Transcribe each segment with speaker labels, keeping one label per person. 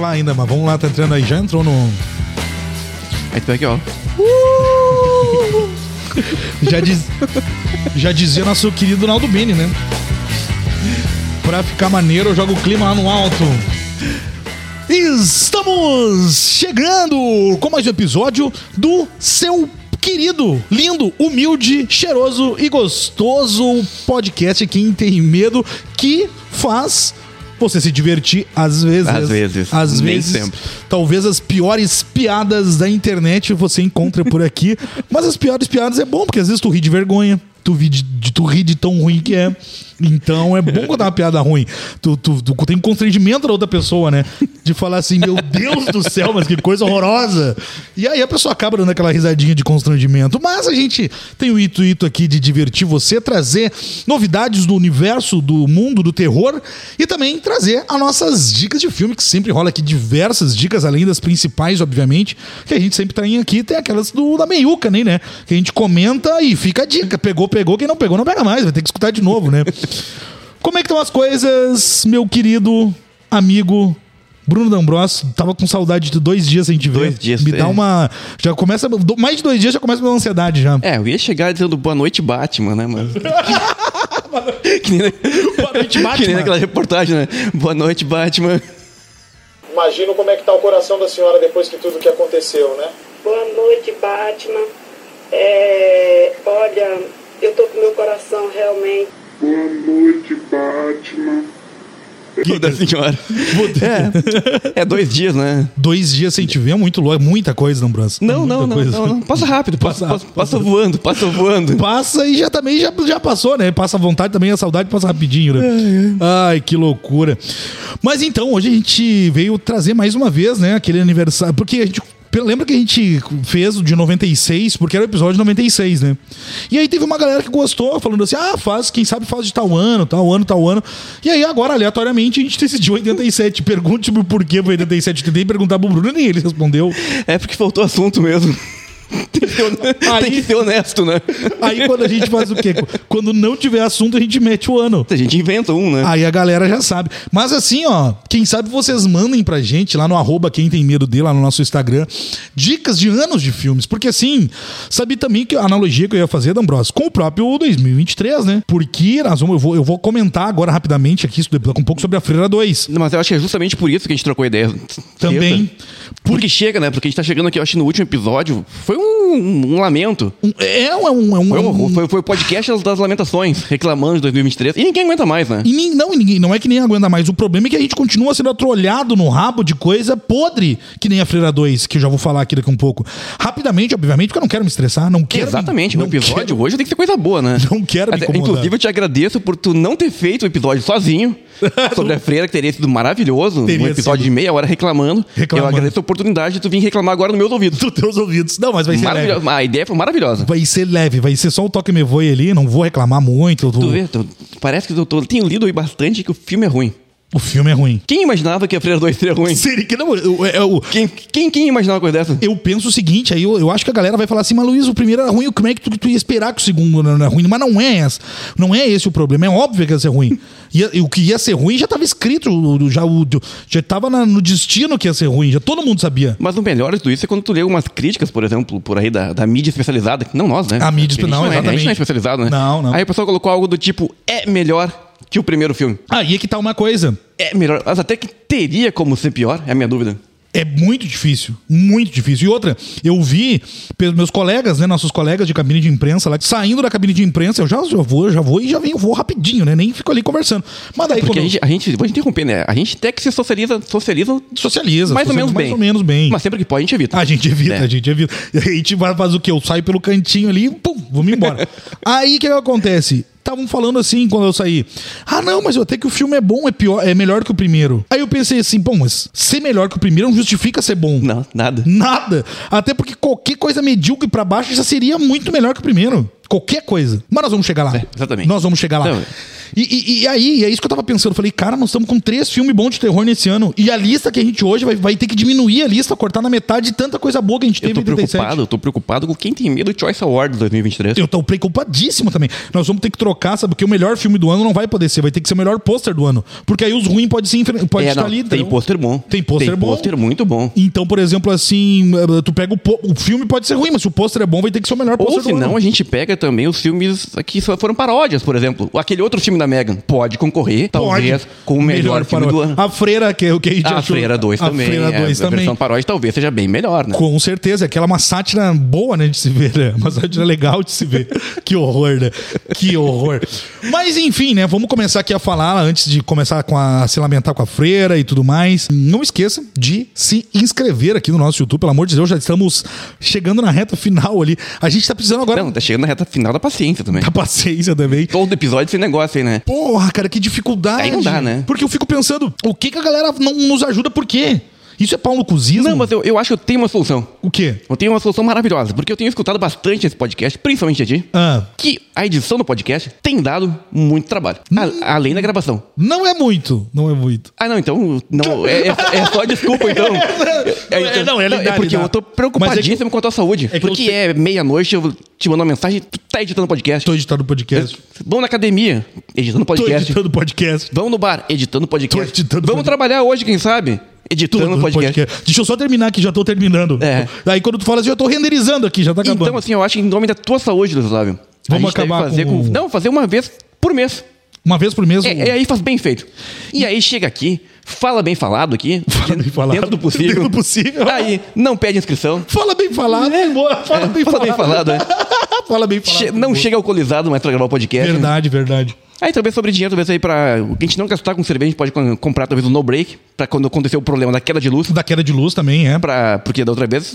Speaker 1: lá ainda, mas vamos lá, tá entrando aí. Já entrou no.
Speaker 2: Aí tu tá aqui, ó.
Speaker 1: Já, diz... Já dizia nosso querido Naldo Bini, né? Pra ficar maneiro, eu jogo o clima lá no alto. Estamos chegando com mais um episódio do seu querido, lindo, humilde, cheiroso e gostoso podcast Quem Tem Medo, que faz você se divertir às vezes.
Speaker 2: Às vezes.
Speaker 1: Às
Speaker 2: Nem
Speaker 1: vezes.
Speaker 2: sempre.
Speaker 1: Talvez as piores piadas da internet você encontra por aqui. mas as piores piadas é bom, porque às vezes tu ri de vergonha. Tu, vi de, de- tu ri de tão ruim que é. Então é bom quando é uma piada ruim. Tu, tu, tu tem um constrangimento da outra pessoa, né? De falar assim, meu Deus do céu, mas que coisa horrorosa. E aí a pessoa acaba dando aquela risadinha de constrangimento. Mas a gente tem o intuito aqui de divertir você, trazer novidades do universo, do mundo, do terror e também trazer as nossas dicas de filme, que sempre rola aqui diversas dicas, além das principais, obviamente, que a gente sempre tem aqui, tem aquelas do, da meiuca, nem, né? Que a gente comenta e fica a dica. Pegou, pegou, quem não pegou, não pega mais, vai ter que escutar de novo, né? Como é que estão as coisas, meu querido amigo Bruno D'Ambros? Tava com saudade de dois dias sem te ver.
Speaker 2: Dois dias,
Speaker 1: Me dá
Speaker 2: é.
Speaker 1: uma... Já começa... do- Mais de dois dias já começa a me dar ansiedade já.
Speaker 2: É, eu ia chegar dizendo boa noite, Batman, né, mano? que, nem, boa
Speaker 1: noite,
Speaker 2: Que
Speaker 1: Batman.
Speaker 2: nem naquela reportagem, né? Boa noite, Batman.
Speaker 3: Imagino como é que tá o coração da senhora depois que tudo que aconteceu, né?
Speaker 4: Boa noite, Batman. É, olha, eu tô com meu coração realmente
Speaker 5: Boa noite, Batman.
Speaker 2: O da senhora. É, é dois dias, né?
Speaker 1: Dois dias sem te ver é muito louco, é muita coisa, D'Ambros. É
Speaker 2: Não, não,
Speaker 1: muita
Speaker 2: não,
Speaker 1: coisa.
Speaker 2: não, não. Passa rápido, passa,
Speaker 1: Passa
Speaker 2: passa, passa voando, passa voando.
Speaker 1: Passa e já também já, já passou, né? Passa à vontade também, a saudade passa rapidinho, né? Ai, que loucura. Mas então, hoje a gente veio trazer mais uma vez, né? Aquele aniversário. Porque a gente. Lembra que a gente fez o de 96, porque era o episódio 96, né? E aí teve uma galera que gostou, falando assim: ah, faz, quem sabe faz de tal ano, tal ano, tal ano. E aí agora, aleatoriamente, a gente decidiu 87. Pergunte-me por que foi 87. Tentei perguntar pro Bruno e nem ele respondeu.
Speaker 2: É porque faltou assunto mesmo. Tem que ser hon-
Speaker 1: Aí-
Speaker 2: Tem que ser honesto, né?
Speaker 1: Aí quando a gente faz o quê? Quando não tiver assunto, a gente mete o ano.
Speaker 2: A gente inventa um, né?
Speaker 1: Aí a galera já sabe. Mas assim, ó, quem sabe vocês mandem pra gente lá no arroba quem tem medo dele, lá no nosso Instagram, dicas de anos de filmes. Porque assim, sabe também que a analogia que eu ia fazer, D'Ambros, com o próprio 2023, né? Porque nós vamos, eu, vou, eu vou comentar agora rapidamente aqui, um pouco sobre a Freira 2.
Speaker 2: Mas eu acho que é justamente por isso que a gente trocou ideia.
Speaker 1: Também.
Speaker 2: Treta. Porque chega, né? Porque a gente tá chegando aqui, eu acho, que no último episódio. Foi um, um lamento.
Speaker 1: Um- É, um- é um. É um,
Speaker 2: Foi,
Speaker 1: é
Speaker 2: um-
Speaker 1: um-
Speaker 2: foi, foi o podcast das- das lamentações, reclamando de 2023. E ninguém aguenta mais, né?
Speaker 1: E nem- não, e ninguém, não é que nem aguenta mais. O problema é que a gente continua sendo atrolhado no rabo de coisa podre, que nem a Freira 2, que eu já vou falar aqui daqui um pouco. Rapidamente, obviamente, porque eu não quero me estressar, não quero.
Speaker 2: Exatamente,
Speaker 1: não
Speaker 2: o episódio
Speaker 1: quero-
Speaker 2: hoje tem que ser coisa boa, né?
Speaker 1: Não quero me incomodar.
Speaker 2: Inclusive, eu te agradeço por tu não ter feito o episódio sozinho sobre a freira, que teria sido maravilhoso.
Speaker 1: Teria
Speaker 2: um episódio
Speaker 1: sido.
Speaker 2: de meia hora reclamando.
Speaker 1: Reclamando.
Speaker 2: Eu agradeço a oportunidade de tu vir reclamar agora nos meus ouvidos.
Speaker 1: dos teus ouvidos. Não, mas vai ser
Speaker 2: Maravilho-
Speaker 1: leve.
Speaker 2: A ideia foi maravilhosa.
Speaker 1: Vai ser leve, vai ser só um toque me voe ali, não vou reclamar muito. eu tô-
Speaker 2: Tu vê, tu- parece que eu tô- tenho lido aí bastante que o filme é ruim.
Speaker 1: O filme é ruim.
Speaker 2: Quem imaginava que a Freira 2 seria ruim?
Speaker 1: Seria que não, é, eu, eu,
Speaker 2: Quem, quem, quem imaginava uma coisa dessa?
Speaker 1: eu penso o seguinte, aí eu, eu acho que a galera vai falar assim, mas Luiz, o primeiro era ruim, como é que tu, tu ia esperar que o segundo não era ruim? Mas não é essa, não é esse o problema, é óbvio que ia ser ruim. Ia- e o que ia ser ruim já estava escrito, o- o- já, o, já tava na- no destino que ia ser ruim, já todo mundo sabia.
Speaker 2: Mas o melhor de tudo isso é quando tu lê algumas críticas, por exemplo, por aí da, da mídia especializada. que Não nós, né?
Speaker 1: A mídia
Speaker 2: gente
Speaker 1: espe- não,
Speaker 2: é, A gente
Speaker 1: exatamente.
Speaker 2: não é especializado, né?
Speaker 1: Não, não.
Speaker 2: Aí o pessoal colocou algo do tipo, é melhor que o primeiro filme.
Speaker 1: Aí é que tá uma coisa,
Speaker 2: É melhor. Mas até que teria como ser pior, é a minha dúvida.
Speaker 1: É muito difícil, muito difícil. E outra, eu vi pelos meus colegas, né, nossos colegas de cabine de imprensa lá, saindo da cabine de imprensa, eu já, já vou, já vou e já venho, vou rapidinho, né? Nem fico ali conversando. Mas daí
Speaker 2: É, Porque
Speaker 1: quando
Speaker 2: a gente, a gente, vou interromper, né? A gente até que se socializa, socializa
Speaker 1: socializa,
Speaker 2: mais
Speaker 1: socializa
Speaker 2: ou menos
Speaker 1: mais
Speaker 2: bem.
Speaker 1: ou menos bem.
Speaker 2: Mas sempre que pode, a gente evita.
Speaker 1: A gente evita,
Speaker 2: É.
Speaker 1: a gente evita. E a gente vai fazer o quê? Eu saio pelo cantinho ali e pum, vou me embora. Aí o que acontece? Estavam falando assim quando eu saí. Ah, não, mas até que o filme é bom, é pior, é melhor que o primeiro. Aí eu pensei assim, bom, mas ser melhor que o primeiro não justifica ser bom.
Speaker 2: Não, nada.
Speaker 1: Nada. Até porque qualquer coisa medíocre pra baixo já seria muito melhor que o primeiro. Qualquer coisa. Mas nós vamos chegar lá.
Speaker 2: É, exatamente.
Speaker 1: Nós vamos chegar lá.
Speaker 2: Então,
Speaker 1: E, e- e aí, é isso que eu tava pensando. Eu falei, cara, nós estamos com três filmes bons de terror nesse ano. E a lista que a gente hoje vai, vai ter que diminuir a lista, cortar na metade de tanta coisa boa que a gente
Speaker 2: Eu
Speaker 1: teve em
Speaker 2: tô
Speaker 1: 87.
Speaker 2: preocupado, eu tô preocupado com quem tem medo do Choice Awards 2023.
Speaker 1: Eu tô preocupadíssimo também. Nós vamos ter que trocar, sabe? Porque o melhor filme do ano não vai poder ser, vai ter que ser o melhor pôster do ano. Porque aí os ruins podem se enfre- pode
Speaker 2: É,
Speaker 1: estar
Speaker 2: não,
Speaker 1: ali.
Speaker 2: tem
Speaker 1: entendeu?
Speaker 2: pôster bom.
Speaker 1: né? Tem pôster bom.
Speaker 2: pôster muito bom.
Speaker 1: Então, por exemplo, assim, tu pega o, pô- o filme pode ser ruim, mas se o pôster é bom, vai ter que ser o melhor
Speaker 2: Ou
Speaker 1: pôster
Speaker 2: se
Speaker 1: do
Speaker 2: não,
Speaker 1: ano.
Speaker 2: a gente pega também os filmes que só foram paródias, por exemplo. Aquele outro filme da Megan pode concorrer, talvez, então, com o melhor, filme
Speaker 1: paródia.
Speaker 2: do ano.
Speaker 1: A Freira, que é o que a gente
Speaker 2: A,
Speaker 1: achou.
Speaker 2: Freira 2 também.
Speaker 1: A Freira
Speaker 2: é,
Speaker 1: 2
Speaker 2: A
Speaker 1: também.
Speaker 2: versão paródia talvez seja bem melhor, né?
Speaker 1: Com certeza, aquela é uma sátira boa, né, de se ver, né? Uma sátira legal de se ver. Que horror, né? Que horror. Mas enfim, né? Vamos começar aqui a falar antes de começar com a, a se lamentar com a freira e tudo mais. Não esqueça de se inscrever aqui no nosso YouTube, pelo amor de Deus, já estamos chegando na reta final ali. A gente tá precisando agora
Speaker 2: Não, tá chegando na reta final da paciência também.
Speaker 1: da Tá paciência também.
Speaker 2: Todo episódio esse negócio aí, né?
Speaker 1: Porra, cara, que dificuldade.
Speaker 2: Aí não dá, né?
Speaker 1: Porque eu fico pensando, o que que a galera não nos ajuda por quê? Isso é Paulo Cusismo?
Speaker 2: Não, mas eu, eu acho que eu tenho uma solução.
Speaker 1: O quê?
Speaker 2: Eu tenho uma solução maravilhosa, porque eu tenho escutado bastante esse podcast, principalmente a ti,
Speaker 1: Ah,
Speaker 2: que a edição do podcast tem dado muito trabalho.
Speaker 1: Hum.
Speaker 2: A- além da gravação.
Speaker 1: não é muito, não é muito.
Speaker 2: Ah, não, então. Não, é, é- é só desculpa, então.
Speaker 1: é, não, é lidar,
Speaker 2: porque
Speaker 1: lidar.
Speaker 2: eu tô
Speaker 1: Mas é
Speaker 2: preocupadíssimo com a tua saúde.
Speaker 1: que eu
Speaker 2: porque é meia-noite, eu te mando uma mensagem, tu tá editando podcast.
Speaker 1: Tô editando podcast.
Speaker 2: Vão na academia, editando
Speaker 1: Tô
Speaker 2: podcast.
Speaker 1: editando podcast.
Speaker 2: Vão no bar, editando podcast.
Speaker 1: Tô editando
Speaker 2: Vamos
Speaker 1: podcast.
Speaker 2: trabalhar hoje, quem sabe? Editando
Speaker 1: Tudo
Speaker 2: podcast.
Speaker 1: Deixa eu só terminar que já tô terminando.
Speaker 2: É.
Speaker 1: Aí quando tu fala assim, eu tô renderizando aqui, já tá acabando.
Speaker 2: Então, assim, eu acho que em nome da tua saúde, Luiz Flávio. a
Speaker 1: Vamos
Speaker 2: gente deve
Speaker 1: acabar
Speaker 2: fazer
Speaker 1: com-
Speaker 2: Não, fazer uma vez por mês.
Speaker 1: Uma vez por mês.
Speaker 2: É,
Speaker 1: um-
Speaker 2: é, aí faz bem feito. E aí chega aqui, fala bem falado aqui.
Speaker 1: Fala bem falado.
Speaker 2: Dentro do possível.
Speaker 1: Dentro do possível.
Speaker 2: Aí, não pede inscrição.
Speaker 1: Fala bem falado.
Speaker 2: É.
Speaker 1: boa. Fala, bem
Speaker 2: Fala bem falado, é.
Speaker 1: fala bem falado.
Speaker 2: Che- não chega alcoolizado mais pra gravar o podcast.
Speaker 1: Verdade, verdade.
Speaker 2: Aí também sobre dinheiro, talvez aí pra. O que a gente não gastar com cerveja, a gente pode com- comprar talvez um no break, pra quando acontecer o problema da queda de luz.
Speaker 1: Da queda de luz também, é.
Speaker 2: Pra, porque da outra vez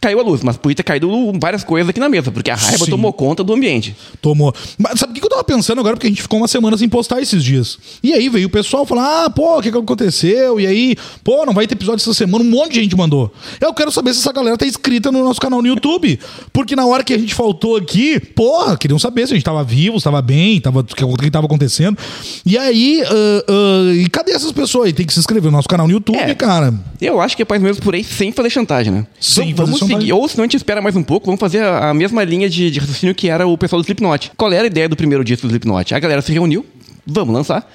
Speaker 2: caiu a luz, mas podia ter caído várias coisas aqui na mesa, porque a raiva
Speaker 1: Sim.
Speaker 2: tomou conta do ambiente.
Speaker 1: Tomou. Mas sabe o que que eu tava pensando agora? Porque a gente ficou uma semana sem postar esses dias. E aí veio o pessoal falar: ah, pô, o que, que aconteceu? E aí, pô, não vai ter episódio essa semana. Um monte de gente mandou. Eu quero saber se essa galera tá inscrita no nosso canal no YouTube. Porque na hora que a gente faltou aqui, porra, queriam saber se a gente tava vivo, se tava bem, tava, o que o que tava acontecendo. E aí, ah, ah, e cadê essas pessoas? E tem que se inscrever no nosso canal no YouTube,
Speaker 2: É.
Speaker 1: cara.
Speaker 2: Eu acho que é mais ou menos por aí, sem fazer chantagem, né?
Speaker 1: Sem
Speaker 2: Então, vamos
Speaker 1: fazer chantagem.
Speaker 2: seguir, ou se não a gente espera mais um pouco, vamos fazer a, a mesma linha de, de raciocínio que era o pessoal do Slipknot. Qual era a ideia do primeiro disco do Slipknot? A galera se reuniu, vamos lançar.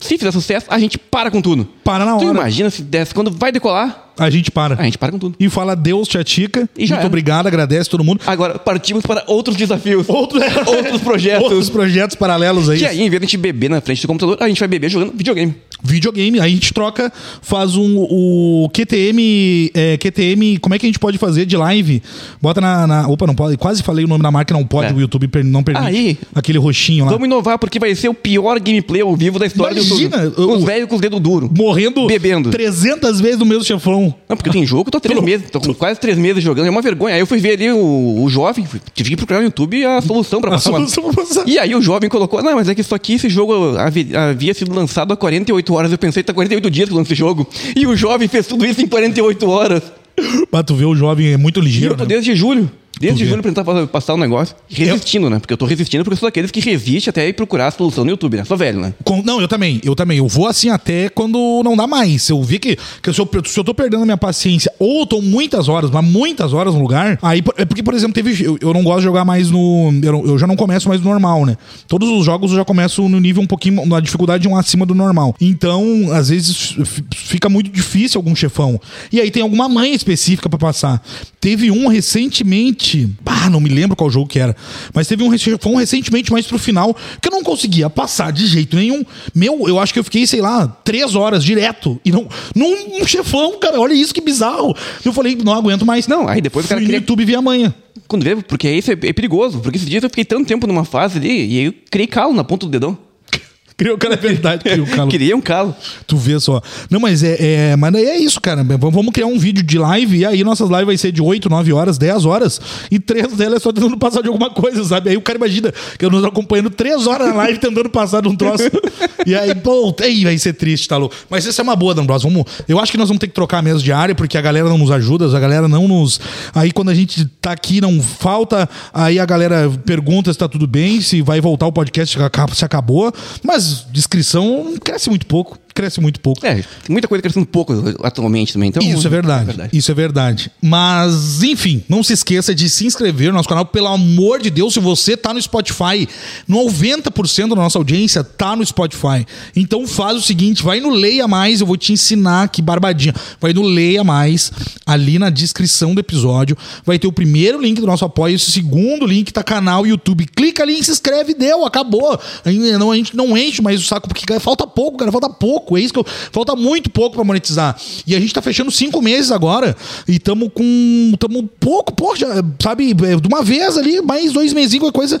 Speaker 2: Se fizer sucesso, a gente para com tudo.
Speaker 1: Para na
Speaker 2: tu
Speaker 1: hora.
Speaker 2: imagina se desse, quando vai decolar,
Speaker 1: A gente para.
Speaker 2: a gente para com tudo.
Speaker 1: E fala Deus, Tiatica.
Speaker 2: E já
Speaker 1: Muito
Speaker 2: era.
Speaker 1: obrigado, agradece todo mundo.
Speaker 2: Agora, partimos para outros desafios.
Speaker 1: Outro-
Speaker 2: Outros projetos.
Speaker 1: Outros projetos paralelos aí.
Speaker 2: É. Que aí, em vez de a gente beber na frente do computador, a gente vai beber jogando videogame.
Speaker 1: videogame, aí a gente troca, faz um o QTM, é, QTM, como é que a gente pode fazer de live? Bota na, na- opa, não pode, quase falei o nome da marca, não pode,
Speaker 2: É.
Speaker 1: o YouTube per- não permite.
Speaker 2: Aí.
Speaker 1: aquele roxinho lá.
Speaker 2: Vamos inovar, porque vai ser o pior gameplay ao vivo da história do
Speaker 1: Imagina,
Speaker 2: YouTube. Os
Speaker 1: eu-
Speaker 2: velhos com os dedos duros.
Speaker 1: Morrendo
Speaker 2: Bebendo.
Speaker 1: 300 vezes no mesmo chefão.
Speaker 2: Não, porque tem jogo, eu tô há três meses, tô com quase três meses jogando, é uma vergonha. Aí eu fui ver ali o, o jovem, fui- tive que procurar no YouTube a solução pra
Speaker 1: A
Speaker 2: passar. uma-
Speaker 1: solução pra passar.
Speaker 2: E aí o jovem colocou, não, mas é que isso aqui, esse jogo havi- havia sido lançado há 48 horas. Eu pensei, tá 48 dias que lança esse jogo. E o jovem fez tudo isso em 48 horas.
Speaker 1: Pra tu ver, o jovem é muito
Speaker 2: E
Speaker 1: ligeiro,
Speaker 2: eu tô
Speaker 1: né?
Speaker 2: desde julho.
Speaker 1: Tu
Speaker 2: Desde
Speaker 1: vê.
Speaker 2: julho pra tentar fa- passar o negócio. Resistindo, né? Porque eu tô resistindo porque eu sou daqueles que resiste até ir procurar a solução no YouTube, né? Sou velho, né?
Speaker 1: Com- não, eu também, eu também. Eu vou assim até quando não dá mais. Se eu vi que, que se, eu, per- se eu tô perdendo a minha paciência, ou eu tô muitas horas, mas muitas horas no lugar, aí. por- É porque, por exemplo, teve. Eu, eu não gosto de jogar mais no. Eu, não- eu já não começo mais no normal, né? Todos os jogos eu já começo no nível um pouquinho. Na dificuldade um acima do normal. Então, às vezes, f- fica muito difícil algum chefão. E aí tem alguma manha específica pra passar. Teve um recentemente. Ah, não me lembro qual jogo que era. Mas teve um chefão recentemente, mais pro final, que eu não conseguia passar de jeito nenhum. Meu, eu acho que eu fiquei, sei lá, três horas direto. E não. Num chefão, cara, olha isso que bizarro. Eu falei, não aguento mais.
Speaker 2: Não, aí depois o
Speaker 1: Fui
Speaker 2: cara
Speaker 1: no
Speaker 2: queria
Speaker 1: YouTube vi amanhã.
Speaker 2: Quando vê, porque isso é, é perigoso. Porque esses dias eu fiquei tanto tempo numa fase ali e aí eu criei calo na ponta do dedão.
Speaker 1: Criou o cara, é verdade, criou o calo.
Speaker 2: Criei um calo.
Speaker 1: Tu vê só. Não, mas é, é- mas daí é isso, cara. V- Vamos criar um vídeo de live e aí nossas lives vai ser de 8, 9 horas, 10 horas e três delas só tentando passar de alguma coisa, sabe? Aí o cara imagina que eu nos acompanhando 3 horas na live tentando passar de um troço. e aí, pô, aí vai ser triste, tá louco? Mas isso é uma boa, Dan Bros. Vamos, eu acho que nós vamos ter que trocar mesmo de área porque a galera não nos ajuda, a galera não nos. Aí quando a gente tá aqui, não falta, aí a galera pergunta se tá tudo bem, se vai voltar o podcast, se aca- se acabou. Mas faz descrição, cresce muito pouco. Cresce muito pouco.
Speaker 2: É, tem muita coisa crescendo pouco atualmente também. Então,
Speaker 1: Isso é verdade, Isso é verdade. Mas, enfim, não se esqueça de se inscrever no nosso canal. Pelo amor de Deus, se você tá no Spotify, 90% da nossa audiência tá no Spotify. Então faz o seguinte, vai no Leia Mais, eu vou te ensinar que barbadinha. Vai no Leia Mais, ali na descrição do episódio, vai ter o primeiro link do nosso apoio, o segundo link tá canal YouTube. Clica ali, se inscreve, deu, acabou. A gente não, a gente não enche mais o saco, porque cara, falta pouco, cara, falta pouco. É isso que eu. Falta muito pouco pra monetizar. E a gente tá fechando cinco meses agora. E tamo com. Tamo pouco, poxa, sabe? é, De uma vez ali, mais dois meses, qualquer coisa.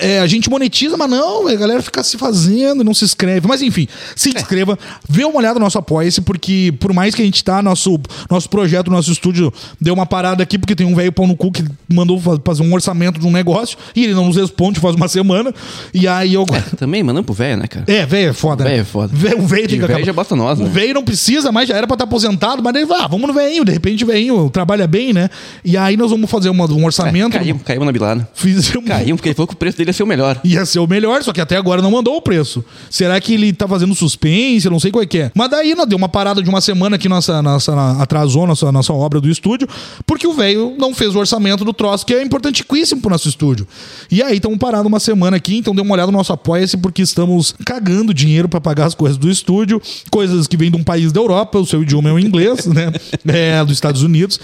Speaker 1: É, a gente monetiza, mas não, a galera fica se fazendo, não se inscreve. Mas enfim, se inscreva, vê uma olhada no nosso apoia-se, porque por mais que a gente tá, nosso, nosso projeto, nosso estúdio deu uma parada aqui, porque tem um velho pão no cu que mandou fa- fazer um orçamento de um negócio e ele não nos responde faz uma semana. E aí eu.
Speaker 2: Também mandando pro velho, né, cara?
Speaker 1: É, velho é foda. né?
Speaker 2: Velho é foda.
Speaker 1: Velho- O velho tem que
Speaker 2: E velho
Speaker 1: acabar.
Speaker 2: já basta nós,
Speaker 1: O
Speaker 2: né?
Speaker 1: velho não precisa mais, já era pra estar aposentado, mas daí, ah, vamos no veinho, de repente o veinho trabalha bem, né? E aí nós vamos fazer uma- um orçamento. um
Speaker 2: É, caímos, caímos na bilada.
Speaker 1: fizemos-
Speaker 2: Caímos, porque ele falou que o preço dele ia ser o melhor.
Speaker 1: Ia ser o melhor, só que até agora não mandou o preço. Será que ele tá fazendo suspense? Eu Não sei qual é que é. Mas daí nós deu uma parada de uma semana que nossa, nossa atrasou nossa, nossa obra do estúdio, porque o velho não fez o orçamento do troço, que é importantíssimo pro nosso estúdio. E aí estamos parados uma semana aqui, então dê uma olhada no nosso apoia-se, porque estamos cagando dinheiro pra pagar as coisas do estúdio, coisas que vêm de um país da Europa, o seu idioma é o inglês, né? É, dos Estados Unidos.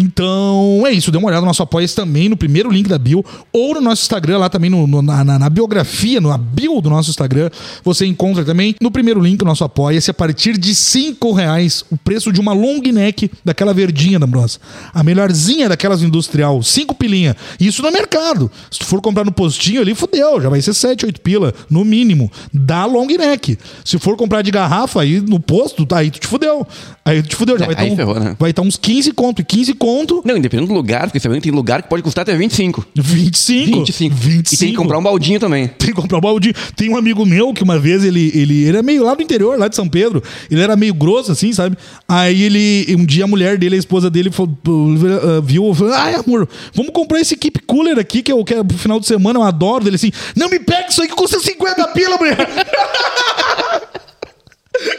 Speaker 1: Então é isso, dê uma olhada no nosso apoia-se também, no primeiro link da bio, ou no nosso Instagram, lá também no- no- na, na- na biografia, na bio do nosso Instagram, você encontra também no primeiro link o nosso apoia-se, a partir de 5 reais, o preço de uma long neck daquela verdinha da brossa. A melhorzinha daquelas industrial, 5 pilinha. Isso no mercado. Se tu for comprar no postinho ali, fudeu, já vai ser 7, 8 pila, no mínimo, da long neck. Se for comprar de garrafa aí no posto, tá, aí tu te fudeu. Aí tu te fudeu, já
Speaker 2: É,
Speaker 1: vai
Speaker 2: aí
Speaker 1: estar
Speaker 2: ferrou, né?
Speaker 1: vai tá uns 15 conto. E 15 conto
Speaker 2: Não, independente do lugar, porque sabendo que tem lugar que pode custar até 25.
Speaker 1: 25.
Speaker 2: 25.
Speaker 1: 25.
Speaker 2: E tem que comprar um baldinho também.
Speaker 1: Tem que comprar um balde. Tem um amigo meu que uma vez ele, ele, ele é meio lá do interior, lá de São Pedro. Ele era meio grosso, assim, sabe? Aí ele, um dia a mulher dele, a esposa dele, falou- ah, viu, falou: Ai, amor, vamos comprar esse keep cooler aqui, que eu quero pro final de semana, eu adoro. Ele assim: Não me pega isso aí que custa 50 pila, mulher.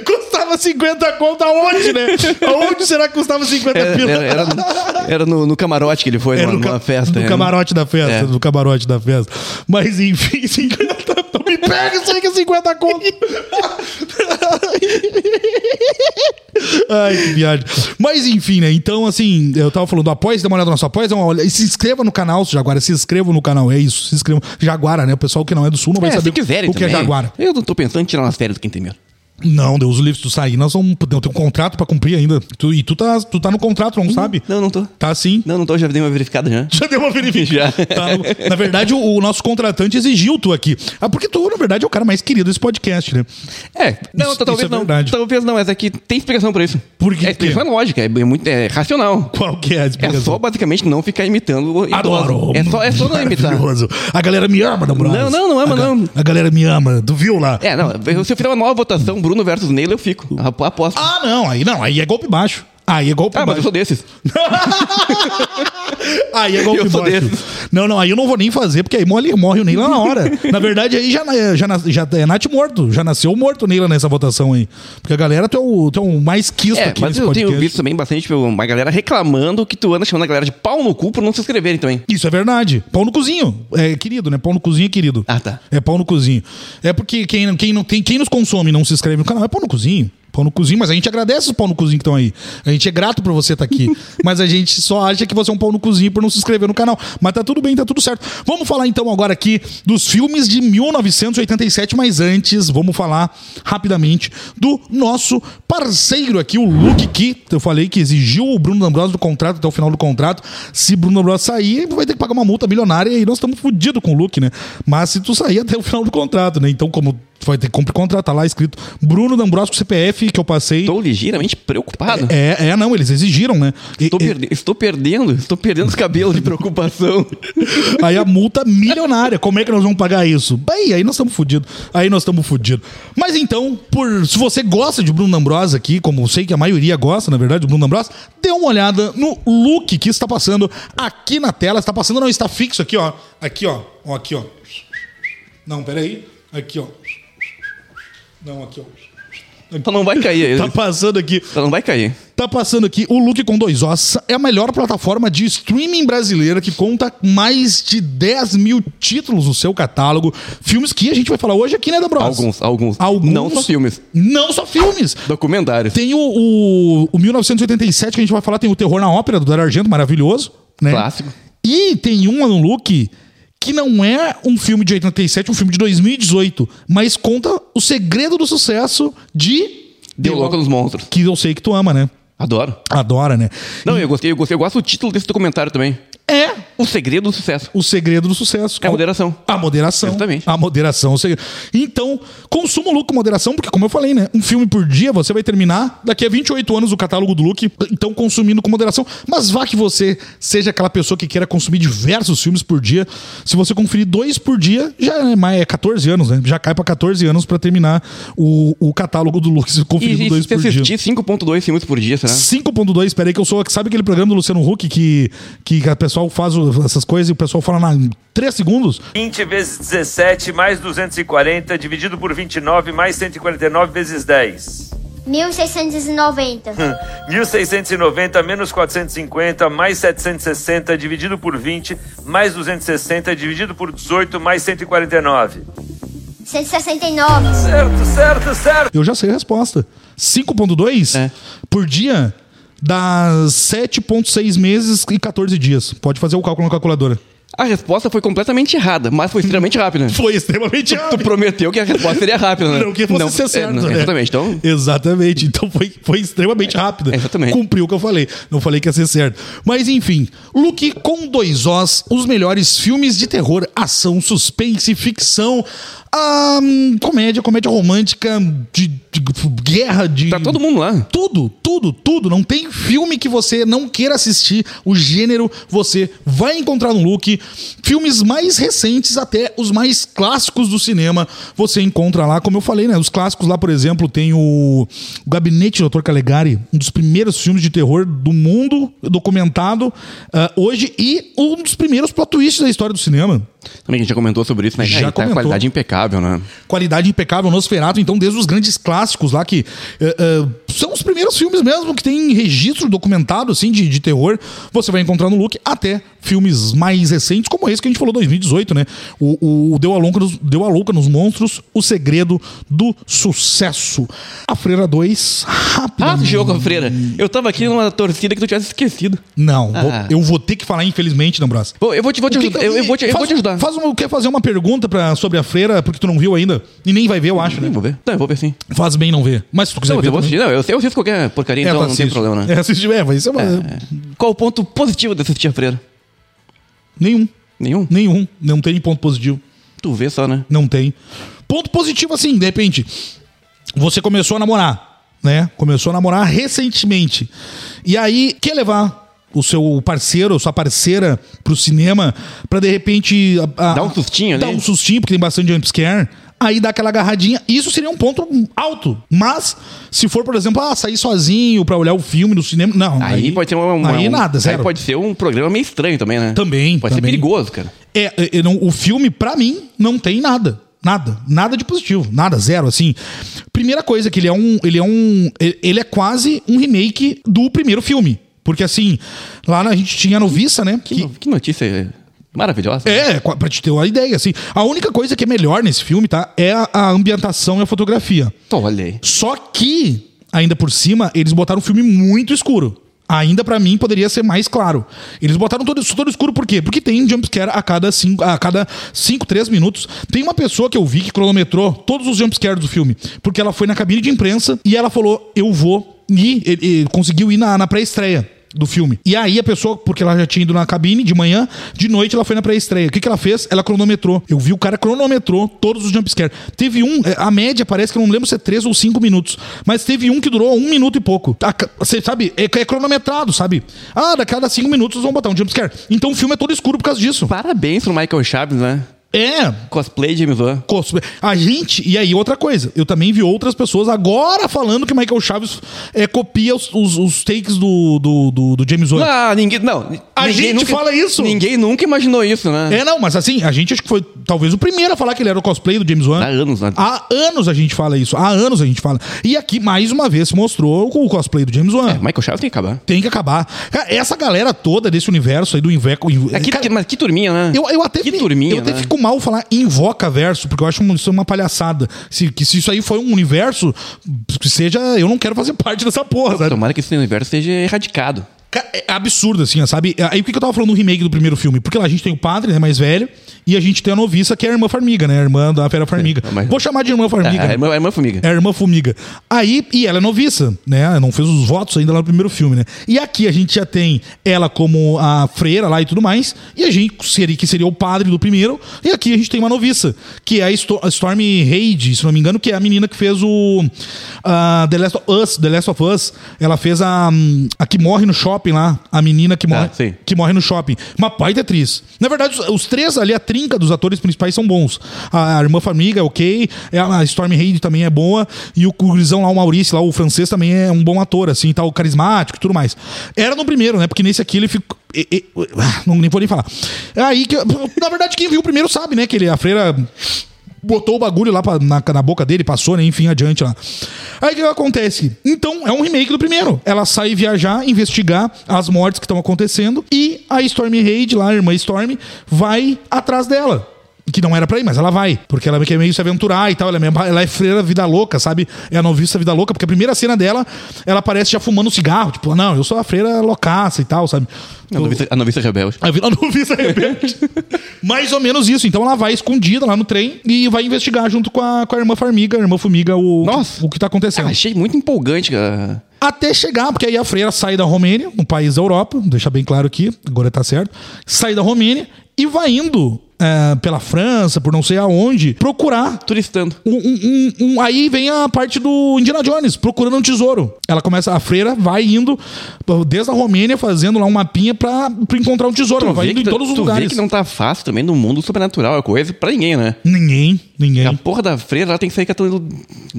Speaker 1: Custava 50 conto aonde, né? Aonde será que custava 50
Speaker 2: Era,
Speaker 1: pila?
Speaker 2: era- era- era no, no camarote que ele foi, numa,
Speaker 1: É. no
Speaker 2: numa
Speaker 1: ca-
Speaker 2: festa.
Speaker 1: Do
Speaker 2: é.
Speaker 1: camarote da festa,
Speaker 2: É.
Speaker 1: do camarote da festa. Mas enfim, 50 não me pega isso aí que é 50 conto. Ai, que viagem. Mas enfim, né? Então, assim, eu tava falando, apoia, dá uma olhada no nosso apoia, dá uma olhada. E se inscreva no canal, Jaguara. Se inscreva no canal, é isso. Se inscreva. Jaguara, né? O pessoal que não é do sul não vai
Speaker 2: É,
Speaker 1: saber
Speaker 2: se quiserem
Speaker 1: o que
Speaker 2: também.
Speaker 1: é Jaguara.
Speaker 2: Eu não tô pensando em tirar umas férias do quinto medo.
Speaker 1: Não, Deus, o livro, se tu sair, nós vamos. Eu tenho um contrato pra cumprir ainda. Tu- e tu tá, tu tá no contrato,
Speaker 2: Hum.
Speaker 1: não sabe?
Speaker 2: Não, não tô.
Speaker 1: Tá sim.
Speaker 2: Não, não tô, já dei uma verificada já.
Speaker 1: Já deu uma verificada.
Speaker 2: Já.
Speaker 1: Tá no- na verdade, o, o nosso contratante exigiu tu aqui. Ah, porque tu, na verdade, é o cara mais querido desse podcast, né?
Speaker 2: É, não,
Speaker 1: Isso-
Speaker 2: talvez
Speaker 1: isso é
Speaker 2: não.
Speaker 1: verdade.
Speaker 2: Talvez não, mas é que tem explicação pra isso.
Speaker 1: Por quê?
Speaker 2: É explicação lógica, é, muito é racional.
Speaker 1: Qual que é a
Speaker 2: É
Speaker 1: explicação?
Speaker 2: só basicamente não ficar imitando o idoso.
Speaker 1: Adoro.
Speaker 2: É só, é só não imitar.
Speaker 1: Maravilhoso. A galera me ama, não,
Speaker 2: Não, não, não ama,
Speaker 1: a, ga-
Speaker 2: não.
Speaker 1: A galera me ama. Tu viu lá?
Speaker 2: É, não, se eu fizer uma nova votação, Bruno versus Neila, eu fico. Ap- Aposto. Ah,
Speaker 1: Ah, não. Aí não. Aí é golpe baixo. Aí é golpe
Speaker 2: mas eu
Speaker 1: baixo.
Speaker 2: sou desses.
Speaker 1: Aí é golpe
Speaker 2: Eu sou
Speaker 1: baixo.
Speaker 2: desses.
Speaker 1: Não, não. Aí eu não vou nem fazer, porque aí morre, morre o Neila na hora. na verdade, aí já, na- já, na- já é Nath morto. Já nasceu morto o Neila nessa votação aí. Porque a galera, tu é o, tu é o mais quisto
Speaker 2: É,
Speaker 1: aqui
Speaker 2: mas
Speaker 1: nesse
Speaker 2: eu tenho
Speaker 1: podcast.
Speaker 2: visto também bastante tipo, uma galera reclamando que tu anda chamando a galera de pau no cu por não se inscreverem também.
Speaker 1: Isso é verdade. Pau no cozinho. É querido, né? Pau no cozinho é querido.
Speaker 2: Ah, tá.
Speaker 1: É pau no cozinho. É porque quem, quem, não, tem, quem nos consome e não se inscreve no canal é pau no cozinho. Pau no cozinho, mas a gente agradece os pau no cozinho que estão aí. A gente é grato por você estar aqui. mas a gente só acha que você é um pau no cozinho por não se inscrever no canal. Mas tá tudo bem, tá tudo certo. Vamos falar então agora aqui dos filmes de 1987, mas antes vamos falar rapidamente do nosso parceiro aqui, o Luke Ki. Eu falei que exigiu o Bruno D'Ambrosio do contrato até o final do contrato. Se Bruno D'Ambrosio sair, vai ter que pagar uma multa milionária e nós estamos fodidos com o Luke, né? Mas se tu sair até o final do contrato, né? Então, como tu vai ter que cumprir o contrato, tá lá escrito Bruno D'Ambrosio com CPF que eu passei.
Speaker 2: Estou ligeiramente preocupado.
Speaker 1: É, é, não, eles exigiram, né? E-
Speaker 2: Estou,
Speaker 1: e-
Speaker 2: perde- estou perdendo, estou perdendo os cabelos de preocupação.
Speaker 1: Aí a multa milionária. Como é que nós vamos pagar isso? Bem, aí nós estamos fudidos. Aí nós estamos fudidos. Mas então, por, se você gosta de Bruno D'Ambrosa aqui, como eu sei que a maioria gosta, na verdade, de Bruno D'Ambrosa, dê uma olhada no look que está passando aqui na tela. Está passando, não, está fixo aqui, ó. Aqui, ó. ó aqui, ó. Não, peraí. Aqui, ó. Não, aqui, ó.
Speaker 2: Então não vai cair. Ele,
Speaker 1: Tá passando aqui.
Speaker 2: Então não vai cair.
Speaker 1: Tá passando aqui o Look com dois ossos. É a melhor plataforma de streaming brasileira que conta mais de 10 mil títulos no seu catálogo. Filmes que a gente vai falar hoje aqui, né, da Bros?
Speaker 2: Alguns, alguns.
Speaker 1: Alguns.
Speaker 2: Não só filmes.
Speaker 1: Não só filmes.
Speaker 2: Documentários.
Speaker 1: Tem o, o, o 1987 que a gente vai falar, tem o Terror na Ópera do Dario Argento, maravilhoso. Né?
Speaker 2: Clássico.
Speaker 1: E tem um no look que não é um filme de 87, é um filme de 2018, mas conta o segredo do sucesso de
Speaker 2: Deu louco nos monstros.
Speaker 1: que eu sei que tu ama, né?
Speaker 2: Adoro.
Speaker 1: Adora, né?
Speaker 2: Não, eu gostei, eu gostei. Eu gosto do título desse documentário também.
Speaker 1: É
Speaker 2: O segredo do sucesso.
Speaker 1: o segredo do sucesso.
Speaker 2: É a moderação.
Speaker 1: A moderação.
Speaker 2: Exatamente.
Speaker 1: A moderação. o segredo. Então, consuma o Luke com moderação, porque como eu falei, né? Um filme por dia, você vai terminar daqui a 28 anos o catálogo do Luke, então consumindo com moderação. Mas vá que você seja aquela pessoa que queira consumir diversos filmes por dia. Se você conferir dois por dia, já é, mais- é 14 anos, né? Já cai pra 14 anos pra terminar o, o catálogo do Luke, se conferindo
Speaker 2: E, e
Speaker 1: dois
Speaker 2: se você
Speaker 1: por dia.
Speaker 2: assistir 5.2 filmes por dia, será?
Speaker 1: 5.2, peraí que eu sou. Sabe aquele programa do Luciano Huck que, que o pessoal faz o- essas coisas e o pessoal fala na, em 3 segundos?
Speaker 6: 20 vezes 17 mais 240 dividido por 29 mais 149 vezes 10.
Speaker 7: 1690.
Speaker 6: 1690 menos 450 mais 760 dividido por 20 mais 260 dividido por 18 mais 149.
Speaker 7: 169.
Speaker 6: Certo, certo, certo.
Speaker 1: Eu já sei a resposta. 5.2
Speaker 2: É.
Speaker 1: por dia dá 7.6 meses e 14 dias. Pode fazer o cálculo na calculadora.
Speaker 2: A resposta foi completamente errada, mas foi extremamente rápida.
Speaker 1: Foi extremamente
Speaker 2: Tu
Speaker 1: rápido.
Speaker 2: prometeu que a resposta seria rápida, né?
Speaker 1: Não que fosse ser certo,
Speaker 2: é, não,
Speaker 1: né?
Speaker 2: Exatamente. Então,
Speaker 1: Exatamente. Então foi, foi extremamente rápida.
Speaker 2: É, exatamente.
Speaker 1: Cumpriu o que eu falei. Não falei que ia ser certo. Mas enfim, Luke com dois Os, os melhores filmes de terror, ação, suspense, ficção, ahn, comédia, comédia romântica, de, de- guerra, de.
Speaker 2: tá todo mundo lá.
Speaker 1: Tudo, tudo, tudo. Não tem filme que você não queira assistir. O gênero você vai encontrar no look. Filmes mais recentes até os mais clássicos do cinema você encontra lá. Como eu falei, né? Os clássicos lá, por exemplo, tem o, o Gabinete do Dr. Calegari, um dos primeiros filmes de terror do mundo documentado ah, hoje e um dos primeiros plot twists da história do cinema.
Speaker 2: Também a gente já comentou sobre isso, né?
Speaker 1: Já
Speaker 2: Aí tá
Speaker 1: comentou.
Speaker 2: a qualidade impecável, né?
Speaker 1: qualidade impecável, Nosferatu, então desde os grandes clássicos lá que eh, eh, são os primeiros filmes mesmo que tem registro documentado assim de, de terror, você vai encontrar no look até filmes mais recentes como esse que a gente falou 2018, né? O, o Deu, a Louca nos, Deu a Louca nos Monstros, o segredo do sucesso. A Freira 2, rápido.
Speaker 2: Ah, tu chegou com a freira. Eu tava aqui numa torcida que tu tivesse esquecido.
Speaker 1: Não, vou-
Speaker 2: Ah.
Speaker 1: eu vou ter que falar infelizmente, Dambrás.
Speaker 2: Bom, eu vou te, vou te
Speaker 1: O que
Speaker 2: ajudar.
Speaker 1: que
Speaker 2: eu, eu vou te, eu
Speaker 1: faz-
Speaker 2: vou te ajudar.
Speaker 1: Faz uma, quer fazer uma pergunta pra, sobre a freira, porque tu não viu ainda. E nem vai ver, eu acho,
Speaker 2: Eu
Speaker 1: né?
Speaker 2: vou ver. Não, eu vou ver sim.
Speaker 1: Faz bem não ver. Mas se tu quiser
Speaker 2: Não, mas
Speaker 1: ver.
Speaker 2: eu vou
Speaker 1: também-
Speaker 2: assistir. Não, eu, sei- eu assisto qualquer porcaria, então
Speaker 1: tu
Speaker 2: não tem
Speaker 1: assiste.
Speaker 2: problema, né?
Speaker 1: É, assiste, é, mas isso é uma-
Speaker 2: Qual o ponto positivo de assistir a freira?
Speaker 1: Nenhum.
Speaker 2: Nenhum?
Speaker 1: Nenhum. Não tem ponto positivo.
Speaker 2: Tu vê só, né?
Speaker 1: Não tem. Ponto positivo, assim, de repente, você começou a namorar, né? Começou a namorar recentemente. E aí, quer levar o seu parceiro, ou sua parceira pro cinema, pra de repente. a- a-
Speaker 2: Dá um sustinho ali.
Speaker 1: Dá um sustinho, porque tem bastante jumpscare. Aí dá aquela agarradinha. Isso seria um ponto alto. Mas, se for, por exemplo, ah, sair sozinho pra olhar o filme no cinema. Não.
Speaker 2: Aí, pode ser uma, uma-
Speaker 1: Aí
Speaker 2: um-
Speaker 1: nada,
Speaker 2: aí
Speaker 1: zero.
Speaker 2: pode ser um programa meio estranho também, né?
Speaker 1: Também,
Speaker 2: Pode
Speaker 1: também.
Speaker 2: ser perigoso, cara.
Speaker 1: É, é, é, não, o filme, pra mim, não tem nada. Nada. Nada de positivo. Nada, zero, assim. Primeira coisa, que ele é um. Ele é um. ele- Ele é quase um remake do primeiro filme. Porque assim, lá na- a gente tinha a noviça, né?
Speaker 2: Que,
Speaker 1: que-
Speaker 2: no- que notícia maravilhosa.
Speaker 1: é, qua- pra te ter uma ideia, assim. A única coisa que é melhor nesse filme, tá? É a, a ambientação e a fotografia.
Speaker 2: Então, Olha aí.
Speaker 1: Só que, ainda por cima, eles botaram um filme muito escuro. Ainda pra mim poderia ser mais claro. Eles botaram todo, todo escuro por quê? Porque tem jumpscare a cada 5, a cada 5, 3 minutos. Tem uma pessoa que eu vi que cronometrou todos os jumpscares do filme, porque ela foi na cabine de imprensa e ela falou: "Eu vou e ele, ele conseguiu ir na, na pré-estreia do filme. E aí a pessoa, porque ela já tinha ido na cabine de manhã, de noite ela foi na pré-estreia. O que, que ela fez? Ela cronometrou. Eu vi o cara cronometrou todos os jumpscares. Teve um, eh, a média parece que eu não lembro se é 3 ou 5 minutos, mas teve um que durou um minuto e pouco. A ca- Você sabe, é, é cronometrado, sabe? Ah, da cada 5 minutos vão botar um jumpscare. Então o filme é todo escuro por causa disso.
Speaker 2: Parabéns pro Michael Chaves, né?
Speaker 1: É,
Speaker 2: Cosplay de James Wan.
Speaker 1: cosplay. A gente, e aí outra coisa, eu também vi outras pessoas agora falando que Michael Chaves é, copia os, os- os takes do, do, do- do James Wan.
Speaker 2: Ah, ninguém. Não.
Speaker 1: A
Speaker 2: ninguém
Speaker 1: gente fala isso.
Speaker 2: Ninguém nunca imaginou isso, né?
Speaker 1: É, não, mas assim, a gente acho que foi talvez o primeiro a falar que ele era o cosplay do James Wan.
Speaker 2: Há anos, né?
Speaker 1: Há anos a gente fala isso, há anos a gente fala. E aqui, mais uma vez, se mostrou com o cosplay do James Wan.
Speaker 2: Michael Chaves tem que acabar.
Speaker 1: Tem que acabar. Cara, essa galera toda desse universo aí do Inveco.
Speaker 2: É, que-
Speaker 1: cara,
Speaker 2: que- mas que turminha, né?
Speaker 1: Eu, eu até,
Speaker 2: que
Speaker 1: me-
Speaker 2: turminha,
Speaker 1: eu até
Speaker 2: né?
Speaker 1: fico mal falar invoca verso, porque eu acho isso é uma palhaçada. Se, que se isso aí foi um universo, que seja. Eu não quero fazer parte dessa porra, sabe?
Speaker 2: Tomara que esse universo seja erradicado.
Speaker 1: Ca- É absurdo, assim, ó, sabe? Aí o que que eu tava falando do remake do primeiro filme? Porque lá a gente tem o padre, né, mais velho, e a gente tem a noviça, que é a irmã Farmiga, né? A irmã da Fera Farmiga.
Speaker 2: É, mas-
Speaker 1: Vou chamar de irmã Farmiga.
Speaker 2: É, a irmã, a irmã formiga.
Speaker 1: É a irmã Fumiga. Aí, e ela é noviça, né? Ela Não fez os votos ainda lá no primeiro filme, né? E aqui a gente já tem ela como a freira lá e tudo mais. E a gente seria que seria o padre do primeiro. E aqui a gente tem uma noviça, que é a Sto- a Storm Reid, se não me engano, que é a menina que fez o ah, The Last of Us, The Last of Us. Ela fez a hum, a que morre no shopping lá, a menina que morre,
Speaker 2: Ah, sim.
Speaker 1: que morre no shopping. Uma baita atriz. Na verdade, os, os três ali, a trinca dos atores principais são bons. A, a irmã Farmiga é ok, é a a Storm Reid também é boa, e o Curizão lá, o Maurício lá, o francês também é um bom ator, assim, tal, carismático e tudo mais. Era no primeiro, né? Porque nesse aqui ele ficou... e- e- ah, não, nem vou nem falar. É Aí que, na verdade, quem viu o primeiro sabe, né? Que ele, a freira botou o bagulho lá pra- na, na boca dele, passou, né? Enfim, adiante lá. Aí o que acontece? Então, é um remake do primeiro. Ela sai viajar, investigar as mortes que estão acontecendo e a Storm Raid, lá, a irmã Storm, vai atrás dela. Que não era pra ir, mas ela vai. Porque ela quer meio se aventurar e tal. Ela é, meio- ela é freira vida louca, sabe? É a noviça vida louca. Porque a primeira cena dela, ela aparece já fumando um cigarro. Tipo, não, eu sou a freira loucaça e tal, sabe?
Speaker 2: A noviça, a noviça rebelde.
Speaker 1: A Vila Noviça Rebelde. Mais ou menos isso. Então ela vai escondida lá no trem e vai investigar junto com a, com a irmã Farmiga, a irmã Fumiga, o,
Speaker 2: Nossa.
Speaker 1: o que tá acontecendo.
Speaker 2: Ah, Achei muito empolgante, cara.
Speaker 1: Até chegar, porque aí a freira sai da Romênia, um país da Europa, vou deixar bem claro aqui, agora tá certo. Sai da Romênia e vai indo é, pela França, por não sei aonde, procurar
Speaker 2: Turistando.
Speaker 1: um- um- um- um- aí vem a parte do Indiana Jones, procurando um tesouro. Ela começa, a freira vai indo desde a Romênia, fazendo lá um mapinha pra, pra encontrar um tesouro. Ela vai
Speaker 2: vê
Speaker 1: indo
Speaker 2: que
Speaker 1: em todos os
Speaker 2: tu
Speaker 1: lugares.
Speaker 2: vê que não tá fácil também no mundo sobrenatural, é coisa pra ninguém, né?
Speaker 1: Ninguém, ninguém.
Speaker 2: A porra da freira, ela tem que sair catando...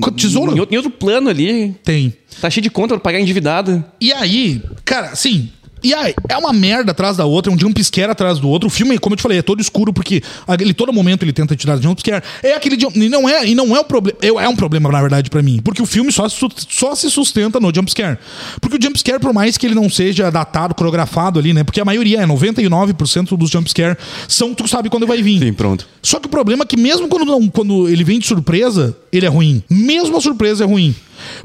Speaker 1: Com tesouro?
Speaker 2: Em outro, em outro plano ali.
Speaker 1: Tem.
Speaker 2: Tá cheio de conta pra pagar endividado.
Speaker 1: E aí, cara, assim. E aí, é uma merda atrás da outra, é um jumpscare atrás do outro. O filme, como eu te falei, é todo escuro, porque ele todo momento ele tenta te dar jumpscare. É aquele jump, e não é E não é o problema. É um problema, na verdade, pra mim. Porque o filme só, se su- só se sustenta no jumpscare. Porque o jumpscare, por mais que ele não seja datado, coreografado ali, né? Porque a maioria é 99% dos jumpscare são, tu sabe quando vai vir.
Speaker 2: Sim, pronto.
Speaker 1: Só que o problema é que mesmo quando, não- quando ele vem de surpresa, ele é ruim. Mesmo a surpresa é ruim.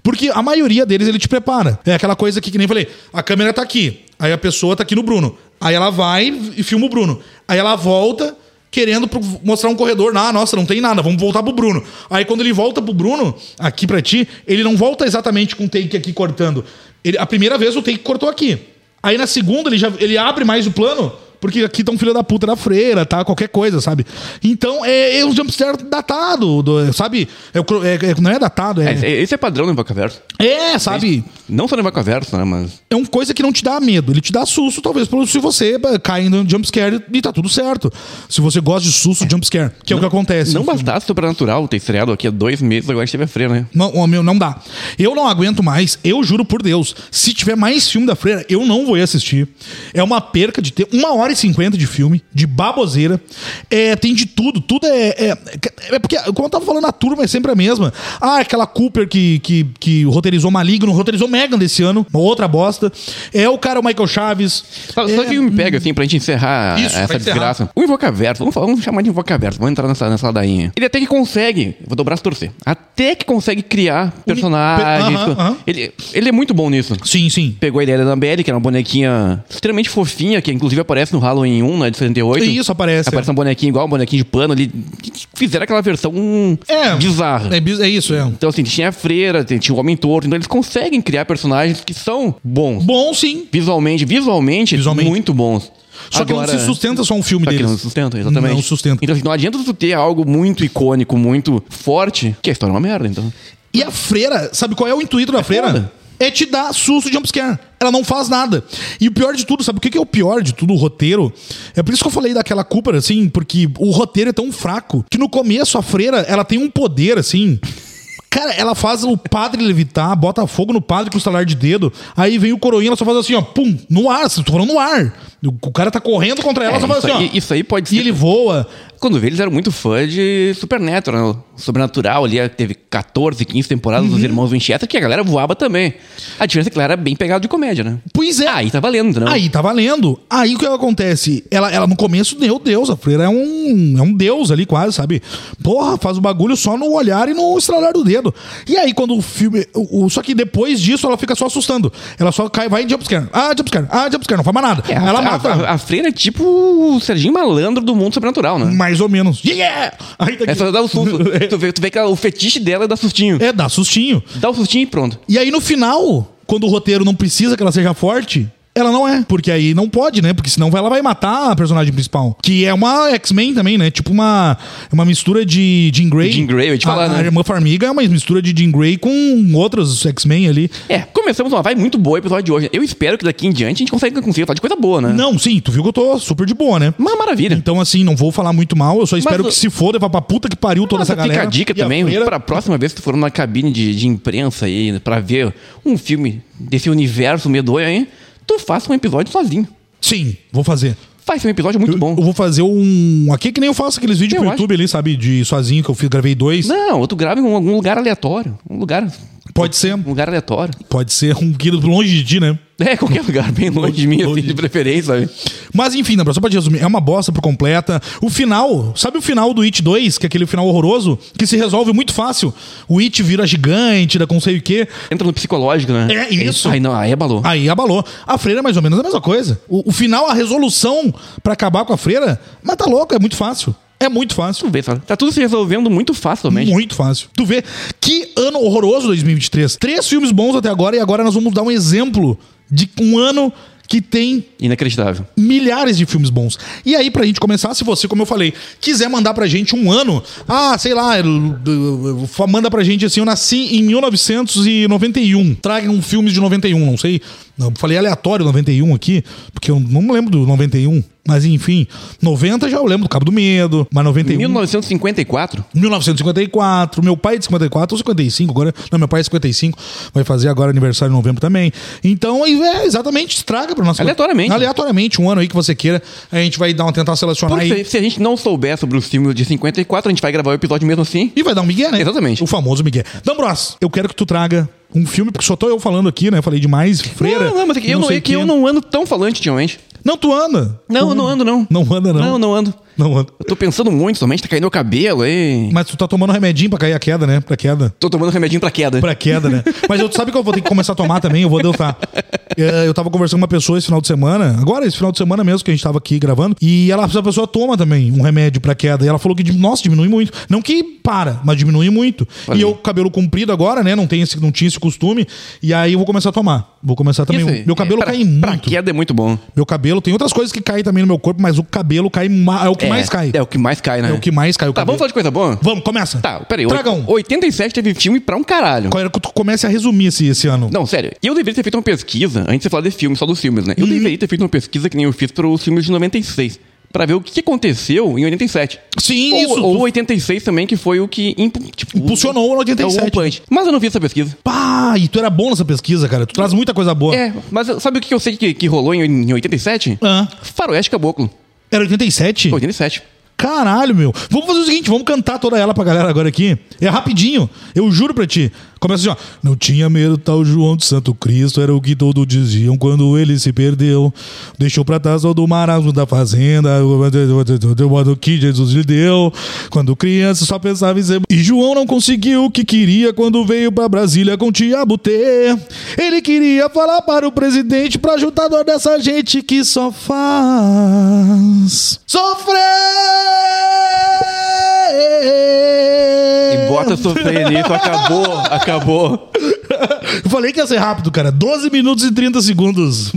Speaker 1: Porque a maioria deles ele te prepara. É aquela coisa que, que nem eu falei, a câmera tá aqui, aí a pessoa tá aqui no Bruno. Aí ela vai e filma o Bruno. Aí ela volta querendo pro- mostrar um corredor. Ah, nossa, não tem nada, vamos voltar pro Bruno. Aí quando ele volta pro Bruno, aqui pra ti, ele não volta exatamente com o take aqui cortando. Ele- a primeira vez o take cortou aqui. Aí na segunda ele já ele abre mais o plano, porque aqui tá um filho da puta da freira, tá? Qualquer coisa, sabe? Então é, é um jumpscare datado, do- sabe? É o cro- é- é- não é datado,
Speaker 2: É,
Speaker 1: é.
Speaker 2: esse- Esse é padrão no Invocaverso.
Speaker 1: É, sabe?
Speaker 2: Não só no Invocaverso, né? Mas
Speaker 1: É uma coisa que não te dá medo. Ele te dá susto, talvez, pelo- se você bah, cair no jumpscare e tá tudo certo. Se você gosta de susto, jumpscare, que é o que acontece.
Speaker 2: não
Speaker 1: no filme.
Speaker 2: bastasse Sobrenatural ter estreado aqui há dois meses, agora a gente teve a freira, né?
Speaker 1: Não, ô, meu, não dá. Eu não aguento mais, eu juro por Deus. Se tiver mais filme da Freira, eu não vou ir assistir. É uma perca de ter uma hora e cinquenta de filme, de baboseira. É, tem de tudo, tudo é. É, é porque, como eu tava falando, a turma é sempre a mesma. Ah, aquela Cooper que, que, que roteirizou Maligno, roteirizou Megan desse ano, uma outra bosta. É o cara, o Michael Chaves.
Speaker 2: Sabe, sabe o
Speaker 1: É,
Speaker 2: que me pega, assim, pra gente encerrar
Speaker 1: Isso,
Speaker 2: essa
Speaker 1: pra encerrar.
Speaker 2: desgraça? O Invocaverso, vamos, falar- vamos chamar de Invocaverso, vamos entrar nessa, nessa ladainha. Ele até que consegue, vou dobrar as torcer, até que consegue criar personagens.
Speaker 1: Aham, aham.
Speaker 2: ele, ele é muito bom nisso.
Speaker 1: Sim, sim.
Speaker 2: Pegou a ideia da Annabelle, que era uma bonequinha extremamente fofinha, que inclusive aparece no Halloween 1, né, de 78.
Speaker 1: É Isso, aparece.
Speaker 2: Aparece uma bonequinha igual, um bonequinho de pano ali. Fizeram aquela versão
Speaker 1: É,
Speaker 2: bizarra.
Speaker 1: É, biz- é isso, é.
Speaker 2: Então, assim, tinha a freira, tinha o homem torto. Então, eles conseguem criar personagens que são bons.
Speaker 1: Bom, sim.
Speaker 2: Visualmente, visualmente,
Speaker 1: Visualmente.
Speaker 2: muito bons.
Speaker 1: Só que não se sustenta só um filme
Speaker 2: Só que
Speaker 1: deles.
Speaker 2: não se sustenta, exatamente.
Speaker 1: Não sustenta.
Speaker 2: Então, assim, não adianta tu ter algo muito icônico, muito forte, que a história é uma merda, então.
Speaker 1: E a freira, sabe qual é o intuito da freira?
Speaker 2: foda.
Speaker 1: É te dar susto de jumpscare. Ela não faz nada. E o pior de tudo, sabe o que que é o pior de tudo? O roteiro. É por isso que eu falei daquela Cooper, assim, porque o roteiro é tão fraco que no começo a freira, ela tem um poder, assim. Cara, ela faz o padre levitar, bota fogo no padre com o estalar de dedo. Aí vem o coroinha, ela só faz assim, ó, pum, no ar. Tô falando no ar. O cara tá correndo contra ela,
Speaker 2: É,
Speaker 1: só faz
Speaker 2: isso
Speaker 1: assim,
Speaker 2: aí-
Speaker 1: ó.
Speaker 2: isso aí pode
Speaker 1: E
Speaker 2: ser-
Speaker 1: ele voa.
Speaker 2: Quando vi, eles eram muito fã de Supernatural, né? Sobrenatural ali, teve 14, 15 temporadas
Speaker 1: Uhum.
Speaker 2: dos Irmãos Winchester, que a galera voava também. A diferença é que ela era bem pegada de comédia, né?
Speaker 1: Pois é.
Speaker 2: Aí tá valendo, entendeu?
Speaker 1: Aí tá valendo. Aí o que acontece? Ela, ela no começo, meu Deus, a freira é um, é um deus ali quase, sabe? Porra, faz o bagulho só no olhar e no estralar do dedo. E aí quando o filme... o- o- só que depois disso ela fica só assustando. Ela só cai, vai em jumpscare. Ah, jumpscare. Ah, jumpscare. Não faz mais nada.
Speaker 2: É,
Speaker 1: ela
Speaker 2: a,
Speaker 1: mata.
Speaker 2: A, a Freira é tipo o Serginho Malandro do mundo sobrenatural, né?
Speaker 1: mais ou menos. Yeah! Aí tá
Speaker 2: É
Speaker 1: aqui.
Speaker 2: só dar um susto. tu vê, tu vê que ela- o fetiche dela é dar sustinho.
Speaker 1: É, dá sustinho.
Speaker 2: Dá um sustinho e pronto.
Speaker 1: E aí no final, quando o roteiro não precisa que ela seja forte, ela não é. Porque aí não pode, né? Porque senão ela vai matar a personagem principal. Que é uma X-Men também, né? Tipo uma, uma mistura de Jean Grey.
Speaker 2: Jean Grey, eu ia te
Speaker 1: A-
Speaker 2: falar,
Speaker 1: a,
Speaker 2: né?
Speaker 1: irmã Farmiga é uma mistura de Jean Grey com outros X-Men ali.
Speaker 2: É, começamos uma vai muito boa o episódio de hoje. Eu espero que daqui em diante a gente consiga, consiga falar de coisa boa, né?
Speaker 1: Não, sim, tu viu que eu tô super de boa, né?
Speaker 2: Uma maravilha.
Speaker 1: Então, assim, não vou falar muito mal. Eu só espero
Speaker 2: o-
Speaker 1: que se foda, vá pra puta que pariu toda
Speaker 2: Nossa,
Speaker 1: essa
Speaker 2: fica
Speaker 1: galera.
Speaker 2: a dica
Speaker 1: E a
Speaker 2: também
Speaker 1: freira-
Speaker 2: para a próxima vez que tu for numa cabine de, de imprensa aí para ver um filme desse universo medonho aí, tu faça um episódio sozinho.
Speaker 1: Sim, vou fazer.
Speaker 2: Faz um episódio muito bom.
Speaker 1: Eu vou fazer um. Aqui que nem eu faço aqueles vídeos
Speaker 2: Eu
Speaker 1: pro
Speaker 2: acho-
Speaker 1: YouTube ali, sabe? De sozinho que eu fiz, gravei dois.
Speaker 2: Não, ou tu grava em algum lugar aleatório, um lugar, um
Speaker 1: Pode ser.
Speaker 2: lugar aleatório.
Speaker 1: Pode ser um quilo longe de ti, né?
Speaker 2: É, qualquer lugar, bem longe de mim, assim,
Speaker 1: Longe.
Speaker 2: de preferência, sabe?
Speaker 1: Mas enfim, Débora, só pra te resumir, é uma bosta por completa. O final, sabe o final do It 2, que é aquele final horroroso, que se resolve muito fácil. O It vira gigante, da com sei o quê.
Speaker 2: Entra no psicológico, né?
Speaker 1: É, isso. Ah.
Speaker 2: Aí não, aí abalou.
Speaker 1: Aí abalou. A freira é mais ou menos a mesma coisa. O, o final, a resolução pra acabar com a freira, mas tá louco, é muito fácil. É muito fácil.
Speaker 2: Tu vê, sabe? Tá tudo se resolvendo muito facilmente.
Speaker 1: Muito fácil. Tu vê que ano horroroso 2023. Três filmes bons até agora, e agora nós vamos dar um exemplo de um ano que tem
Speaker 2: Inacreditável.
Speaker 1: milhares de filmes bons. E aí, pra gente começar, se você, como eu falei, quiser mandar pra gente um ano, ah, sei lá, eu- eu- eu- manda pra gente assim, eu nasci em 1991. Tragam um filme de 91, não sei. Não, falei aleatório 91 aqui, porque eu não lembro do 91. Mas enfim, 90 já eu lembro do Cabo do Medo, mas 91.
Speaker 2: 1954,
Speaker 1: 1954, meu pai é de 54 ou 55 agora, não, meu pai é 55, vai fazer agora aniversário em novembro também. Então, aí, é, exatamente, estraga para nossa
Speaker 2: Aleatoriamente.
Speaker 1: Aleatoriamente, um ano aí que você queira, a gente vai dar uma tentar selecionar
Speaker 2: por
Speaker 1: aí,
Speaker 2: se, se a gente não souber sobre os filmes de 54, a gente vai gravar o episódio mesmo assim.
Speaker 1: e vai dar um migué, né?
Speaker 2: Exatamente.
Speaker 1: O famoso migué. Dambros, eu quero que tu traga um filme, porque só tô eu falando aqui, né? Falei demais, freira.
Speaker 2: Não, não, mas é que eu, não,
Speaker 1: sei
Speaker 2: é que
Speaker 1: quê.
Speaker 2: eu não ando tão falante ultimamente.
Speaker 1: Não, tu anda.
Speaker 2: Não,
Speaker 1: Tu
Speaker 2: eu não ando, não.
Speaker 1: Não anda, não.
Speaker 2: Não, não ando.
Speaker 1: Não anda.
Speaker 2: Eu tô pensando muito somente, tá caindo meu cabelo aí.
Speaker 1: Mas tu tá tomando remedinho pra cair a queda, né? Pra queda.
Speaker 2: Tô tomando remedinho pra queda.
Speaker 1: Pra queda, né? Mas eu, sabe que eu vou ter que começar a tomar também? Eu vou adotar. É, Eu tava conversando com uma pessoa esse final de semana, agora esse final de semana mesmo que a gente tava aqui gravando, e ela, essa pessoa toma também um remédio pra queda. E ela falou que, di- nossa, diminui muito. Não que para, mas diminui muito.
Speaker 2: Olha
Speaker 1: E eu,
Speaker 2: aí.
Speaker 1: cabelo comprido agora, né? Não, tem esse, não tinha esse costume. E aí eu vou começar a tomar. Vou começar também.
Speaker 2: Isso aí.
Speaker 1: Meu cabelo
Speaker 2: É, pra-
Speaker 1: cai
Speaker 2: Pra
Speaker 1: muito.
Speaker 2: queda é muito bom.
Speaker 1: Meu cabelo, tem outras coisas que caem também no meu corpo, mas o cabelo cai, ma- é o que
Speaker 2: É,
Speaker 1: mais cai.
Speaker 2: É o que mais cai, né?
Speaker 1: É o que mais cai. o
Speaker 2: Tá,
Speaker 1: cabelo.
Speaker 2: vamos falar de coisa boa?
Speaker 1: Vamos, começa.
Speaker 2: Tá, peraí. oito-
Speaker 1: Traga um.
Speaker 2: 87 teve filme pra um caralho.
Speaker 1: Quero que tu comece a resumir esse, esse ano.
Speaker 2: Não, sério. Eu deveria ter feito uma pesquisa, antes de você falar de filme, só dos filmes, né? Eu
Speaker 1: Hum.
Speaker 2: deveria ter feito uma pesquisa que nem eu fiz pros filmes de 96. Pra ver o que aconteceu em 87.
Speaker 1: Sim,
Speaker 2: ou,
Speaker 1: isso.
Speaker 2: Ou 86 também, que foi o que impu- tipo,
Speaker 1: Impulsionou o 87.
Speaker 2: É o punch. Mas eu não vi essa pesquisa.
Speaker 1: Pá, e tu era bom nessa pesquisa, cara. Tu traz muita coisa boa.
Speaker 2: É, mas sabe o que eu sei que, que rolou em, em 87?
Speaker 1: Ah.
Speaker 2: Faroeste Caboclo.
Speaker 1: Era 87?
Speaker 2: 87.
Speaker 1: Caralho, meu. Vamos fazer o seguinte, vamos cantar toda ela pra galera agora aqui. É rapidinho, eu juro pra ti. Começa assim, ó. Não tinha medo tal João de Santo Cristo, era o que todos diziam quando ele se perdeu. Deixou pra trás todo o marasmo da fazenda, o modo que Jesus lhe deu. Quando criança só pensava em ser... E João não conseguiu o que queria quando veio pra Brasília com Tiabutê. Ele queria falar para o presidente, pra ajudador dessa gente que só faz... Sofrer!
Speaker 2: E bota sofrer nisso. Acabou, acabou.
Speaker 1: Eu falei que ia ser rápido, cara. 12 minutos e 30 segundos.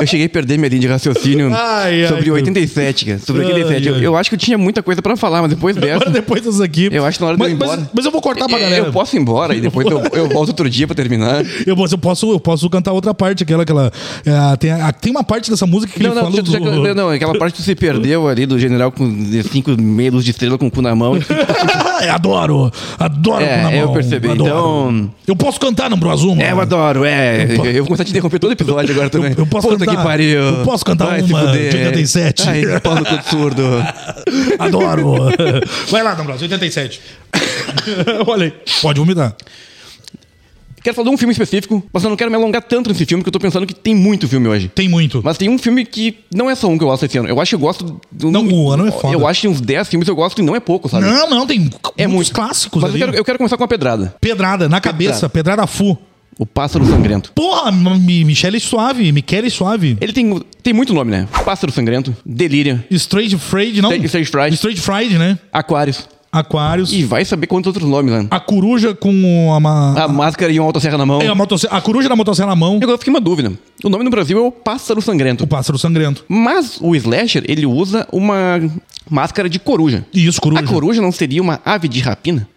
Speaker 2: Eu cheguei a perder minha linha de raciocínio
Speaker 1: Ai, ai,
Speaker 2: sobre
Speaker 1: meu.
Speaker 2: 87, cara. Sobre
Speaker 1: Ai,
Speaker 2: 87. Eu,
Speaker 1: ai.
Speaker 2: eu acho que eu tinha muita coisa pra falar, mas depois dessa.
Speaker 1: Agora depois dessa aqui.
Speaker 2: Eu acho na hora de
Speaker 1: mas,
Speaker 2: eu ir embora.
Speaker 1: Mas, mas eu vou cortar pra
Speaker 2: É,
Speaker 1: galera.
Speaker 2: Eu posso ir embora e depois eu, eu volto outro dia pra terminar.
Speaker 1: Eu posso, eu posso, eu posso cantar outra parte, aquela, aquela. é, tem, a- tem uma parte dessa música que
Speaker 2: Não,
Speaker 1: ele
Speaker 2: não,
Speaker 1: fala.
Speaker 2: já-
Speaker 1: do-
Speaker 2: já- não, não, aquela parte que se perdeu ali do general com cinco medos de estrela com o cu na mão.
Speaker 1: Ah, eu adoro! Adoro
Speaker 2: É,
Speaker 1: com na
Speaker 2: eu
Speaker 1: mão,
Speaker 2: percebi.
Speaker 1: adoro.
Speaker 2: Então-
Speaker 1: Eu posso cantar no Broazum?
Speaker 2: É, eu adoro, é.
Speaker 1: Eu
Speaker 2: Eu,
Speaker 1: po-
Speaker 2: vou começar a te interromper todo episódio agora também.
Speaker 1: eu posso
Speaker 2: Puta
Speaker 1: cantar-
Speaker 2: que pariu.
Speaker 1: eu posso cantar
Speaker 2: Vai se
Speaker 1: uma
Speaker 2: fuder.
Speaker 1: de 87.
Speaker 2: Ai, que pau no cu de surdo.
Speaker 1: Adoro! Vai lá, Dom Broazum, 87. Olha aí. Pode vomitar.
Speaker 2: Quero falar de um filme específico, mas eu não quero me alongar tanto nesse filme, que eu tô pensando que tem muito filme hoje.
Speaker 1: Tem muito.
Speaker 2: Mas tem um filme que não é só um que eu gosto esse ano. Eu acho que eu gosto. do-
Speaker 1: Não, o ano é foda.
Speaker 2: Eu acho que uns 10 filmes eu gosto e não é pouco, sabe?
Speaker 1: não, não, tem
Speaker 2: é
Speaker 1: muitos
Speaker 2: muito.
Speaker 1: clássicos
Speaker 2: Mas eu
Speaker 1: ali.
Speaker 2: quero, eu quero começar com uma pedrada.
Speaker 1: Pedrada, na cabeça, pedrada fu.
Speaker 2: O Pássaro Sangrento.
Speaker 1: Porra, Mi- Michele Suave, Michele Suave.
Speaker 2: Ele tem, tem muito nome, né? Pássaro Sangrento, Delíria,
Speaker 1: Straight Fried, não?
Speaker 2: Straight Fried.
Speaker 1: Straight Fried, né?
Speaker 2: Aquários.
Speaker 1: Aquários.
Speaker 2: E Ah, vai saber quantos outros nomes, né?
Speaker 1: A coruja com a. ma-
Speaker 2: A máscara e uma autosserra na mão.
Speaker 1: É, a, motoce- a coruja da motosserra na mão,
Speaker 2: E Agora eu fiquei uma dúvida. O nome no Brasil é o Pássaro Sangrento.
Speaker 1: o pássaro sangrento.
Speaker 2: Mas o Slasher, ele usa uma máscara de coruja.
Speaker 1: E isso, coruja.
Speaker 2: A coruja não seria uma ave de rapina?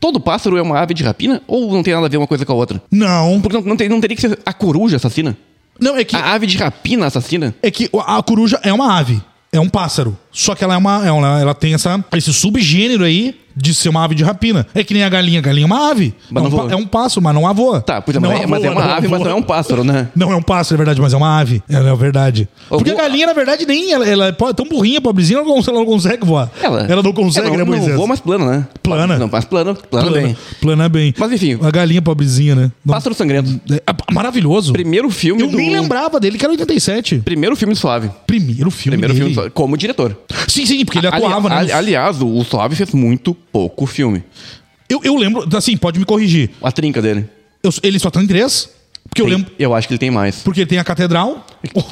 Speaker 2: Todo pássaro é uma ave de rapina? Ou não tem nada a ver uma coisa com a outra?
Speaker 1: Não.
Speaker 2: Porque não, não tem- não teria que ser a coruja assassina?
Speaker 1: Não, é que,
Speaker 2: A ave de rapina assassina?
Speaker 1: é que a coruja é uma ave. É um pássaro. Só que ela é uma. é uma- Ela tem essa, esse subgênero aí de ser uma ave de rapina. É que nem a galinha. A galinha é uma ave.
Speaker 2: Mas
Speaker 1: é, um
Speaker 2: não
Speaker 1: pa-
Speaker 2: voa.
Speaker 1: é um pássaro, mas não a voa.
Speaker 2: Tá, pois é,
Speaker 1: Não
Speaker 2: mas, é-
Speaker 1: a
Speaker 2: mas é
Speaker 1: voa,
Speaker 2: uma
Speaker 1: a
Speaker 2: ave, mas
Speaker 1: voa.
Speaker 2: não é um pássaro, né?
Speaker 1: Não é um pássaro, é verdade, mas é uma ave. Ela é verdade. Porque
Speaker 2: vou-
Speaker 1: a galinha, na verdade, nem. Ela, ela é po- tão burrinha, pobrezinha, ela não consegue, ela não consegue voar. não consegue,
Speaker 2: ela é
Speaker 1: né,
Speaker 2: não,
Speaker 1: Moisés?
Speaker 2: Não voa mais plana, né?
Speaker 1: Plana.
Speaker 2: Não, mas plana, plana,
Speaker 1: plana,
Speaker 2: bem.
Speaker 1: plana bem.
Speaker 2: Mas enfim.
Speaker 1: A galinha pobrezinha, né? Não-
Speaker 2: Pássaro Sangrento.
Speaker 1: É maravilhoso.
Speaker 2: Primeiro filme
Speaker 1: Eu
Speaker 2: do...
Speaker 1: nem lembrava dele, que era 87.
Speaker 2: Primeiro filme do Suave.
Speaker 1: Primeiro filme
Speaker 2: Primeiro
Speaker 1: dele.
Speaker 2: filme do Suave, como diretor.
Speaker 1: Sim, sim, porque ele
Speaker 2: Ali-
Speaker 1: atuava,
Speaker 2: ali-
Speaker 1: né?
Speaker 2: aliás, o o Suave fez muito pouco filme.
Speaker 1: Eu, eu lembro, assim, pode me corrigir.
Speaker 2: A trinca dele.
Speaker 1: Eu, ele só tem três, porque eu
Speaker 2: Tem-
Speaker 1: lembro...
Speaker 2: eu acho que ele tem mais.
Speaker 1: Porque ele tem a catedral.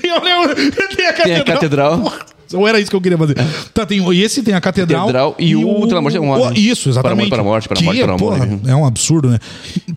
Speaker 1: tem, a, tem a catedral.
Speaker 2: Tem a catedral.
Speaker 1: Porra, Ou era isso que eu queria fazer. Tá, tem esse, tem a catedral.
Speaker 2: Catedral e o Pelo Amor de Deus, Morre.
Speaker 1: Isso, exatamente.
Speaker 2: Para a morte, para a morte,
Speaker 1: Que,
Speaker 2: para a morte,
Speaker 1: porra,
Speaker 2: para a morte.
Speaker 1: É um absurdo, né?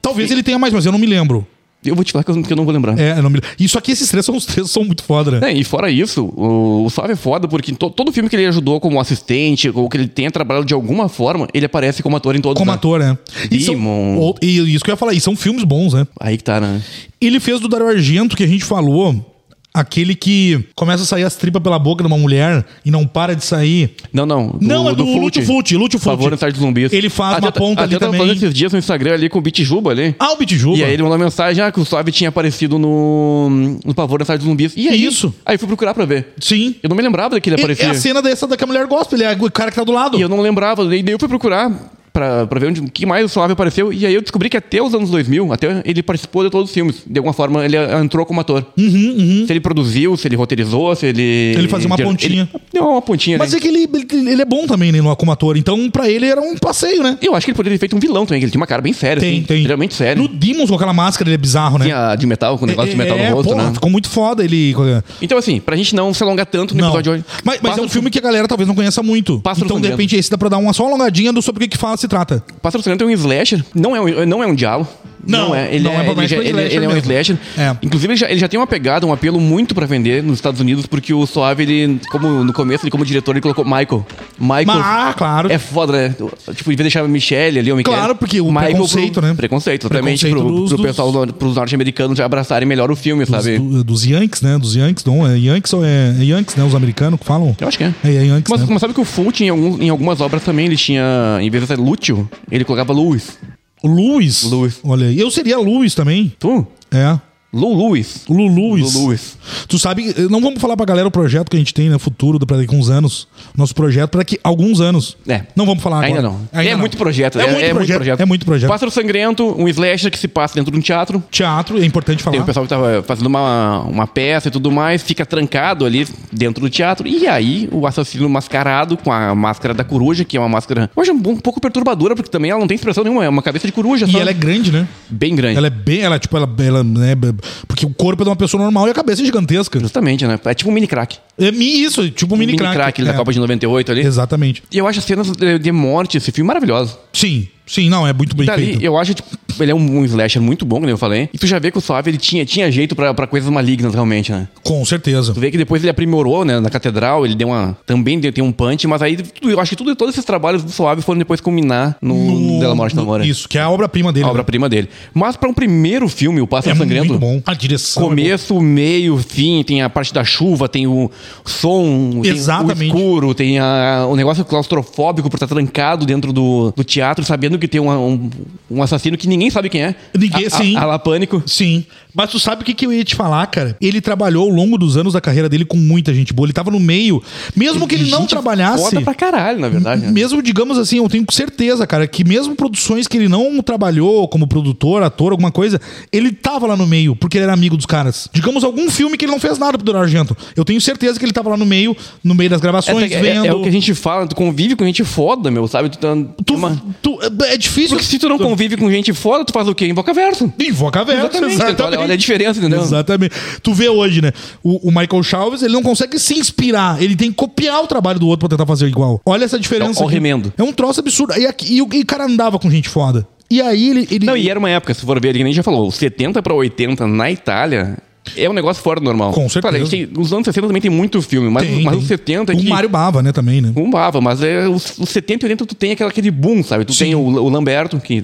Speaker 1: Talvez ele tenha mais, mas eu não me lembro.
Speaker 2: Eu vou te falar que eu, que eu não vou lembrar.
Speaker 1: É, eu não me lembro. E só que esses três são os três são muito foda, né?
Speaker 2: É, e fora isso, o, o Suave é foda porque to- todo filme que ele ajudou como assistente ou que ele tenha trabalhado de alguma forma, ele aparece como ator em todos.
Speaker 1: Como
Speaker 2: né?
Speaker 1: ator, né? E, são-
Speaker 2: Demon.
Speaker 1: ou- e isso que eu ia falar, e são filmes bons, né?
Speaker 2: Aí que tá, né?
Speaker 1: Ele fez do Dario Argento que a gente falou, aquele que começa a sair as tripas pela boca de uma mulher e não para de sair.
Speaker 2: Não, não.
Speaker 1: Não, é do Lúcio Fulci, Lúcio Fulci.
Speaker 2: Favor Tarde dos Zumbis.
Speaker 1: Ele faz uma ponta ali
Speaker 2: eu tava
Speaker 1: também.
Speaker 2: tá falando esses dias no Instagram ali com o Bitjuba ali.
Speaker 1: Ah, o Bitjuba.
Speaker 2: E aí ele mandou uma mensagem, ah, que o Suave tinha aparecido no, no Pavor da Tarde dos Zumbis. E aí,
Speaker 1: Isso.
Speaker 2: Aí eu fui procurar pra ver.
Speaker 1: Sim.
Speaker 2: Eu não me lembrava que ele
Speaker 1: É,
Speaker 2: aparecia.
Speaker 1: é a cena dessa da que a mulher gosta, ele é o cara que tá do lado.
Speaker 2: E eu não lembrava. E daí eu fui procurar pra, pra ver onde, que mais o Suave apareceu. E aí eu descobri que até os anos 2000, até ele participou de todos os filmes. De alguma forma, ele ah, entrou como ator. Se ele produziu, se ele roteirizou, se ele...
Speaker 1: Uhum, Ele fazia uma pontinha.
Speaker 2: Ele, deu uma pontinha.
Speaker 1: Mas
Speaker 2: né?
Speaker 1: é que ele, ele, ele é bom também, né, no- como ator. Então, pra ele era um passeio, né?
Speaker 2: Eu acho que ele poderia ter feito um vilão também, que ele tinha uma cara bem séria.
Speaker 1: Tem,
Speaker 2: assim,
Speaker 1: tem.
Speaker 2: Extremamente séria.
Speaker 1: No Demons, com aquela máscara, ele é bizarro, né?
Speaker 2: Tinha a de metal, com o negócio de metal
Speaker 1: É,
Speaker 2: no rosto,
Speaker 1: porra,
Speaker 2: né?
Speaker 1: Ficou muito foda ele.
Speaker 2: Então assim, pra gente não se alongar tanto no
Speaker 1: Não.
Speaker 2: episódio de hoje...
Speaker 1: Mas, mas é
Speaker 2: Pássaro-
Speaker 1: um filme que a galera talvez não conheça muito.
Speaker 2: Pássaro
Speaker 1: então, de
Speaker 2: Sangrento.
Speaker 1: repente, esse dá pra dar uma só alongadinha do sobre o que, que fala se trata.
Speaker 2: Pássaro Sangrento é um slasher, não é um, não é um diabo.
Speaker 1: Não,
Speaker 2: Ele,
Speaker 1: não é
Speaker 2: é, ele,
Speaker 1: propriamente
Speaker 2: já-
Speaker 1: um
Speaker 2: ele-
Speaker 1: slasher
Speaker 2: ele é um
Speaker 1: mesmo.
Speaker 2: slasher.
Speaker 1: É.
Speaker 2: Inclusive, ele já, ele já tem uma pegada, um apelo muito pra vender nos Estados Unidos, porque o Suave, ele, como no começo, ele como diretor, ele colocou Michael. Michael.
Speaker 1: Mas, ah, claro.
Speaker 2: É foda, né? Tipo, em vez de deixar Michelle ali, o Michelle.
Speaker 1: Claro, porque o preconceito,
Speaker 2: pro-
Speaker 1: né?
Speaker 2: Preconceito, exatamente.
Speaker 1: Preconceito
Speaker 2: pro,
Speaker 1: dos-
Speaker 2: pro
Speaker 1: dos-
Speaker 2: pessoal, do- pros norte-americanos já abraçarem melhor o filme,
Speaker 1: Dos,
Speaker 2: sabe?
Speaker 1: do- dos Yankees, né? Dos Yankees, não. É Yankees ou é, é Yankees, né? Os americanos que falam.
Speaker 2: Eu acho que é.
Speaker 1: É, é Yankees,
Speaker 2: Mas,
Speaker 1: né?
Speaker 2: mas sabe que o Fulton, em, algum- em algumas obras também, ele tinha, em vez de ser Lúcio, ele colocava Louis.
Speaker 1: Luiz.
Speaker 2: Luiz.
Speaker 1: Olha aí. Eu seria Luiz também.
Speaker 2: Tu?
Speaker 1: É.
Speaker 2: Lou Louis.
Speaker 1: Lu Luiz.
Speaker 2: Lu Luiz.
Speaker 1: Tu sabe, eh, não vamos falar pra galera o projeto que a gente tem, né? Futuro, pra daqui a uns anos. Nosso projeto pra daqui a alguns anos.
Speaker 2: É.
Speaker 1: Não vamos falar
Speaker 2: Ainda
Speaker 1: agora.
Speaker 2: não. é muito projeto.
Speaker 1: É, muito, projeto, É muito projeto.
Speaker 2: Pássaro Sangrento, um slasher que se passa dentro de um teatro.
Speaker 1: Teatro, é importante falar.
Speaker 2: Tem o pessoal que tava fazendo uma, uma peça e tudo mais, fica trancado ali dentro do teatro. E aí, o assassino mascarado com a máscara da coruja, que é uma máscara hoje é um bom- um pouco perturbadora, porque também ela não tem expressão nenhuma, é uma cabeça de coruja,
Speaker 1: E
Speaker 2: só.
Speaker 1: ela é grande, né?
Speaker 2: bem grande.
Speaker 1: Ela é bem, ela tipo, ela, ela né, b- porque o corpo é de uma pessoa normal e a cabeça é gigantesca.
Speaker 2: Justamente, né? É tipo um mini crack.
Speaker 1: É mi- isso, tipo um mini, crack.
Speaker 2: ali da
Speaker 1: É,
Speaker 2: Copa de 98 ali.
Speaker 1: Exatamente.
Speaker 2: E eu acho as cenas de de morte, esse filme maravilhoso.
Speaker 1: Sim, sim, não, é muito bem
Speaker 2: Dali,
Speaker 1: feito.
Speaker 2: tá eu acho tipo, ele é um, um slasher muito bom, como eu falei. E tu já vê que o Suave ele tinha, tinha jeito pra, pra coisas malignas, realmente, né?
Speaker 1: Com certeza.
Speaker 2: Tu vê que depois ele aprimorou, né? Na catedral, ele deu uma. Também deu, tem um punch, mas aí tudo- eu acho que tudo, todos esses trabalhos do Suave foram depois culminar no,
Speaker 1: No-
Speaker 2: Della Morte da Mora.
Speaker 1: Isso, que é a obra-prima dele.
Speaker 2: A
Speaker 1: né?
Speaker 2: obra-prima tá dele. Mas pra um primeiro filme, o Pássaro
Speaker 1: é
Speaker 2: Sangrento.
Speaker 1: muito bom. A direção. é
Speaker 2: Começo, meio, fim, tem a parte da chuva, tem o som, tem
Speaker 1: Exatamente.
Speaker 2: o escuro, tem a- o negócio claustrofóbico por estar trancado dentro do, do teatro, sabendo que tem um, um- um assassino que ninguém sabe quem é.
Speaker 1: Ninguém,
Speaker 2: a,
Speaker 1: sim.
Speaker 2: A, a lá pânico.
Speaker 1: Sim. Mas tu sabe o que, que eu ia te falar, cara? Ele trabalhou ao longo dos anos da carreira dele com muita gente boa. Ele tava no meio. Mesmo que ele não
Speaker 2: Gente
Speaker 1: trabalhasse.
Speaker 2: Foda pra caralho, na verdade. né?
Speaker 1: Mesmo, digamos assim, eu tenho certeza, cara, que mesmo produções que ele não trabalhou como produtor, ator, alguma coisa, ele tava lá no meio, porque ele era amigo dos caras. Digamos, algum filme que ele não fez nada pro Dona Argento. Eu tenho certeza que ele tava lá no meio, no meio das gravações,
Speaker 2: É, é-
Speaker 1: vendo.
Speaker 2: é o que a gente fala, tu convive com gente foda, meu, sabe? Tu, tá-
Speaker 1: Tu-
Speaker 2: uma-
Speaker 1: tu- é difícil.
Speaker 2: Porque se tu não convive com gente foda, tu faz o quê? Invoca verso.
Speaker 1: Invoca a verba,
Speaker 2: Exatamente. Olha, olha a diferença, entendeu?
Speaker 1: Exatamente. Tu vê hoje, né? O, o Michael Chalves, ele não consegue se inspirar. Ele tem que copiar o trabalho do outro pra tentar fazer igual. Olha essa diferença.
Speaker 2: Então, Ó, ó o
Speaker 1: aqui.
Speaker 2: remendo.
Speaker 1: É um troço absurdo. E, aqui- e o e o cara andava com gente foda. E aí ele. ele-
Speaker 2: Não, e era uma época, se for ver, que nem já falou, 70 pra 80 na Itália é um negócio fora do normal.
Speaker 1: Com certeza.
Speaker 2: Claro, a gente tem- os anos 60 também tem muito filme, mas,
Speaker 1: Tem,
Speaker 2: mas
Speaker 1: tem.
Speaker 2: os 70 é
Speaker 1: O
Speaker 2: que
Speaker 1: Mário Bava, né, também, né?
Speaker 2: bombava, mas é, os, os 70 e 80 tu tem aquela, aquele boom, sabe? Tu
Speaker 1: Sim.
Speaker 2: tem o, o Lamberto, que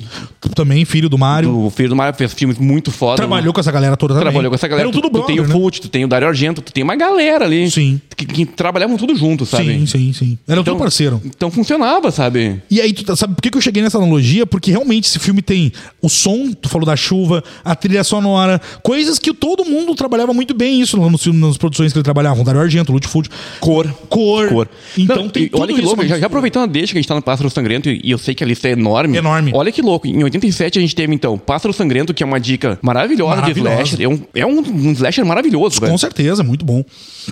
Speaker 1: Também, filho do Mário.
Speaker 2: o filho Um- do Mario fez filmes muito foda.
Speaker 1: Trabalhou com essa galera toda também.
Speaker 2: Trabalhou com essa galera.
Speaker 1: Eram tudo
Speaker 2: tu, tu tem o
Speaker 1: brother, né?
Speaker 2: Fult, tu tem o Dario Argento, tu tem uma galera ali.
Speaker 1: Sim.
Speaker 2: Que, que trabalhavam tudo junto, sabe?
Speaker 1: Sim, sim, sim. Era tudo parceiro.
Speaker 2: Então funcionava, sabe?
Speaker 1: E aí, tu tá- sabe por que que eu cheguei nessa analogia? Porque realmente esse filme tem o som, tu falou da chuva, a trilha sonora, coisas que todo mundo trabalhava muito bem isso nos filmes, nas produções que ele trabalhava. O Dario Argento, Lutfoot. Cor. Cor.
Speaker 2: cor.
Speaker 1: Então
Speaker 2: Não,
Speaker 1: tem
Speaker 2: e
Speaker 1: tudo
Speaker 2: olha que
Speaker 1: isso.
Speaker 2: louco,
Speaker 1: mas-
Speaker 2: já, já aproveitando a deixa que a gente tá no Pássaro Sangrento, e, e eu sei que a lista é enorme.
Speaker 1: Enorme.
Speaker 2: Olha que louco, em 87 a gente teve, então, Pássaro Sangrento, que é uma dica maravilhosa,
Speaker 1: Maravilhosa.
Speaker 2: de slasher. É um, é um, um slasher maravilhoso, velho.
Speaker 1: Com certeza, muito bom.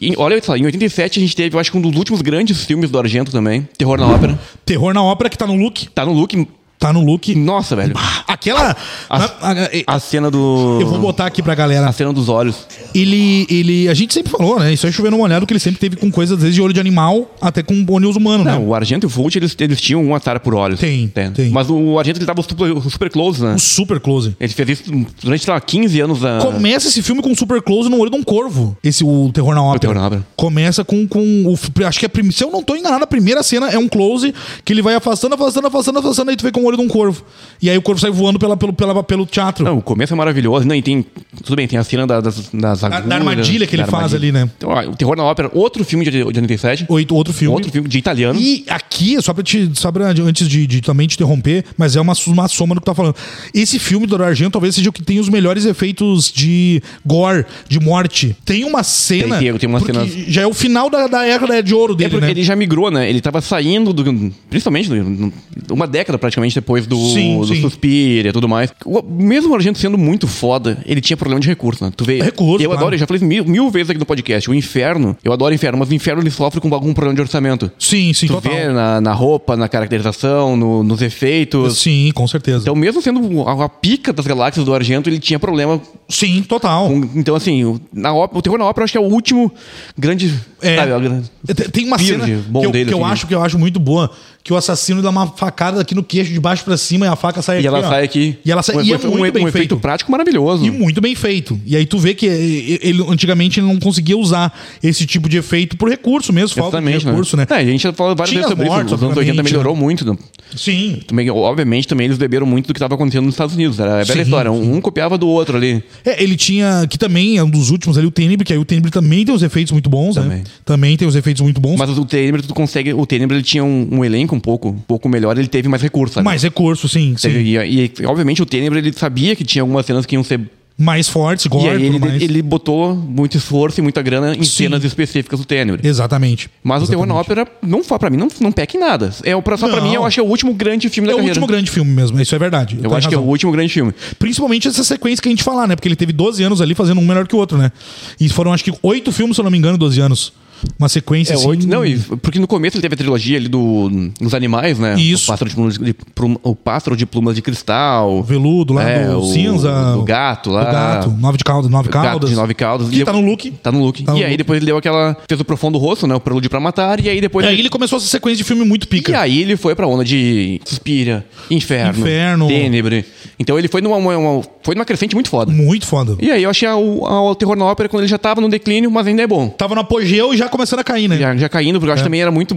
Speaker 2: E olha só, em 87 a gente teve, eu acho que um dos últimos grandes filmes do Argento também, Terror na Ópera.
Speaker 1: Terror na ópera que tá no look.
Speaker 2: Tá no look...
Speaker 1: Tá no look.
Speaker 2: Nossa, velho.
Speaker 1: Aquela.
Speaker 2: Hum. A,
Speaker 1: na- a- e-
Speaker 2: a cena do...
Speaker 1: eu vou botar aqui pra galera.
Speaker 2: A cena dos olhos.
Speaker 1: Ele, ele. A gente sempre falou, né? Isso é chovendo molhado que ele sempre teve com coisas, desde olho de animal até com olhos humano, né?
Speaker 2: Não, o Argento e o Fult, eles, eles tinham um atar por olhos.
Speaker 1: Tem, tem.
Speaker 2: Mas o Argento, ele tava super, super close, né?
Speaker 1: Um super close.
Speaker 2: Ele fez isso durante, sei lá, 15 anos ah, da...
Speaker 1: Começa esse filme com um super close no olho de um corvo. Esse, o Terror na Ópera.
Speaker 2: O Terror na Ópera.
Speaker 1: Começa com, com o, f- acho que é, a prim- se eu não tô enganado, a primeira cena é um close que ele vai afastando, afastando, afastando, afastando, aí tu vê com o olho de um corvo. E aí o corvo sai voando pela, pelo, pela, pelo teatro.
Speaker 2: Não, o começo é maravilhoso. Não, e tem. Tudo bem, tem a cena da- das, das
Speaker 1: da
Speaker 2: agulhas,
Speaker 1: armadilha que ele
Speaker 2: da
Speaker 1: faz
Speaker 2: armadilha.
Speaker 1: ali, né?
Speaker 2: Então, ó, o Terror na Ópera, outro filme de, de 87.
Speaker 1: Oito, outro filme.
Speaker 2: Outro filme de italiano.
Speaker 1: E aqui, só pra te. Só pra, antes de, de também te interromper, mas é uma, su- uma soma do que tu tá falando. Esse filme do Dario Argento talvez seja o que tem os melhores efeitos de gore, de morte. Tem uma cena.
Speaker 2: Tem- tem- tem uma
Speaker 1: porque
Speaker 2: cena-
Speaker 1: Já é o final da, da era de ouro dele,
Speaker 2: é porque
Speaker 1: né?
Speaker 2: ele já migrou, né? Ele tava saindo do. Principalmente do- uma década praticamente depois do,
Speaker 1: Sim,
Speaker 2: do
Speaker 1: sim.
Speaker 2: Suspiria e tudo mais. O- mesmo o Argento sendo muito foda, ele tinha problema de recurso, né? Tu vê.
Speaker 1: Recurso,
Speaker 2: Eu
Speaker 1: claro.
Speaker 2: adoro, eu já falei mil, mil vezes aqui no podcast. O inferno, eu adoro inferno, mas o inferno ele sofre com algum problema de orçamento.
Speaker 1: Sim, sim,
Speaker 2: Tu
Speaker 1: total.
Speaker 2: vê na, na roupa, na caracterização, no- nos efeitos.
Speaker 1: Sim, com certeza.
Speaker 2: Então, mesmo sendo a, a pica das galáxias do Argento, ele tinha problema.
Speaker 1: Sim, total.
Speaker 2: com- então, assim, o, na ópera, o terror na ópera eu acho que é o último grande.
Speaker 1: É.
Speaker 2: sabe, a grande-
Speaker 1: Tem- Tem uma
Speaker 2: Pirde,
Speaker 1: cena
Speaker 2: bom
Speaker 1: que, eu,
Speaker 2: dele,
Speaker 1: que eu
Speaker 2: assim.
Speaker 1: acho que eu acho muito boa, que o assassino dá uma facada aqui no queixo de baixo pra cima e a faca sai
Speaker 2: E
Speaker 1: É, aqui.
Speaker 2: ela
Speaker 1: ó.
Speaker 2: sai aqui.
Speaker 1: E ela sai
Speaker 2: um,
Speaker 1: e é
Speaker 2: efe- um
Speaker 1: muito
Speaker 2: e-
Speaker 1: bem
Speaker 2: um efeito
Speaker 1: feito.
Speaker 2: prático maravilhoso.
Speaker 1: E muito bem feito. E aí tu vê que eh, ele antigamente ele não conseguia usar esse tipo de efeito por recurso mesmo, falta de
Speaker 2: Exatamente, né?
Speaker 1: recurso, né?
Speaker 2: É, a gente já falou várias
Speaker 1: Tinha
Speaker 2: vezes sobre
Speaker 1: mortes,
Speaker 2: isso. Os anos 80
Speaker 1: obviamente,
Speaker 2: melhorou muito. né?
Speaker 1: Sim.
Speaker 2: Também, obviamente, também eles beberam muito do que estava acontecendo nos Estados Unidos. Era a bela
Speaker 1: Sim,
Speaker 2: história. Um, um copiava do outro ali.
Speaker 1: É, ele tinha, que também é um dos últimos ali, o Tenebre, que aí o Tenebre também tem os efeitos muito bons,
Speaker 2: Também.
Speaker 1: né? Também tem os efeitos muito bons.
Speaker 2: Mas o Tenebre, tu consegue. O Tenebre ele tinha um, um elenco um pouco, um pouco melhor, ele teve mais recursos. sabe?
Speaker 1: Mais recurso, sim,
Speaker 2: Teve-
Speaker 1: sim.
Speaker 2: E, e, obviamente, o Tenebre ele sabia que tinha algumas cenas que iam ser
Speaker 1: Mais forte, gore,
Speaker 2: E aí
Speaker 1: tudo
Speaker 2: ele,
Speaker 1: mais.
Speaker 2: ele botou muito esforço e muita grana em
Speaker 1: Sim.
Speaker 2: cenas específicas do Tenebre.
Speaker 1: Exatamente.
Speaker 2: Mas o Terror na Ópera, não, fa- pra mim, não, não peca em nada. É, o- pra, só pra
Speaker 1: Não.
Speaker 2: mim, eu acho que é o último grande filme da
Speaker 1: É o
Speaker 2: carreira.
Speaker 1: último grande filme mesmo, isso é verdade.
Speaker 2: eu acho que é o último grande filme.
Speaker 1: Principalmente essa sequência que a gente falar, né? Porque ele teve 12 anos ali fazendo um melhor que o outro, né? E foram, acho que, oito filmes, se eu não me engano, 12 anos. Uma sequência
Speaker 2: É
Speaker 1: assim.
Speaker 2: oito. Não, e- porque no começo ele teve a trilogia ali do, dos animais, né?
Speaker 1: Isso.
Speaker 2: O pássaro de plumas de, prum- o pássaro de plumas de cristal.
Speaker 1: O veludo lá,
Speaker 2: É,
Speaker 1: do
Speaker 2: o-
Speaker 1: cinza.
Speaker 2: do gato lá.
Speaker 1: Do gato, nove de caldas, nove
Speaker 2: Gato
Speaker 1: caldas.
Speaker 2: de nove caudas.
Speaker 1: Que tá no look.
Speaker 2: Tá no look.
Speaker 1: Tá no
Speaker 2: e aí
Speaker 1: look.
Speaker 2: depois ele deu aquela. Fez o profundo rosto, né? O prelúdio pra matar. E aí depois.
Speaker 1: É, E aí ele começou essa sequência de filme muito pica.
Speaker 2: E aí ele foi pra onda de Suspira, Inferno,
Speaker 1: Inferno.
Speaker 2: Tênebre. Então ele foi numa, uma- uma- foi numa crescente muito foda.
Speaker 1: Muito foda.
Speaker 2: E aí eu achei a- o a- o terror na ópera quando ele já tava no declínio, mas ainda é bom.
Speaker 1: Tava no apogeu e já começando a cair, né?
Speaker 2: Já, já caindo, porque eu acho que também era muito.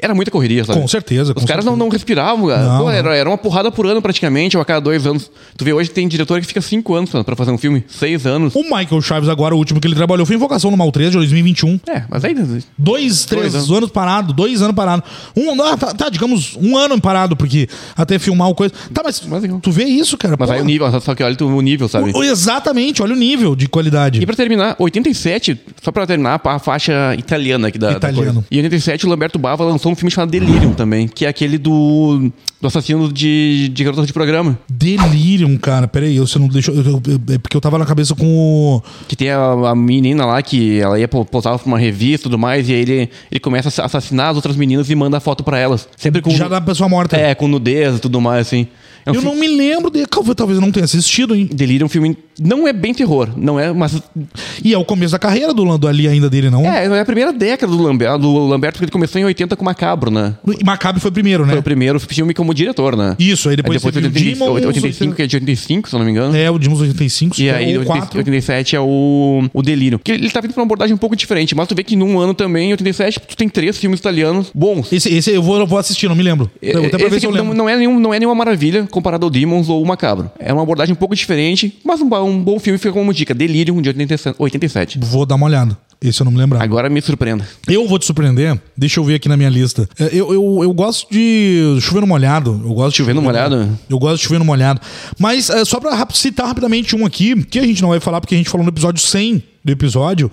Speaker 2: Era muita correria, sabe?
Speaker 1: Com certeza, com
Speaker 2: Os caras não, não respiravam, cara.
Speaker 1: Não,
Speaker 2: Pô,
Speaker 1: não.
Speaker 2: Era, era uma porrada por ano praticamente, ou a cada dois anos. Tu vê hoje tem diretor que fica cinco anos pra pra fazer um filme, seis anos.
Speaker 1: O Michael Chaves, agora, o último que ele trabalhou, foi Invocação no Mal 3 de 2021.
Speaker 2: É, mas aí.
Speaker 1: Dois, três
Speaker 2: anos.
Speaker 1: anos parado, dois anos parado. Um, ah, tá, tá, digamos, um ano parado, porque até filmar o coisa. Tá, mas,
Speaker 2: Mas legal.
Speaker 1: tu vê isso, cara?
Speaker 2: Mas aí o nível, só- só que olha tu- o nível, sabe?
Speaker 1: O- Exatamente, olha o nível de qualidade.
Speaker 2: E pra terminar, 87, só pra terminar, a faixa italiana aqui da. da
Speaker 1: Italiano.
Speaker 2: coisa. Em 87, o Lamberto Bava lançou um filme chamado Delirium também, que é aquele do. do assassino de, de garotas de programa.
Speaker 1: Delirium, cara. Pera aí, você não deixou. eu- eu- eu- é porque eu tava na cabeça com o.
Speaker 2: Que tem a, a menina lá que ela ia po- posar pra uma revista e tudo mais, e aí ele, ele começa a assa- assassinar as outras meninas e manda a foto pra elas. Sempre com.
Speaker 1: Já da pessoa morta.
Speaker 2: É, com nudez e tudo mais, assim. É um
Speaker 1: Eu
Speaker 2: fi-
Speaker 1: não me lembro de. Calma, Talvez eu não tenha assistido, hein?
Speaker 2: Delirium é um filme. Não é bem terror, não é, mas.
Speaker 1: E é o começo da carreira do Lando ali ainda dele, não?
Speaker 2: É, é a primeira década do Lamberto, do Lamberto, porque ele começou em 80 com Macabro, né?
Speaker 1: E Macabro foi primeiro, né?
Speaker 2: Foi o primeiro filme como diretor, né?
Speaker 1: Isso, aí depois
Speaker 2: aí
Speaker 1: teve o
Speaker 2: depois 85,
Speaker 1: Demons,
Speaker 2: 85, que é de 85, se eu não me engano.
Speaker 1: É, o Dimos 85,
Speaker 2: E aí,
Speaker 1: o
Speaker 2: 80
Speaker 1: 4.
Speaker 2: 87 é o, o Delírio. Que ele tá vindo pra uma abordagem um pouco diferente, mas tu vê que num ano também, em 87, tu tem três filmes italianos bons.
Speaker 1: Esse, esse eu vou, eu vou assistir, não me lembro. Eu- Até pra ver
Speaker 2: Esse
Speaker 1: se eu
Speaker 2: aqui não,
Speaker 1: lembro.
Speaker 2: não é nenhum, não é nenhuma maravilha comparado ao Demons ou o Macabro. É uma abordagem um pouco diferente, mas um, ba- um bom filme fica como dica. Delirium de 87. 87.
Speaker 1: Vou dar uma olhada. Esse eu não me lembro.
Speaker 2: Agora me surpreenda.
Speaker 1: Eu vou te surpreender. Deixa eu ver aqui na minha lista. É, Eu, eu, eu gosto de chover no molhado. Eu gosto de
Speaker 2: Chover no molhado?
Speaker 1: Eu gosto de chover no molhado. Mas é, só pra rap- citar rapidamente um aqui, que a gente não vai falar porque a gente falou no episódio 100 do episódio,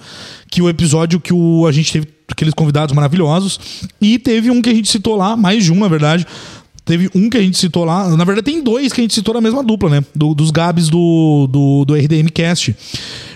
Speaker 1: que o episódio que o, a gente teve aqueles convidados maravilhosos. E teve um que a gente citou lá, mais de um, na verdade. Teve um que a gente citou lá. Na verdade, tem dois que a gente citou na mesma dupla, né? Do- dos Gabs do, do, do RDM Cast.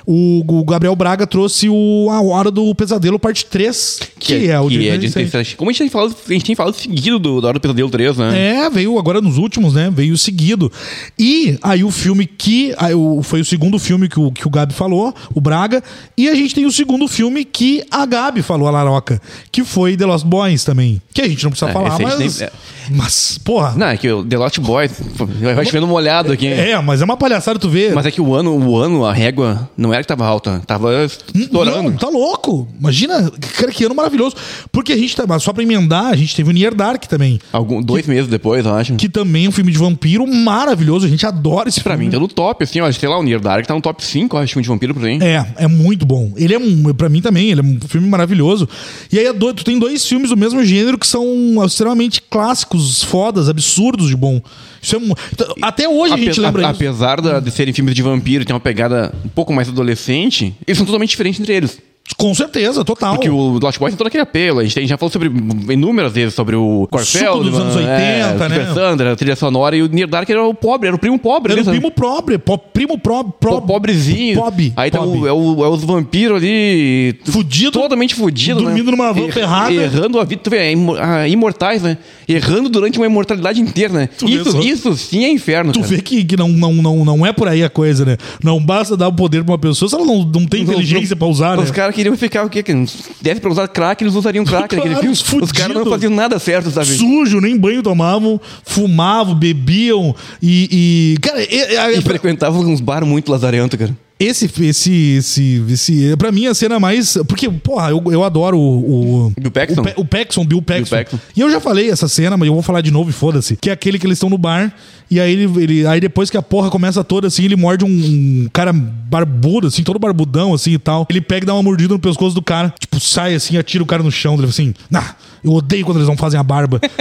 Speaker 1: O, o Gabriel Braga trouxe o A Hora do Pesadelo, parte 3, que, é, o
Speaker 2: que
Speaker 1: de
Speaker 2: é de 87. Como a gente tem falado, a gente tem falado seguido do, da Hora do Pesadelo 3, né?
Speaker 1: É, veio agora nos últimos, né? Veio seguido. E aí o filme que. aí o- foi o segundo filme que o, que o Gabi falou, o Braga. E a gente tem o segundo filme que a Gabi falou, a Laroca, que foi The Lost Boys também. Que a gente não precisa
Speaker 2: É,
Speaker 1: falar,
Speaker 2: esse a gente
Speaker 1: mas.
Speaker 2: nem- é.
Speaker 1: Mas, porra.
Speaker 2: Não, é que o The Lost Boys pô, vai chovendo molhado aqui.
Speaker 1: É, mas é uma palhaçada tu ver.
Speaker 2: Mas é que o ano, o ano, a régua não era que tava alta, tava é estourando.
Speaker 1: Não, tá louco. Imagina, cara, que ano maravilhoso. Porque a gente tá. mas Só pra emendar, a gente teve o Nier Dark também.
Speaker 2: Algum, dois meses depois, eu acho.
Speaker 1: Que também é um filme de vampiro maravilhoso. A gente adora esse
Speaker 2: pra
Speaker 1: filme.
Speaker 2: mim tá no top, assim, ó. Sei lá, o Nier Dark tá no top 5, eu acho, filme de vampiro pra mim.
Speaker 1: É, é muito bom. Ele é um, pra mim também, ele é um filme maravilhoso. E aí é doido, tu tem dois filmes do mesmo gênero que são extremamente clássicos, fodas, absurdos de bom. Isso é mu- até hoje a, gente
Speaker 2: Ape-
Speaker 1: lembra
Speaker 2: a-
Speaker 1: isso.
Speaker 2: apesar da- de serem filmes de vampiro e ter uma pegada um pouco mais adolescente, eles são totalmente diferentes entre eles.
Speaker 1: Com certeza, total.
Speaker 2: Porque o Lost Boys tem todo aquele apelo. A gente tem- já falou sobre inúmeras vezes sobre o Corfeld.
Speaker 1: dos anos 80, né?
Speaker 2: Sandra, a trilha sonora. E o Nier Dark era o pobre, era o primo pobre.
Speaker 1: Era
Speaker 2: né,
Speaker 1: um
Speaker 2: sabe?
Speaker 1: primo pobre, po- primo pro, pro,
Speaker 2: Po- pobrezinho.
Speaker 1: Pobre.
Speaker 2: Aí tá
Speaker 1: pobre.
Speaker 2: o, é, o, é os vampiros ali. t-
Speaker 1: Fudido.
Speaker 2: Totalmente fudido.
Speaker 1: Dormindo
Speaker 2: né?
Speaker 1: numa van
Speaker 2: Er-
Speaker 1: ferrada.
Speaker 2: Errando a vida. Tu vê, é imo- ah, imortais, né? Errando durante uma imortalidade inteira, né?
Speaker 1: Tu vê só.
Speaker 2: Isso, isso sim é inferno.
Speaker 1: Tu
Speaker 2: cara.
Speaker 1: vê que, que não, não, não, não é por aí a coisa, né? Não basta dar o poder pra uma pessoa se ela não, não tem
Speaker 2: Não-
Speaker 1: inteligência
Speaker 2: não-
Speaker 1: pra usar, né?
Speaker 2: Os caras queriam ficar o quê? Que uns- Desse pra usar crack, eles usariam crack
Speaker 1: Claro,
Speaker 2: naquele
Speaker 1: os
Speaker 2: filme. Os caras não
Speaker 1: fudidos.
Speaker 2: faziam nada certo, sabe?
Speaker 1: Sujo, nem banho tomavam, fumavam, bebiam e. e- cara, e- e-
Speaker 2: E frequentavam uns bar muito lazarento, cara.
Speaker 1: Esse, esse, esse, esse, pra mim a cena mais, porque, porra, eu, eu adoro o... o
Speaker 2: Bill Paxton?
Speaker 1: O, Pe- o Paxton, Bill Paxton.
Speaker 2: Bill Paxton.
Speaker 1: E eu já falei essa cena, mas eu vou falar de novo e foda-se. Que é aquele que eles estão no bar, e aí ele, ele- aí depois que a porra começa toda, assim, ele morde um, um cara barbudo, assim, todo barbudão, assim, e tal. Ele pega e dá uma mordida no pescoço do cara, tipo, sai assim, atira o cara no chão, ele fala assim, nah, Eu odeio quando eles não fazem a barba.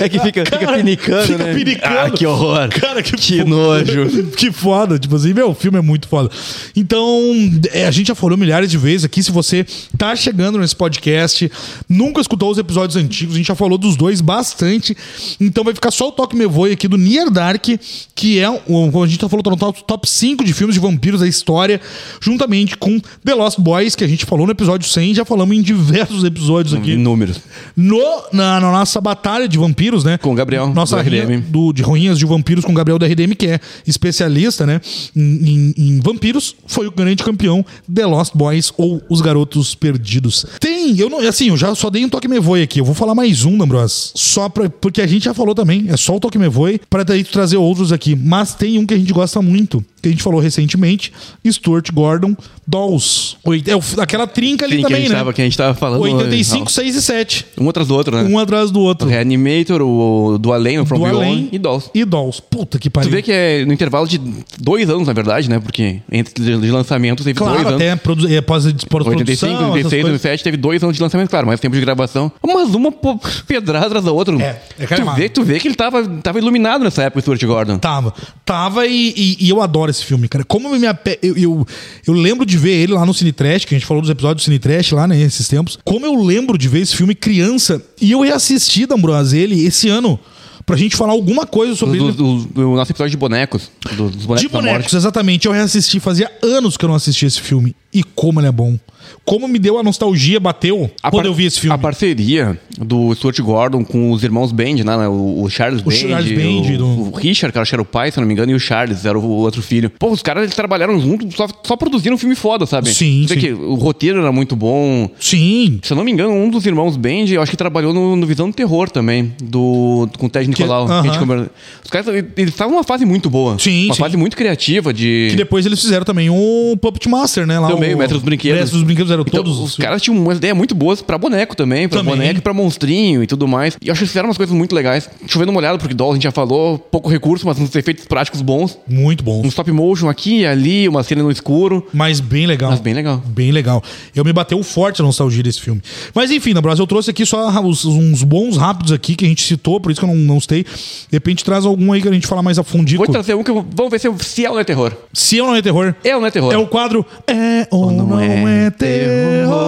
Speaker 2: É que fica, fica pinicando,
Speaker 1: fica
Speaker 2: né?
Speaker 1: pinicando.
Speaker 2: Ah, que horror.
Speaker 1: Cara, que,
Speaker 2: Que
Speaker 1: fo-
Speaker 2: nojo.
Speaker 1: que foda. Tipo assim, meu, o filme é muito foda. Então, é, a gente já falou milhares de vezes aqui. Se você tá chegando nesse podcast, nunca escutou os episódios antigos, a gente já falou dos dois bastante. Então vai ficar só o Toque Me Voe aqui do Nier Dark, que é, o- como a gente já falou, tá no top- top 5 de filmes de vampiros da história, juntamente com The Lost Boys, que a gente falou no episódio 100, já falamos em diversos episódios aqui.
Speaker 2: Inúmeros.
Speaker 1: No- na, na nossa batalha de vampiros, né?
Speaker 2: Com o Gabriel,
Speaker 1: Nossa
Speaker 2: do
Speaker 1: rinha
Speaker 2: RDM.
Speaker 1: do- de ruínas de vampiros com o Gabriel da RDM, que é especialista, né? Em, em- em vampiros, foi o grande campeão The Lost Boys ou Os Garotos Perdidos. Tem, eu não, assim, eu já só dei um toque me voe aqui. Eu vou falar mais um, D'Ambros. Só pra, porque a gente já falou também, é só o toque me voe pra daí tu trazer outros aqui. Mas tem um que a gente gosta muito, que a gente falou recentemente, Stuart Gordon Dolls. Oit- É o- aquela trinca ali
Speaker 2: Sim, que, a
Speaker 1: também,
Speaker 2: gente
Speaker 1: né?
Speaker 2: tava, que a gente tava falando.
Speaker 1: 85, 6 e 7.
Speaker 2: Um atrás do outro, né?
Speaker 1: Um atrás do
Speaker 2: O
Speaker 1: outro.
Speaker 2: Reanimator, o do Além, o From
Speaker 1: do
Speaker 2: Beyond
Speaker 1: além
Speaker 2: e Dolls.
Speaker 1: E Dolls. Puta que pariu.
Speaker 2: Tu vê que é no intervalo de dois anos, na verdade, né? Porque entre de lançamento teve dois
Speaker 1: claro,
Speaker 2: anos.
Speaker 1: até produ é, pós produção.
Speaker 2: 85, 86, 97, teve dois anos de lançamento, claro, mais tempo de gravação. Mas uma pô, pedrada atrás da outra.
Speaker 1: É, é cara
Speaker 2: tu,
Speaker 1: amado.
Speaker 2: vê, tu vê que ele tava, tava iluminado nessa época, o Stuart Gordon.
Speaker 1: Tava. Tava e, e- e eu adoro esse filme, cara. Como eu me ape... eu, eu, eu lembro de ver ele lá no Cine Trash, que a gente falou dos episódios do Cine Trash lá, né, esses tempos. Como eu lembro de ver esse filme criança e eu reassisti, D'Ambros, ele esse ano pra gente falar alguma coisa sobre
Speaker 2: Do,
Speaker 1: ele.
Speaker 2: do- do nosso episódio de bonecos. do- dos bonecos
Speaker 1: De
Speaker 2: né, da
Speaker 1: bonecos,
Speaker 2: morte.
Speaker 1: exatamente. Eu reassisti, fazia anos que eu não assistia esse filme. E como ele é bom. Como me deu a nostalgia, bateu
Speaker 2: A
Speaker 1: quando
Speaker 2: par-
Speaker 1: eu vi esse filme.
Speaker 2: A parceria do Stuart Gordon com os irmãos Band, né? O, o Charles Band.
Speaker 1: Charles Band,
Speaker 2: o,
Speaker 1: do-
Speaker 2: o Richard, que eu acho que era o pai, se eu não me engano, e o Charles, era o outro filho. Pô, os caras eles trabalharam juntos, só, só produziram um filme foda, sabe?
Speaker 1: Sim,
Speaker 2: Você vê
Speaker 1: sim.
Speaker 2: que o roteiro era muito bom.
Speaker 1: Sim.
Speaker 2: Se eu não me engano, um dos irmãos Band, eu acho que trabalhou no, no Visão do Terror também, do, com o Ted Nicolau. que a gente
Speaker 1: aham.
Speaker 2: conver- Os caras, eles estavam numa fase muito boa.
Speaker 1: Sim,
Speaker 2: Uma
Speaker 1: sim.
Speaker 2: fase muito criativa de...
Speaker 1: Que depois eles fizeram também o Puppet Master, né? Lá
Speaker 2: Também, o Mestre dos Brinquedos.
Speaker 1: Mestre dos Brinquedos eram
Speaker 2: Então,
Speaker 1: todos.
Speaker 2: os caras tinham umas ideias muito boas pra boneco também, pra
Speaker 1: Também.
Speaker 2: boneco e pra monstrinho e tudo mais. E eu acho que eles fizeram umas coisas muito legais. Chovendo molhado, porque Doll a gente já falou, pouco recurso, mas uns efeitos práticos bons.
Speaker 1: Muito bons.
Speaker 2: Um stop motion aqui e ali, uma cena no escuro.
Speaker 1: Mas bem legal.
Speaker 2: Mas bem legal.
Speaker 1: Bem legal. Eu me bateu forte a nostalgia desse filme. Mas enfim, na Brasil eu trouxe aqui só os- uns bons rápidos aqui que a gente citou, por isso que eu não, não citei. De repente traz algum aí que a gente fala mais a fundico.
Speaker 2: Vou trazer um que eu- vamos ver se, eu- se é ou não é terror.
Speaker 1: Se eu não é terror.
Speaker 2: É ou não é terror?
Speaker 1: É o quadro É ou não, é,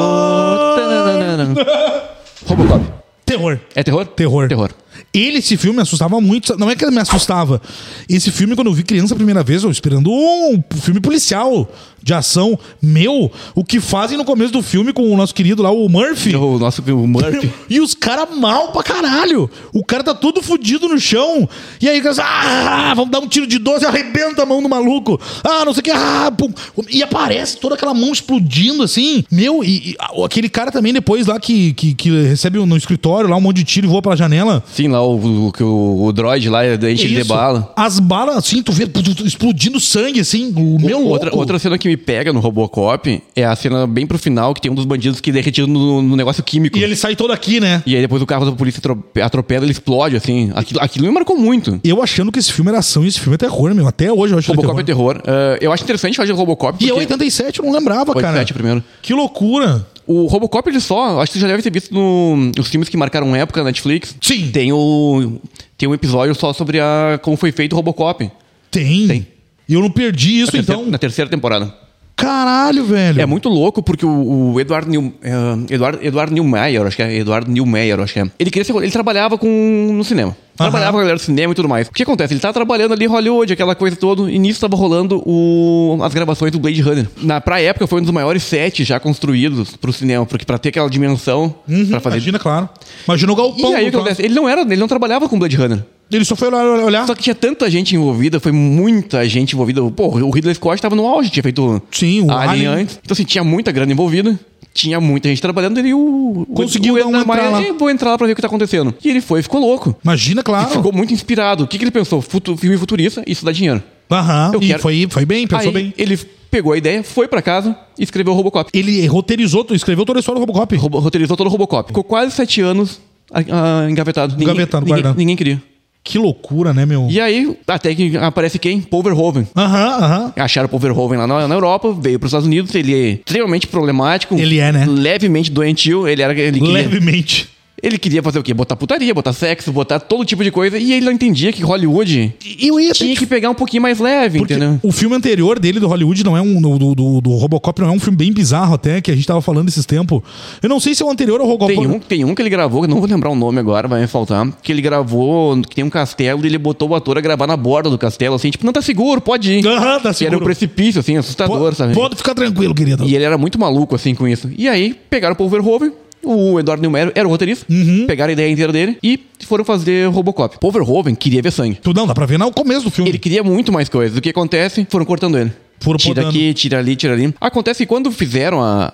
Speaker 1: terror.
Speaker 2: Robocop.
Speaker 1: Terror.
Speaker 2: É terror?
Speaker 1: Terror.
Speaker 2: Terror.
Speaker 1: Ele, esse filme, me assustava muito. Não é que ele me assustava. Esse filme, quando eu vi criança a primeira vez, eu esperando um filme policial de ação. Meu, o que fazem no começo do filme com o nosso querido lá, o Murphy.
Speaker 2: O nosso o Murphy.
Speaker 1: E os caras mal pra caralho. O cara tá todo fudido no chão. E aí, cara, ah, vamos dar um tiro de 12 arrebenta a mão do maluco. Ah, não sei o que. Ah, pum. E aparece toda aquela mão explodindo assim. Meu, e, e a- aquele cara também depois lá que, que, que recebe no escritório lá um monte de tiro e voa pela janela.
Speaker 2: Sim, lá o, o, que o, o droid lá enche ele de
Speaker 1: Isso.
Speaker 2: bala.
Speaker 1: As balas, assim, tu vê tu- tu- explodindo sangue, assim. O meu louco.
Speaker 2: outra, outra cena que me pega no Robocop é a cena bem pro final que tem um dos bandidos que é derretido no, no negócio químico.
Speaker 1: E ele sai todo aqui, né?
Speaker 2: E aí depois o carro da polícia atrope- atropela, ele explode, assim. Aquilo, aquilo me marcou muito.
Speaker 1: Eu achando que esse filme era ação e esse filme é terror, meu. Até hoje eu acho que
Speaker 2: Robocop é terror. Ah, eu acho interessante fazer Robocop.
Speaker 1: E é
Speaker 2: porque
Speaker 1: 87, eu não lembrava, cara.
Speaker 2: 87 primeiro.
Speaker 1: Que loucura.
Speaker 2: O Robocop, ele só... Acho que você já deve ter visto no- nos filmes que marcaram época na Netflix.
Speaker 1: Sim.
Speaker 2: Tem o... Tem um episódio só sobre a, como foi feito o Robocop.
Speaker 1: Tem.
Speaker 2: Tem.
Speaker 1: E eu não perdi isso,
Speaker 2: Na terceira-
Speaker 1: então.
Speaker 2: na terceira temporada.
Speaker 1: Caralho, velho.
Speaker 2: É muito louco porque o, o Eduardo New, eh, Eduardo, Eduardo Newmeyer, acho que é Eduardo Newmeyer, acho que é. Ele queria ser, ele trabalhava com no cinema. Trabalhava com a galera do cinema e tudo mais. O que acontece? Ele tá trabalhando ali em Hollywood, aquela coisa toda, e nisso tava rolando o, as gravações do Blade Runner. Na, pra época foi um dos maiores sets já construídos pro cinema, porque pra ter aquela dimensão,
Speaker 1: Uhum,
Speaker 2: pra fazer.
Speaker 1: Imagina, claro. Imagina o galpão.
Speaker 2: E aí o que
Speaker 1: do-
Speaker 2: acontece? Ele não era, ele não trabalhava com Blade Runner.
Speaker 1: Ele só foi olhar. olhar.
Speaker 2: Só que tinha tanta gente envolvida, foi muita gente envolvida. Pô, o Ridley Scott tava no auge, tinha feito
Speaker 1: Sim, o Alien.
Speaker 2: antes. Então, assim, tinha muita grana envolvida. Tinha muita gente trabalhando e o...
Speaker 1: Conseguiu
Speaker 2: o
Speaker 1: dar uma
Speaker 2: Edna Maia,
Speaker 1: entrada lá.
Speaker 2: "Eh, Vou entrar lá pra ver o que tá acontecendo. E ele foi e ficou louco.
Speaker 1: Imagina, claro.
Speaker 2: E ficou muito inspirado. O que, que ele pensou? Futu- filme futurista, isso dá dinheiro.
Speaker 1: Aham.
Speaker 2: Eu
Speaker 1: E
Speaker 2: quero-
Speaker 1: foi, foi bem, pensou
Speaker 2: Aí
Speaker 1: bem.
Speaker 2: ele pegou a ideia, foi pra casa e escreveu o Robocop.
Speaker 1: Ele roteirizou, escreveu toda a história do Robocop.
Speaker 2: Robo- roteirizou todo o Robocop. Ficou quase sete anos ah, ah, engavetado. Ninguém-
Speaker 1: Engavetado,
Speaker 2: ninguém,
Speaker 1: guardando.
Speaker 2: ninguém queria.
Speaker 1: Que loucura, né, meu?
Speaker 2: E aí, até que aparece quem? Paul Verhoeven.
Speaker 1: Aham, aham.
Speaker 2: Acharam o Paul Verhoeven lá na, na Europa, veio para os Estados Unidos, ele é extremamente problemático.
Speaker 1: Ele é, né?
Speaker 2: Levemente doentio, ele era... Ele queria,
Speaker 1: Levemente.
Speaker 2: ele queria fazer o quê? Botar putaria, botar sexo, botar todo tipo de coisa, e ele não entendia que Hollywood
Speaker 1: E eu ia ter
Speaker 2: tinha
Speaker 1: te
Speaker 2: que pegar um pouquinho mais leve,
Speaker 1: Porque
Speaker 2: entendeu?
Speaker 1: o filme anterior dele, do Hollywood, não é um. Do, do- do- do Robocop, não é um filme bem bizarro até, que a gente tava falando esses tempos. Eu não sei se é o anterior ao Robocop.
Speaker 2: Tem um, tem um que ele gravou, que eu não vou lembrar o nome agora, vai me faltar. Que ele gravou, que tem um castelo e ele botou o ator a gravar na borda do castelo, assim, tipo, não tá seguro, pode ir.
Speaker 1: Aham, tá
Speaker 2: Que era um
Speaker 1: seguro.
Speaker 2: precipício, assim, assustador,
Speaker 1: pode,
Speaker 2: sabe?
Speaker 1: pode ficar tranquilo, querido.
Speaker 2: E é- ele era muito maluco, assim, com isso. E aí, pegaram o Paul Verhoeven, o Eduardo Newman era- era o roteirista,
Speaker 1: Uhum.
Speaker 2: pegaram a ideia inteira dele e foram fazer Robocop. Paul Verhoeven queria ver sangue.
Speaker 1: Tu não, dá pra ver no começo do filme.
Speaker 2: Ele queria muito mais coisas. O que acontece? Foram cortando ele.
Speaker 1: Foram
Speaker 2: tira
Speaker 1: podando.
Speaker 2: aqui, tira ali, tira ali. Acontece que quando fizeram a,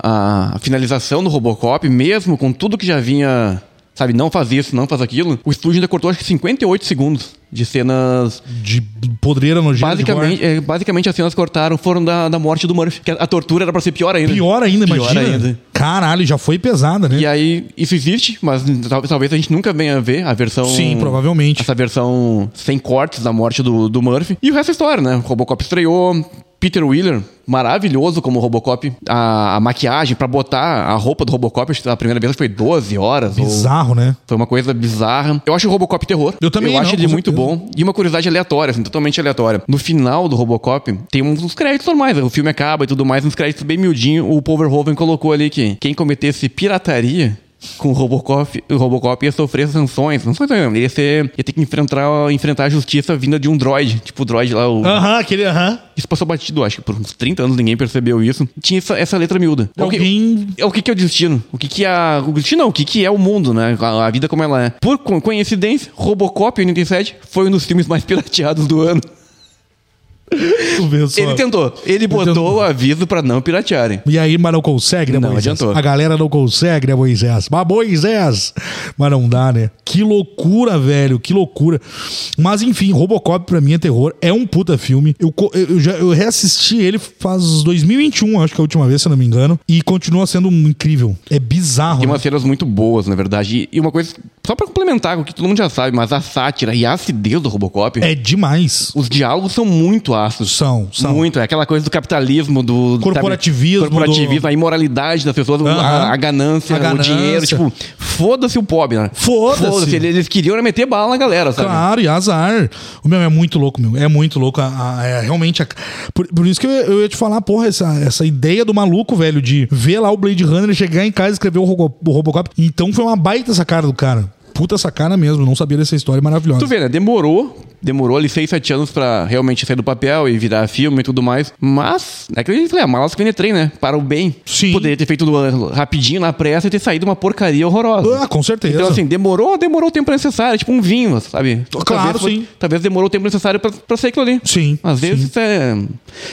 Speaker 2: a finalização do Robocop, mesmo com tudo que já vinha, sabe, não faz isso, não faz aquilo, o estúdio ainda cortou acho que 58 segundos de cenas.
Speaker 1: De podreira nojenta. de
Speaker 2: Basicamente,
Speaker 1: gore.
Speaker 2: é, basicamente as cenas cortaram foram da, da morte do Murphy. Que a, a tortura era pra ser pior ainda.
Speaker 1: Pior ainda, imagina.
Speaker 2: ainda.
Speaker 1: Caralho, já foi pesada, né?
Speaker 2: E aí, isso existe, mas tal- talvez a gente nunca venha ver a versão.
Speaker 1: Sim, provavelmente.
Speaker 2: Essa versão sem cortes da morte do, do Murphy. E o resto é história, né? Robocop estreou. Peter Wheeler, maravilhoso como Robocop. A, a maquiagem pra botar a roupa do Robocop, acho que a primeira vez foi 12 horas. ou-
Speaker 1: Bizarro, né?
Speaker 2: Foi uma coisa bizarra. Eu acho o Robocop terror.
Speaker 1: Eu também
Speaker 2: Eu acho
Speaker 1: não,
Speaker 2: ele
Speaker 1: com
Speaker 2: muito
Speaker 1: certeza.
Speaker 2: bom. E uma curiosidade aleatória, assim, totalmente aleatória. No final do Robocop, tem um dos créditos normais. O filme acaba e tudo mais. Uns créditos bem miudinho. O Paul Verhoeven colocou ali que quem cometesse pirataria com o Robocop, o Robocop ia sofrer sanções. Não sei ele ia, ser, ia ter que enfrentar, enfrentar a justiça vinda de um droid. Tipo o droid lá, o...
Speaker 1: Aham, aquele aham.
Speaker 2: Isso passou batido, acho que por uns 30 anos ninguém percebeu isso. Tinha essa, essa letra miúda. É o que-
Speaker 1: Alguém-
Speaker 2: É o que, que é o destino? O que, que é. a- O destino não, o que, que é o mundo, né? A, a vida como ela é. Por co- coincidência, Robocop 87 foi um dos filmes mais pirateados do ano.
Speaker 1: Tu vê só.
Speaker 2: Ele tentou. Ele botou o aviso pra não piratearem.
Speaker 1: E aí, mas não consegue, né,
Speaker 2: Não,
Speaker 1: Moisés?
Speaker 2: adiantou.
Speaker 1: A galera não consegue, né, Moisés? Mas Moisés! Mas não dá, né? Que loucura, velho, que loucura. Mas enfim, Robocop pra mim é terror. É um puta filme. Eu, co- eu, eu já, eu reassisti ele faz 2021, acho que é a última vez, se eu não me engano. E continua sendo um incrível. É bizarro.
Speaker 2: Tem
Speaker 1: né?
Speaker 2: umas cenas muito boas, na verdade. E, e uma coisa, só pra complementar com o que todo mundo já sabe, mas a sátira e a acidez do Robocop.
Speaker 1: É demais.
Speaker 2: Os diálogos são muito ácidos.
Speaker 1: São, são.
Speaker 2: Muito. É aquela coisa do capitalismo, do...
Speaker 1: Corporativismo,
Speaker 2: sabe? corporativismo, a imoralidade das pessoas,
Speaker 1: Aham.
Speaker 2: a, a ganância,
Speaker 1: A
Speaker 2: o
Speaker 1: ganância.
Speaker 2: dinheiro. Tipo, foda-se o pobre, né?
Speaker 1: Foda-se.
Speaker 2: Eles, eles queriam era meter bala na galera, sabe?
Speaker 1: Claro, e azar. O meu é muito louco, meu. É muito louco. A- a- é realmente. a- por, por isso que eu, eu ia te falar, porra, essa, essa ideia do maluco, velho, de ver lá o Blade Runner chegar em casa e escrever o, Rogo- o Robocop. Então foi uma baita sacada do cara. Puta sacana mesmo. Não sabia dessa história é maravilhosa.
Speaker 2: Tu vê, né? Demorou. Demorou ali 6, 7 anos pra realmente sair do papel e virar filme e tudo mais. Mas, é que eu falei, a malas que penetrei, né? Para o bem.
Speaker 1: Sim.
Speaker 2: Poderia ter feito uh, rapidinho, na pressa, e ter saído uma porcaria horrorosa.
Speaker 1: Ah, com certeza.
Speaker 2: Então, assim, demorou, demorou o tempo necessário, tipo um vinho, sabe?
Speaker 1: Claro,
Speaker 2: talvez, foi-
Speaker 1: sim.
Speaker 2: Talvez demorou o tempo necessário pra, pra sair aquilo ali.
Speaker 1: Sim,
Speaker 2: Às vezes
Speaker 1: sim.
Speaker 2: isso é.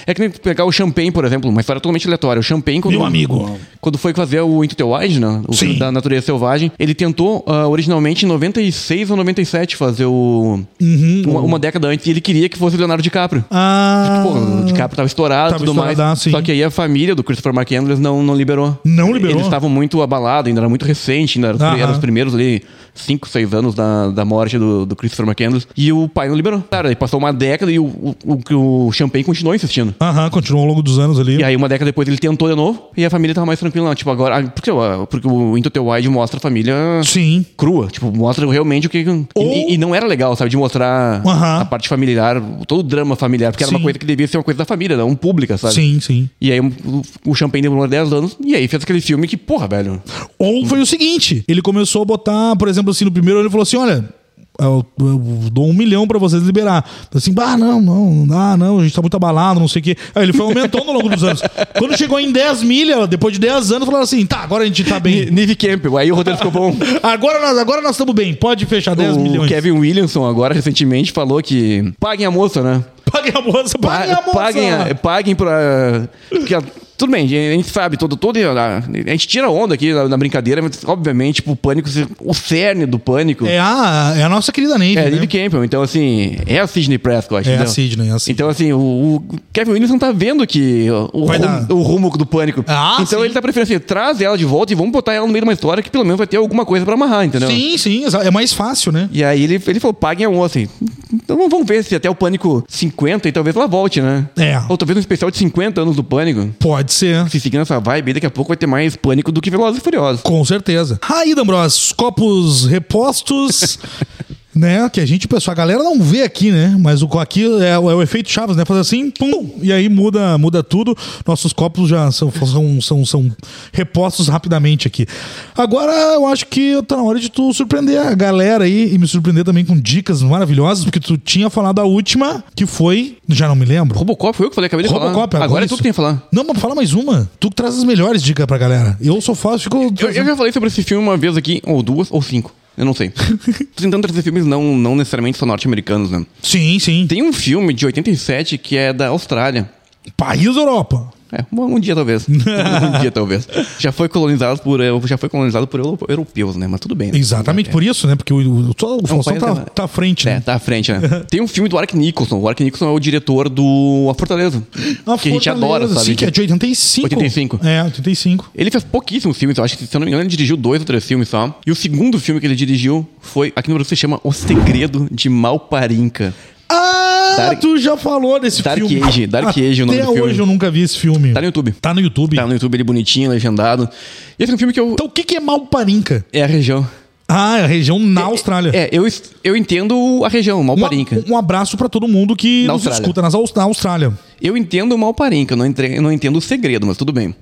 Speaker 2: É que nem tu pegar o champanhe, por exemplo, uma história totalmente aleatória. O champanhe, quando.
Speaker 1: Meu amigo.
Speaker 2: Quando foi fazer o Into the Wild, né? O
Speaker 1: Sim.
Speaker 2: filme da natureza selvagem, ele tentou ah, originalmente em 96 ou 97 fazer o.
Speaker 1: Uhum.
Speaker 2: uma, uma década antes, e ele queria que fosse o Leonardo DiCaprio.
Speaker 1: Ah.
Speaker 2: Pô, o DiCaprio tava estourado e
Speaker 1: Tava
Speaker 2: tudo mais.
Speaker 1: estouradaço, sim.
Speaker 2: Só que aí a família do Christopher McCandless não, não liberou.
Speaker 1: Não liberou?
Speaker 2: Eles estavam muito abalados, ainda era muito recente, ainda era, os pri-
Speaker 1: Aham.
Speaker 2: era os primeiros ali 5, 6 anos da, da morte do, do Christopher McCandless. E o pai não liberou. Cara, aí passou uma década e o, o, o, o Champagne continuou insistindo.
Speaker 1: Aham, continuou ao longo dos anos ali.
Speaker 2: E aí, uma década depois, ele tentou de novo e a família tava mais tranquila. Não, tipo, agora. ah, Porque, ó, porque o Into the Wild mostra a família
Speaker 1: Sim.
Speaker 2: crua. Tipo, mostra realmente o que. um- e-
Speaker 1: Ou-
Speaker 2: E, e não era legal, sabe? De mostrar
Speaker 1: Aham.
Speaker 2: a parte familiar, todo o drama familiar, porque era
Speaker 1: Sim.
Speaker 2: uma coisa que devia ser uma coisa da família, não pública, sabe?
Speaker 1: Sim, sim.
Speaker 2: E aí, o, o Champagne demorou 10 anos e aí fez aquele filme que, porra, velho. Um
Speaker 1: Ou foi o seguinte, ele começou a botar, por exemplo, assim, no primeiro ele falou assim, olha, eu, eu dou um milhão pra vocês liberar. Falei assim, bah, não, não, não dá, não, a gente tá muito abalado, não sei o quê. Aí ele foi aumentando ao longo dos anos. Quando chegou em 10 milha, depois de 10 anos, falaram assim, tá, agora a gente tá
Speaker 2: Ni-
Speaker 1: bem.
Speaker 2: Neve Campbell, aí o roteiro ficou bom.
Speaker 1: Agora nós agora nós estamos bem, pode fechar 10
Speaker 2: O
Speaker 1: milhões.
Speaker 2: Kevin Williamson agora recentemente falou que paguem a moça, né?
Speaker 1: Paguem a moça,
Speaker 2: Pa-
Speaker 1: paguem a moça.
Speaker 2: Paguem, a- paguem pra. Porque a- Tudo bem, a gente sabe, todo, todo, a, a gente tira onda aqui na, na brincadeira, mas obviamente, tipo, o pânico, se- o cerne do pânico é,
Speaker 1: É a, é a nossa querida Navy,
Speaker 2: a
Speaker 1: né?
Speaker 2: Lily Campbell. Então, assim, é a Sidney Prescott.
Speaker 1: É a
Speaker 2: entendeu?
Speaker 1: Sidney, é a Sidney.
Speaker 2: Então, assim, o, o Kevin Williams não tá vendo que o,
Speaker 1: Vai
Speaker 2: rumo,
Speaker 1: dar.
Speaker 2: o rumo do pânico.
Speaker 1: Ah,
Speaker 2: então,
Speaker 1: sim.
Speaker 2: ele tá preferindo assim, traz ela de volta e vamos botar ela no meio de uma história que pelo menos vai ter alguma coisa pra amarrar, entendeu?
Speaker 1: Sim, sim, exa- é mais fácil, né?
Speaker 2: E aí ele, ele falou, paguem a moça. aí. Então vamos ver se até o Pânico 50 e talvez ela volte, né?
Speaker 1: É.
Speaker 2: Ou talvez um especial de 50 anos do Pânico.
Speaker 1: Pode ser.
Speaker 2: Se seguindo essa vibe, daqui a pouco vai ter mais Pânico do que Velozes e Furiosos.
Speaker 1: Com certeza. Aí, D'Ambros, copos repostos, né? Que a gente, pessoal, a galera não vê aqui, né? Mas o aqui é, o- é o efeito Chaves, né? Faz assim, pum, e aí muda, muda tudo. Nossos copos já são, são, são, são repostos rapidamente aqui. Agora, eu acho que tá na hora de tu surpreender a galera aí e me surpreender também com dicas maravilhosas, porque tu tinha falado a última, que foi, já não me lembro.
Speaker 2: Robocop foi eu que falei, acabei de falar.
Speaker 1: Robocop,
Speaker 2: agora é tu
Speaker 1: isso.
Speaker 2: que tem que falar.
Speaker 1: Não, mas fala mais uma. Tu que traz as melhores dicas pra galera. Eu sou fácil, fico.
Speaker 2: Eu, eu já falei sobre esse filme uma vez aqui, ou duas, ou cinco. Eu não sei. Tô tentando trazer filmes não, não necessariamente só norte-americanos, né?
Speaker 1: Sim, sim.
Speaker 2: Tem um filme de 87 que é da Austrália.
Speaker 1: País Europa.
Speaker 2: É, um, um dia talvez. um dia talvez. Já foi colonizado por, eh, já foi colonizado por euro- europeus, né? Mas tudo bem. né?
Speaker 1: Exatamente por isso, né? Porque o, o, só o Faustão
Speaker 2: país
Speaker 1: tá,
Speaker 2: é-
Speaker 1: tá à frente,
Speaker 2: É,
Speaker 1: né?
Speaker 2: tá à frente, né? Tem um filme do Ark Nicholson. O Ark Nicholson é o diretor do A
Speaker 1: A
Speaker 2: Fortaleza. que a gente
Speaker 1: Fortaleza,
Speaker 2: adora, sabe?
Speaker 1: Sim, que é de 85.
Speaker 2: 85.
Speaker 1: É, 85.
Speaker 2: Ele fez pouquíssimos filmes, eu acho que, se eu não me engano, ele dirigiu dois ou três filmes só. E o segundo filme que ele dirigiu foi, aqui no Brasil se chama O Segredo de Malparinca.
Speaker 1: Ah,
Speaker 2: Dark-
Speaker 1: tu já falou desse
Speaker 2: Dark
Speaker 1: filme.
Speaker 2: Age, Dark Age é o nome
Speaker 1: Até
Speaker 2: do filme.
Speaker 1: hoje eu nunca vi esse filme.
Speaker 2: Tá no YouTube.
Speaker 1: Tá no YouTube?
Speaker 2: Tá no YouTube, ele bonitinho, legendado. E esse é um filme que eu...
Speaker 1: Então o que, que é Malparinca?
Speaker 2: É a região.
Speaker 1: Ah, é a região na Austrália.
Speaker 2: É, eu, eu entendo a região,
Speaker 1: Um,
Speaker 2: Malparinca.
Speaker 1: um abraço pra todo mundo que
Speaker 2: Na
Speaker 1: nos
Speaker 2: Austrália.
Speaker 1: escuta nas, Aus- na Austrália.
Speaker 2: Eu entendo Malparinca, eu não, entre... eu não entendo o segredo, mas tudo bem.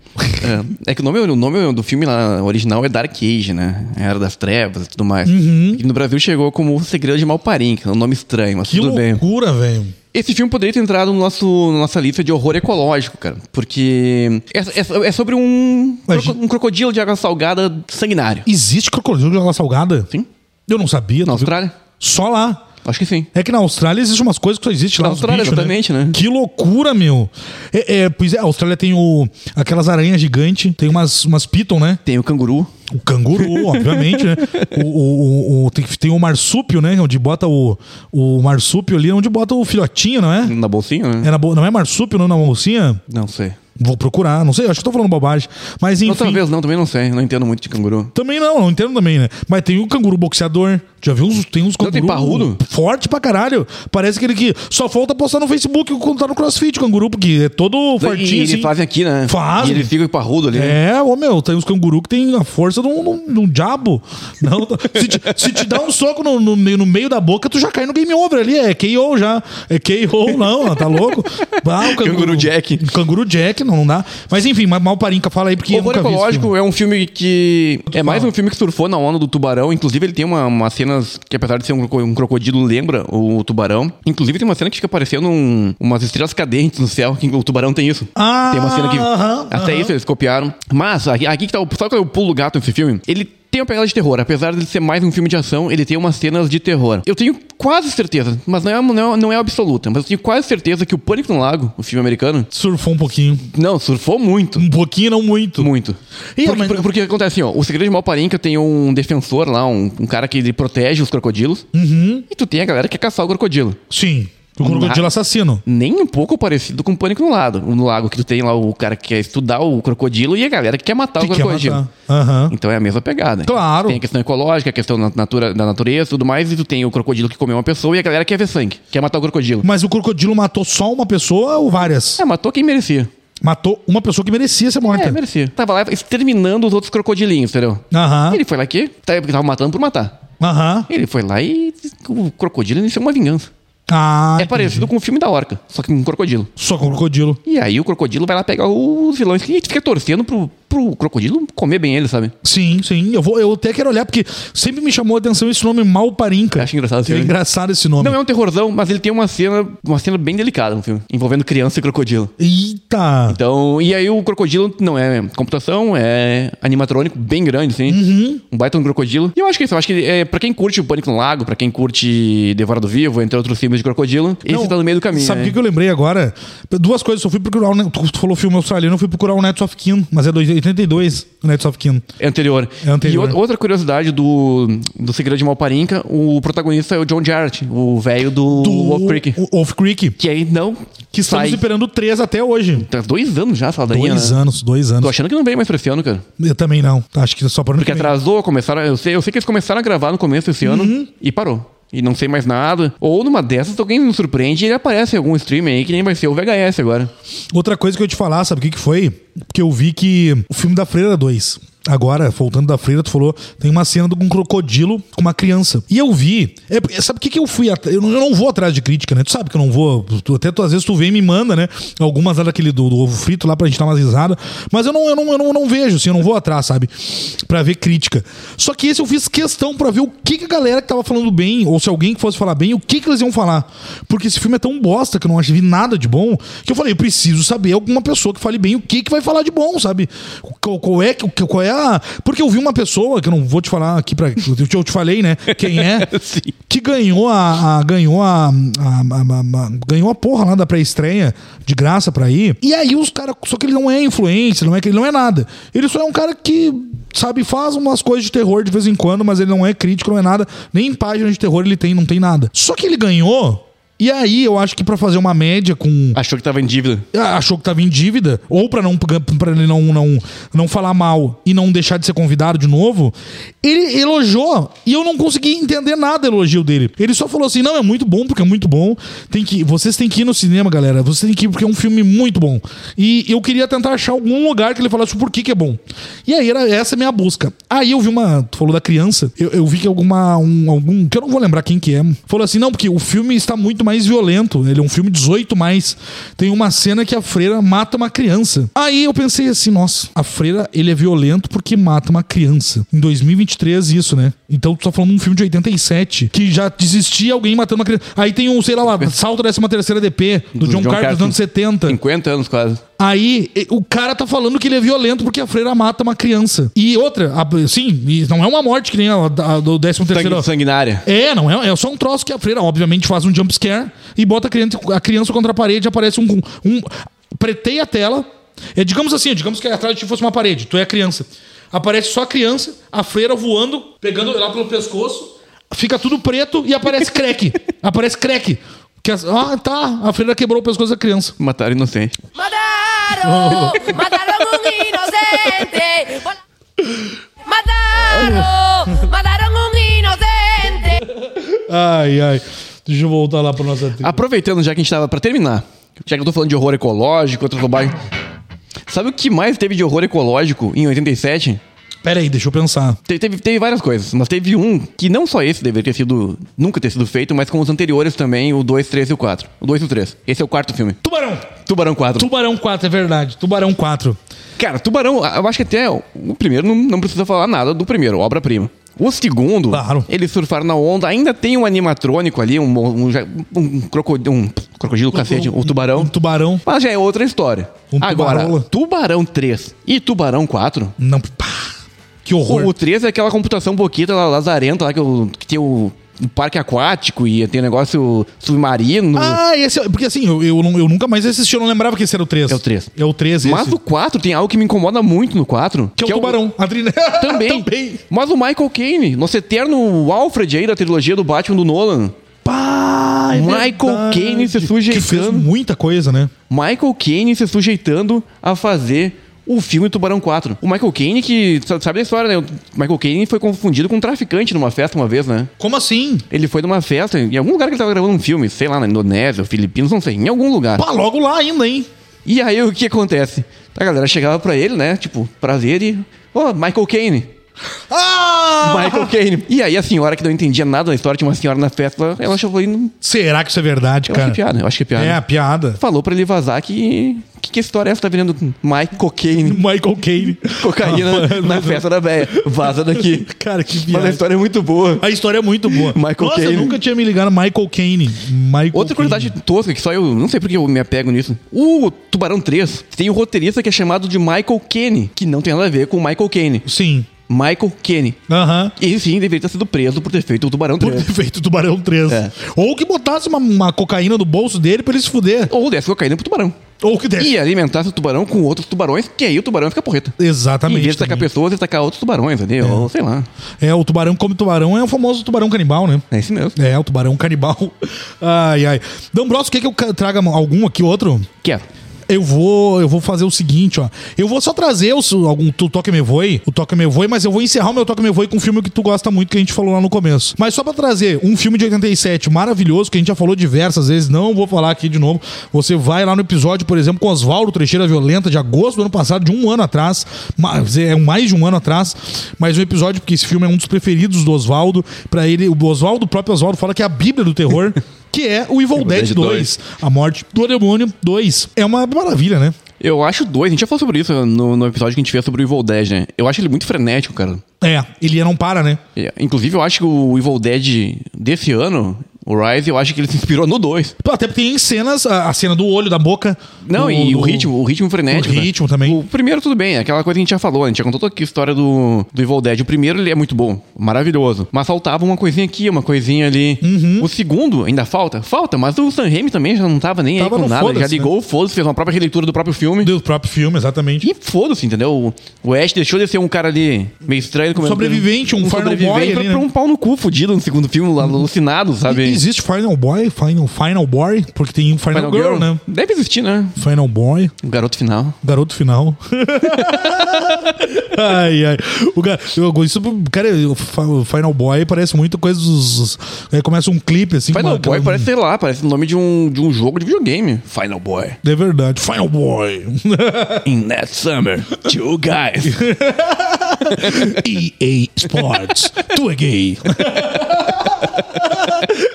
Speaker 2: É, é que o nome, o nome do filme lá, original é Dark Age, né? Era das Trevas e tudo mais. E no Brasil chegou como O Segredo de Malparinca, um nome estranho, mas
Speaker 1: Que
Speaker 2: tudo bem.
Speaker 1: loucura, velho.
Speaker 2: Esse filme poderia ter entrado no nosso, na nossa lista de horror ecológico, cara. Porque é, é- é sobre um,
Speaker 1: Mas-
Speaker 2: croco- um crocodilo de água salgada sanguinário.
Speaker 1: Existe crocodilo de água salgada?
Speaker 2: Sim?
Speaker 1: Eu não sabia. tu
Speaker 2: Na
Speaker 1: viu?
Speaker 2: Austrália?
Speaker 1: Só lá.
Speaker 2: Acho que sim.
Speaker 1: É que na Austrália existem umas coisas que só existe lá.
Speaker 2: Na
Speaker 1: uns
Speaker 2: Austrália,
Speaker 1: bichos,
Speaker 2: exatamente, né?
Speaker 1: Que loucura, meu. É, é, pois é, a Austrália tem o, aquelas aranhas gigantes, tem umas, umas piton, né?
Speaker 2: Tem o canguru.
Speaker 1: O canguru, obviamente, né? O, o, o- o- tem, tem o marsúpio, né? Onde bota o, o marsúpio ali, onde bota o filhotinho, não é?
Speaker 2: Na bolsinha, né?
Speaker 1: é na, bo- não é marsúpio, não, na bolsinha?
Speaker 2: Não sei.
Speaker 1: Vou procurar, não sei, acho que tô falando bobagem. Mas enfim.
Speaker 2: Outra vez não, também não sei. Não entendo muito de canguru.
Speaker 1: Também não, não entendo também, né? Mas tem o canguru boxeador. Já viu uns, tem uns
Speaker 2: Não,
Speaker 1: canguru
Speaker 2: tem parrudo?
Speaker 1: forte pra caralho. Parece aquele que só falta postar no Facebook quando tá no CrossFit, o canguru, porque é todo
Speaker 2: e
Speaker 1: fortinho
Speaker 2: eles
Speaker 1: assim.
Speaker 2: fazem aqui, né?
Speaker 1: Faz.
Speaker 2: E ele fica parrudo ali.
Speaker 1: É, ô meu, tem uns canguru que tem a força de um, de um- de um diabo. Não, se, te, se te dá um soco no, no meio- no meio da boca, tu já cai no game over ali. É KO já. É KO, não, não, tá louco? Ah, o
Speaker 2: Canguru Jack.
Speaker 1: Canguru Jack, não, não dá. Mas enfim, mas mal parinca, fala aí, porque.
Speaker 2: O
Speaker 1: eu
Speaker 2: Horror
Speaker 1: nunca vi esse
Speaker 2: Ecológico
Speaker 1: filme.
Speaker 2: é um filme que. É mais
Speaker 1: fala.
Speaker 2: um filme que surfou na onda do tubarão. Inclusive, ele tem uma- umas cenas que, apesar de ser um, croco- um crocodilo, lembra o tubarão. Inclusive, tem uma cena que fica aparecendo um- umas estrelas cadentes no céu. Que o tubarão tem isso.
Speaker 1: Ah,
Speaker 2: tem uma cena que.
Speaker 1: aham,
Speaker 2: até
Speaker 1: aham.
Speaker 2: isso eles copiaram. Mas, aqui, aqui que tá o. Sabe qual é o pulo do gato nesse filme? Ele. Tem uma pegada de terror, apesar de ser mais um filme de ação, ele tem umas cenas de terror. Eu tenho quase certeza, mas não é, não é, não é absoluta, mas eu tenho quase certeza que o Pânico no Lago, o filme americano,
Speaker 1: Surfou um pouquinho.
Speaker 2: não, surfou muito.
Speaker 1: Um pouquinho, não muito.
Speaker 2: Muito.
Speaker 1: Ih,
Speaker 2: porque,
Speaker 1: mas-
Speaker 2: porque- porque acontece assim, ó. O Segredo de Malparinca tem um defensor lá, um, um cara que ele protege os crocodilos.
Speaker 1: Uhum.
Speaker 2: E tu tem a galera que quer caçar o crocodilo.
Speaker 1: Sim. O crocodilo
Speaker 2: Na-
Speaker 1: assassino.
Speaker 2: Nem um pouco parecido com o Pânico no Lado. No lago que tu tem lá o cara que quer estudar o crocodilo e a galera que quer matar
Speaker 1: Que
Speaker 2: É o
Speaker 1: quer
Speaker 2: crocodilo.
Speaker 1: matar. Aham.
Speaker 2: Então é a mesma pegada.
Speaker 1: Claro.
Speaker 2: Tem a questão ecológica, a questão na- natura- da natureza e tudo mais. E tu tem o crocodilo que comeu uma pessoa e a galera quer ver sangue. Quer matar o crocodilo.
Speaker 1: Mas o crocodilo matou só uma pessoa ou várias?
Speaker 2: É, matou quem merecia.
Speaker 1: Matou uma pessoa que merecia ser morta.
Speaker 2: É, merecia. Tava lá exterminando os outros crocodilinhos, entendeu?
Speaker 1: Aham.
Speaker 2: Ele foi lá que tava matando por matar.
Speaker 1: Aham.
Speaker 2: Ele foi lá e o crocodilo iniciou uma vingança.
Speaker 1: Ah,
Speaker 2: é parecido com o filme da Orca, só que com um crocodilo.
Speaker 1: só com o crocodilo.
Speaker 2: E aí o crocodilo vai lá pegar os vilões que a gente fica torcendo pro, pro crocodilo comer bem ele, sabe?
Speaker 1: Sim, sim. Eu, vou, eu até quero olhar, porque sempre me chamou a atenção esse nome Malparinca.
Speaker 2: Eu acho engraçado esse
Speaker 1: É
Speaker 2: nome.
Speaker 1: engraçado esse nome.
Speaker 2: Não é um terrorzão, mas ele tem uma cena, uma cena bem delicada no filme, envolvendo criança e crocodilo.
Speaker 1: Eita!
Speaker 2: Então, e aí o crocodilo não é computação, é animatrônico, bem grande, assim.
Speaker 1: Uhum.
Speaker 2: Um baita um crocodilo. E eu acho que é isso, eu acho que é, pra quem curte o Pânico no Lago, pra quem curte Devorado Vivo, entre outros filmes de crocodilo, esse
Speaker 1: Não,
Speaker 2: tá no meio do caminho.
Speaker 1: Sabe o
Speaker 2: né?
Speaker 1: que que eu lembrei agora? Duas coisas. Eu fui procurar o. Ne- Tu tu falou filme australiano, eu fui procurar o Nets of Kin, mas é dois- 82 o Nets of Kin.
Speaker 2: É anterior.
Speaker 1: É anterior.
Speaker 2: E ou- outra curiosidade do, do Segredo de Malparinca, o protagonista é o John Jarrett, o velho do, Wolf Creek.
Speaker 1: o- Wolf Creek.
Speaker 2: Que aí não
Speaker 1: Que estamos
Speaker 2: sai.
Speaker 1: esperando três até hoje.
Speaker 2: Tá dois anos já, essa ladainha,
Speaker 1: Dois
Speaker 2: né?
Speaker 1: anos, dois
Speaker 2: Tô
Speaker 1: anos.
Speaker 2: achando que não veio mais pra esse ano, cara.
Speaker 1: Eu também não. Tá, Acho que só para
Speaker 2: Porque atrasou, começaram. Eu sei, eu sei que eles começaram a gravar no começo desse ano
Speaker 1: Uhum.
Speaker 2: e parou. E não sei mais nada. Ou numa dessas, alguém nos surpreende e ele aparece em algum streamer aí que nem vai ser o VHS agora.
Speaker 1: Outra coisa que eu ia te falar, sabe o que, que foi? Que eu vi que o filme da Freira 2, agora, voltando da Freira, tu falou, tem uma cena de um crocodilo com uma criança. E eu vi. é porque- sabe o que, que eu fui atrás? Eu, não- eu não vou atrás de crítica, né? Tu sabe que eu não vou. tu- até tu, às vezes tu vem e me manda, né? Algumas lá daquele do, do ovo frito lá pra gente dar umas risadas. Mas eu não, eu, não, eu, não, eu não vejo, assim, eu não vou atrás, sabe? Pra ver crítica. Só que esse eu fiz questão pra ver o que, que a galera que tava falando bem, ou se alguém que fosse falar bem, o que, que eles iam falar. Porque esse filme é tão bosta que eu não achei nada de bom, que eu falei, eu preciso saber alguma pessoa que fale bem o que, que vai falar de bom, sabe? Qual, qual é, que- qual é a. Porque eu vi uma pessoa, que eu não vou te falar aqui pra. Eu te, eu te falei, né? Quem é? que ganhou a. a- ganhou a, a- a- a- a- Ganhou a porra lá da pré-estreia de graça pra ir. E aí os caras. Só que ele não é influencer, não é que ele não é nada. Ele só é um cara que sabe, faz umas coisas de terror de vez em quando, mas ele não é crítico, não é nada. Nem em página de terror ele tem, não tem nada. Só que ele ganhou. E aí, eu acho que pra fazer uma média com.
Speaker 2: Achou que tava em dívida.
Speaker 1: Ah, Achou que tava em dívida, ou pra não para ele não, não, não falar mal e não deixar de ser convidado de novo, ele elogiou e eu não consegui entender nada do elogio dele. Ele só falou assim: "Não, é muito bom, porque é muito bom. Tem que, vocês têm que ir no cinema, galera. Vocês têm que ir porque é um filme muito bom". E eu queria tentar achar algum lugar que ele falasse o porquê que é bom. E aí era essa é a minha busca. Aí eu vi uma, tu falou da criança, eu, eu vi que alguma um, algum, que eu não vou lembrar quem que é, falou assim: "Não, porque o filme está muito mais violento. Ele é um filme 18 mais. Tem uma cena que a freira mata uma criança. Aí eu pensei assim, nossa, a freira ele é violento porque mata uma criança. Em 2023 isso, né? Então tu tá falando de um filme de 87 que já existia alguém matando uma criança. Aí tem um, sei lá, o assalto décima terceira DP do, John, Carter dos anos 70.
Speaker 2: 50 anos quase.
Speaker 1: Aí e- o cara tá falando que ele é violento porque a freira mata uma criança. E outra, a- sim, e não é uma morte que nem a, a do 13 terceiro.
Speaker 2: Sangu- sanguinária.
Speaker 1: É, não é, é só um troço que a freira, obviamente, faz um jump scare e bota a criança, a criança contra a parede, aparece um, um preteia a tela. É, digamos assim, digamos que atrás de ti fosse uma parede, tu é a criança. Aparece só a criança, a freira voando, pegando lá pelo pescoço, fica tudo preto e aparece crack. aparece crack. Que as- ah, tá, a freira quebrou o pescoço da criança.
Speaker 2: Mataram inocente.
Speaker 8: Mataron, mataron un inocente. Mataron, mataron un inocente.
Speaker 1: Ai, ai. Deixa eu voltar lá pra nossa trilha.
Speaker 2: Aproveitando já que a gente tava pra terminar, já que eu tô falando de horror ecológico, outras bobagens. Sabe o que mais teve de horror ecológico em 87?
Speaker 1: Pera aí, Ah, deixa eu pensar.
Speaker 2: Te- Teve, teve várias coisas, mas teve um que não só esse deveria ter sido, nunca ter sido feito, mas como os anteriores também, o 2, 3 e o 4. O 2 e o 3. Esse é o quarto filme.
Speaker 1: Tubarão!
Speaker 2: Tubarão 4.
Speaker 1: Tubarão 4, é verdade. Tubarão 4.
Speaker 2: Cara, Tubarão, eu acho que até o o primeiro não, não precisa falar nada do primeiro, obra-prima. O segundo,
Speaker 1: Claro.
Speaker 2: eles surfaram na onda, ainda tem um animatrônico ali, um, mo- um, ja- um crocodilo, um crocodilo, cacete, um, tubarão.
Speaker 1: Um tubarão.
Speaker 2: mas já é outra história.
Speaker 1: Um
Speaker 2: Agora,
Speaker 1: tubarola.
Speaker 2: Tubarão 3 e Tubarão 4,
Speaker 1: Não, pá. Que horror.
Speaker 2: O, o 3 é aquela computação boquita lá, lazarenta, lá que, o- que tem o, o parque aquático e tem negócio submarino.
Speaker 1: Ah, esse é. Porque assim, eu, eu, nu- eu nunca mais assisti, eu não lembrava que esse era o 3.
Speaker 2: É o três.
Speaker 1: É o 3,
Speaker 2: Mas
Speaker 1: esse.
Speaker 2: o 4 tem algo que me incomoda muito no 4.
Speaker 1: Que é o tubarão. A trilha-
Speaker 2: Também.
Speaker 1: Também.
Speaker 2: Mas o Michael Caine, nosso eterno Alfred aí da trilogia do Batman do Nolan.
Speaker 1: Pá, é
Speaker 2: Michael
Speaker 1: verdade.
Speaker 2: Caine se
Speaker 1: Que fez
Speaker 2: sujeitando.
Speaker 1: muita coisa, né?
Speaker 2: Michael Caine se sujeitando a fazer o filme Tubarão 4. O Michael Caine que... sa- Sabe da história, né? O Michael Caine foi confundido com um traficante numa festa uma vez, né?
Speaker 1: Como assim?
Speaker 2: Ele foi numa festa, em algum lugar que ele tava gravando um filme, sei lá, na Indonésia, Filipinas, não sei, em algum lugar.
Speaker 1: Pá, logo lá ainda, hein?
Speaker 2: E aí o que acontece? A galera chegava pra ele, né? Tipo, prazer e. Ô, Michael Caine!
Speaker 1: Ah!
Speaker 2: Michael Caine! E aí assim, a senhora que não entendia nada da história, tinha uma senhora na festa, ela achou ele.
Speaker 1: Será que isso é verdade,
Speaker 2: Eu acho
Speaker 1: cara?
Speaker 2: que é piada, eu acho que é piada.
Speaker 1: É, a piada.
Speaker 2: Falou pra ele vazar que. que, que história é essa? Tá vendendo Mike Cocaine,
Speaker 1: Michael Caine.
Speaker 2: cocaína na festa da véia. Vaza daqui.
Speaker 1: Cara, que
Speaker 2: Mas a
Speaker 1: viagem.
Speaker 2: história é muito boa.
Speaker 1: A história é muito boa.
Speaker 2: Michael
Speaker 1: Nossa,
Speaker 2: Caine.
Speaker 1: eu nunca tinha me ligado Michael Caine. Michael
Speaker 2: Outra curiosidade
Speaker 1: Caine.
Speaker 2: tosca, que só eu não sei porque eu me apego nisso. O Tubarão 3 tem um roteirista que é chamado de Michael Kenny, que não tem nada a ver com Michael Kenny.
Speaker 1: Sim.
Speaker 2: Michael Kenny.
Speaker 1: Aham.
Speaker 2: Ele sim deveria ter sido preso por ter feito o Tubarão
Speaker 1: Por
Speaker 2: 3.
Speaker 1: ter feito o Tubarão 3.
Speaker 2: É.
Speaker 1: Ou que botasse uma, uma cocaína no bolso dele pra ele se fuder.
Speaker 2: Ou desse cocaína pro tubarão.
Speaker 1: Ou que desse.
Speaker 2: E alimentasse o tubarão com outros tubarões, que aí o tubarão fica porreta. Em
Speaker 1: Exatamente.
Speaker 2: vez de atacar
Speaker 1: também.
Speaker 2: pessoas, ele atacar outros tubarões ali, ou sei lá.
Speaker 1: É, o tubarão come tubarão é o famoso tubarão canibal, né?
Speaker 2: É isso mesmo.
Speaker 1: É, o tubarão canibal. Ai, ai. Dombrosso, quer que eu ca- traga algum aqui, outro?
Speaker 2: Quer.
Speaker 1: Eu vou, eu vou fazer o seguinte, ó. Eu vou só trazer os, algum tu Toca Me Voe, o Toca Me Voe, mas eu vou encerrar o meu Toca Me Voe com um filme que tu gosta muito, que a gente falou lá no começo. Mas só pra trazer um filme de 87 maravilhoso, que a gente já falou diversas vezes, não vou falar aqui de novo. Você vai lá no episódio, por exemplo, com Oswaldo Trecheira Violenta, de agosto do ano passado, de um ano atrás. Mas é mais de um ano atrás. Mas um episódio, porque esse filme é um dos preferidos do Oswaldo. Pra ele, o Oswaldo, o próprio Oswaldo, fala que é a Bíblia do terror. Que é o Evil Dead
Speaker 2: Dead
Speaker 1: 2. A Morte do Demônio 2. É uma maravilha, né?
Speaker 2: Eu acho dois, a gente já falou sobre isso no, no episódio que a gente fez sobre o Evil Dead, né? Eu acho ele muito frenético, cara.
Speaker 1: É, ele não para, né?
Speaker 2: É, Inclusive, eu acho que o Evil Dead desse ano, o Rise, eu acho que ele se inspirou no 2.
Speaker 1: Pô, Até porque tem cenas, a, a cena do olho, da boca.
Speaker 2: Não,
Speaker 1: do-
Speaker 2: e o
Speaker 1: do-
Speaker 2: ritmo, o ritmo frenético.
Speaker 1: o
Speaker 2: né?
Speaker 1: ritmo também.
Speaker 2: O primeiro, tudo bem, é aquela coisa que a gente já falou, a gente já contou aqui a história do, do Evil Dead. O primeiro, ele é muito bom, maravilhoso. Mas faltava uma coisinha aqui, uma coisinha ali.
Speaker 1: Uhum.
Speaker 2: O segundo, ainda falta? Falta, mas o Sam Raimi também já não tava nem
Speaker 1: Tava
Speaker 2: aí com
Speaker 1: no
Speaker 2: nada. Ele Já
Speaker 1: foda-se, né?
Speaker 2: ligou, foda-se, fez uma própria releitura do próprio filme.
Speaker 1: Do próprio filme, exatamente.
Speaker 2: E foda-se, entendeu? O o Ash deixou de ser um cara ali meio estranho. como-
Speaker 1: Sobrevivente, um final boy ali,
Speaker 2: pra,
Speaker 1: né?
Speaker 2: pra um pau no cu fudido no segundo filme, lá alucinado, sabe?
Speaker 1: E Existe Final Boy, Final, Final Boy, porque tem um Final,
Speaker 2: Final
Speaker 1: Girl,
Speaker 2: Girl,
Speaker 1: né?
Speaker 2: Deve existir, né?
Speaker 1: Final Boy,
Speaker 2: O garoto final.
Speaker 1: Garoto Final. ai, ai. O gar... eu, isso, cara, o Fa- Final Boy parece muito coisa dos. Aí começa um clipe assim.
Speaker 2: Final
Speaker 1: uma-
Speaker 2: Boy parece, sei lá, parece o nome de um, de um jogo de videogame. Final Boy.
Speaker 1: É verdade. Final Boy.
Speaker 2: In that summer, two guys.
Speaker 1: EA Sports. tu é gay.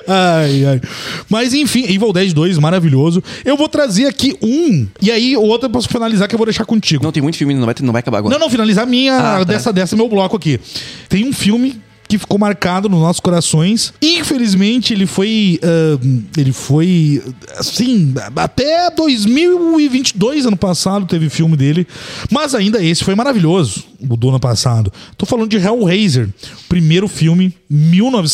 Speaker 1: ai, ai. Mas enfim, Evil Dead 2, maravilhoso. Eu vou trazer aqui um, e aí o outro eu posso finalizar que eu vou deixar contigo.
Speaker 2: Não, tem muito filme, não vai, ter- não vai acabar agora.
Speaker 1: Não, não, finalizar minha,
Speaker 2: tá.
Speaker 1: dessa, dessa, meu bloco aqui. Tem um filme que ficou marcado nos nossos corações. Infelizmente, ele foi. ahn, ele foi. Assim, até 2022, ano passado, teve filme dele. Mas ainda esse foi maravilhoso, o do ano passado. Tô falando de Hellraiser, primeiro filme,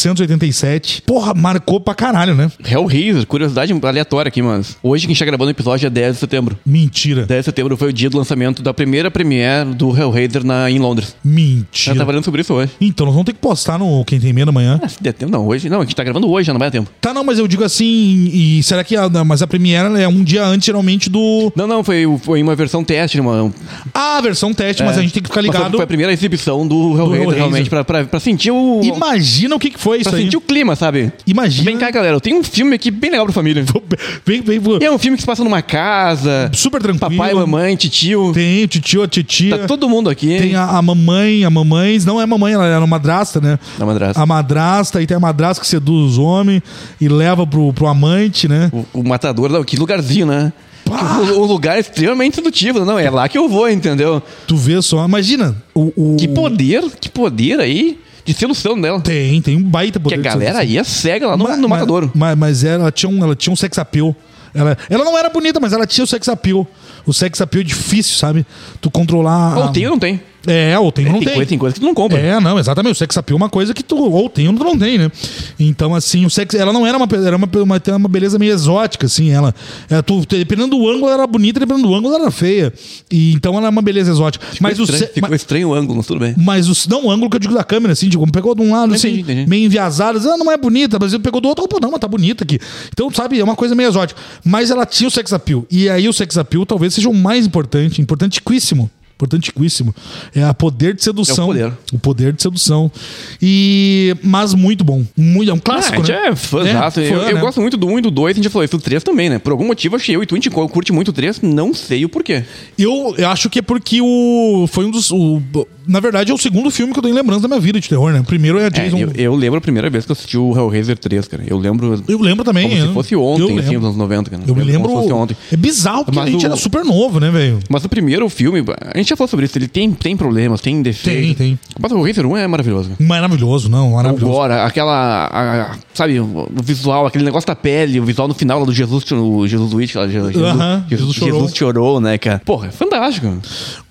Speaker 1: 1987. Porra, marcou pra caralho, né?
Speaker 2: Hellraiser, curiosidade aleatória aqui, mas Hoje que a gente tá gravando o episódio é 10 de setembro.
Speaker 1: Mentira.
Speaker 2: 10 de setembro foi o dia do lançamento da primeira premiere do Hellraiser na, em Londres. Eu tava
Speaker 1: Mentira.
Speaker 2: falando sobre isso hoje.
Speaker 1: Então, nós vamos ter que postar no Quem Tem Medo amanhã.
Speaker 2: Ah, se der tempo, não, hoje. Não, a gente tá gravando hoje, já não vai dar tempo.
Speaker 1: Tá, não, mas eu digo assim, e será que a, mas a Premiere é um dia antes, geralmente, do.
Speaker 2: Não, não, foi, foi uma versão teste, uma.
Speaker 1: Ah, a versão teste, mas a gente tem que ficar
Speaker 2: É. Mas foi-
Speaker 1: ligado.
Speaker 2: Foi a primeira exibição do Hellraiser,
Speaker 1: Hellraiser.
Speaker 2: realmente, pra, pra, pra sentir o.
Speaker 1: Imagina o que, que foi
Speaker 2: um. pra
Speaker 1: isso aí.
Speaker 2: sentir o clima, sabe?
Speaker 1: Imagina.
Speaker 2: Vem cá, galera, eu tenho um filme aqui bem legal pra família.
Speaker 1: Vem, vem, vou-
Speaker 2: E é um filme que se passa numa casa.
Speaker 1: Super tranquilo.
Speaker 2: Papai, mamãe, tio.
Speaker 1: Tem o tio, a titia.
Speaker 2: Tá todo mundo aqui.
Speaker 1: Tem a, a mamãe, a mamãe. Não é mamãe, ela era uma madrasta, né?
Speaker 2: A madrasta.
Speaker 1: A madrasta, e tem a madrasta que seduz os homens e leva pro, pro amante, né?
Speaker 2: O, o matador, não, que lugarzinho, né?
Speaker 1: Pá!
Speaker 2: O, o lugar é extremamente sedutivo. Não, é lá que eu vou, entendeu?
Speaker 1: Tu vê só, imagina. O, o-
Speaker 2: Que poder, que poder aí de sedução dela.
Speaker 1: Tem, tem um baita
Speaker 2: Que
Speaker 1: poder.
Speaker 2: a
Speaker 1: de
Speaker 2: galera
Speaker 1: sedução.
Speaker 2: ia cega lá no,
Speaker 1: Ma-
Speaker 2: no
Speaker 1: ma-
Speaker 2: matadouro.
Speaker 1: ma- mas ela, tinha um, ela tinha um sex appeal. Ela, ela não era bonita, mas ela tinha o sex appeal. O sex appeal é difícil, sabe? Tu controlar. a-
Speaker 2: Ou tem ou não tem.
Speaker 1: É, ou tem ou Ah, não tem.
Speaker 2: coisa, tem coisa que tu não compra.
Speaker 1: É, não, exatamente. O sex appeal é uma coisa que tu ou tem ou tu não tem, né? Então, assim, o sex. Ela não era uma. pe- Era uma, uma, tem uma beleza meio exótica, assim. Ela. é, tu, dependendo do ângulo, ela era bonita, dependendo do ângulo, ela era feia. E, então, ela é uma beleza exótica. mas o.
Speaker 2: ficou estranho,
Speaker 1: se-
Speaker 2: ficou
Speaker 1: ma-
Speaker 2: estranho o ângulo, mas tudo bem.
Speaker 1: mas os, não o ângulo que eu digo da câmera, assim, digo, pegou de um lado, assim,
Speaker 2: Entendi, entendi.
Speaker 1: meio enviasado, assim, ah, não é bonita, mas ele pegou do outro, opa, não, mas tá bonita aqui. Então, sabe, é uma coisa meio exótica. Mas ela tinha o sex appeal. E aí o sex appeal talvez seja o mais importante, importantíssimo importantíssimo. É a poder de sedução.
Speaker 2: É o poder.
Speaker 1: O poder de sedução. E mas muito bom. Muito, é um
Speaker 2: Ah,
Speaker 1: clássico,
Speaker 2: a gente
Speaker 1: né?
Speaker 2: é fãzaço. eu,
Speaker 1: fã,
Speaker 2: eu
Speaker 1: né?
Speaker 2: gosto muito do 1 e do 2, a gente já falou isso do 3 também, né? Por algum motivo, achei eu e tu indicou, curte muito o 3, não sei o porquê.
Speaker 1: Eu, eu acho que é porque o foi um dos o- na verdade é o segundo filme que eu tenho lembrança da minha vida de terror, né? O primeiro é
Speaker 2: É,
Speaker 1: Jason.
Speaker 2: eu,
Speaker 1: eu,
Speaker 2: eu lembro a primeira vez que eu assisti o Hellraiser 3, cara. Eu lembro
Speaker 1: lembro também.
Speaker 2: como
Speaker 1: eu-
Speaker 2: se fosse
Speaker 1: eu
Speaker 2: ontem,
Speaker 1: lembro.
Speaker 2: assim, nos anos 90, cara.
Speaker 1: Eu me lembro.
Speaker 2: Como se fosse ontem.
Speaker 1: É bizarro porque
Speaker 2: Mas
Speaker 1: a gente
Speaker 2: o-
Speaker 1: era super novo, né, velho?
Speaker 2: Mas o primeiro filme, a gente já falou sobre isso, ele tem, tem problemas, tem defeitos.
Speaker 1: Tem, tem.
Speaker 2: Mas o Hellraiser 1 é maravilhoso, cara.
Speaker 1: Maravilhoso, não, maravilhoso.
Speaker 2: Agora, aquela. a- a- sabe, o visual, aquele negócio da pele, o visual no final lá do Jesus, o Jesus Witch, lá, Jesus,
Speaker 1: Aham, Jesus
Speaker 2: Jesus,
Speaker 1: chorou.
Speaker 2: Jesus chorou, né, cara? Porra, é fantástico.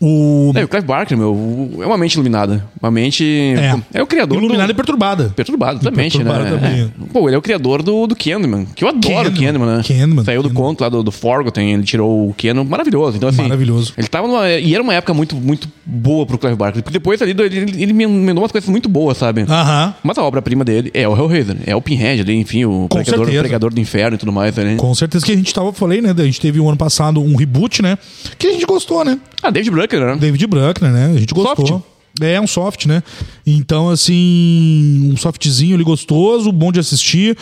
Speaker 1: O
Speaker 2: É, o Clive Barker, meu, o- é uma mente iluminada. Uma mente. É, o criador.
Speaker 1: Iluminada e
Speaker 2: do...
Speaker 1: perturbada.
Speaker 2: Perturbado, exatamente,
Speaker 1: Perturbado
Speaker 2: né?
Speaker 1: também.
Speaker 2: É. Pô, ele é o criador do, do Candyman, que eu adoro o
Speaker 1: Candyman,
Speaker 2: Candyman, né?
Speaker 1: Candyman,
Speaker 2: Saiu do
Speaker 1: Candyman.
Speaker 2: conto lá do, do Forgotten, ele tirou o Candyman, maravilhoso. Então, assim,
Speaker 1: Maravilhoso.
Speaker 2: Ele tava numa, e era uma época muito, muito boa pro Clive Barker, porque depois ali ele, ele, ele emendou umas coisas muito boas, sabe?
Speaker 1: Aham.
Speaker 2: Mas a obra-prima dele é o Hellraiser, é o Pinhead ali, enfim, o
Speaker 1: Com
Speaker 2: pregador,
Speaker 1: certeza.
Speaker 2: pregador do inferno e tudo mais, né?
Speaker 1: Com certeza que a gente tava, falei, né? A gente teve um ano passado um reboot, né? Que a gente gostou, né?
Speaker 2: Ah, David Brucker, né?
Speaker 1: David Bruckner, né? A gente gostou.
Speaker 2: Soft.
Speaker 1: É um soft, né? Então, assim, um softzinho ali gostoso, bom de assistir.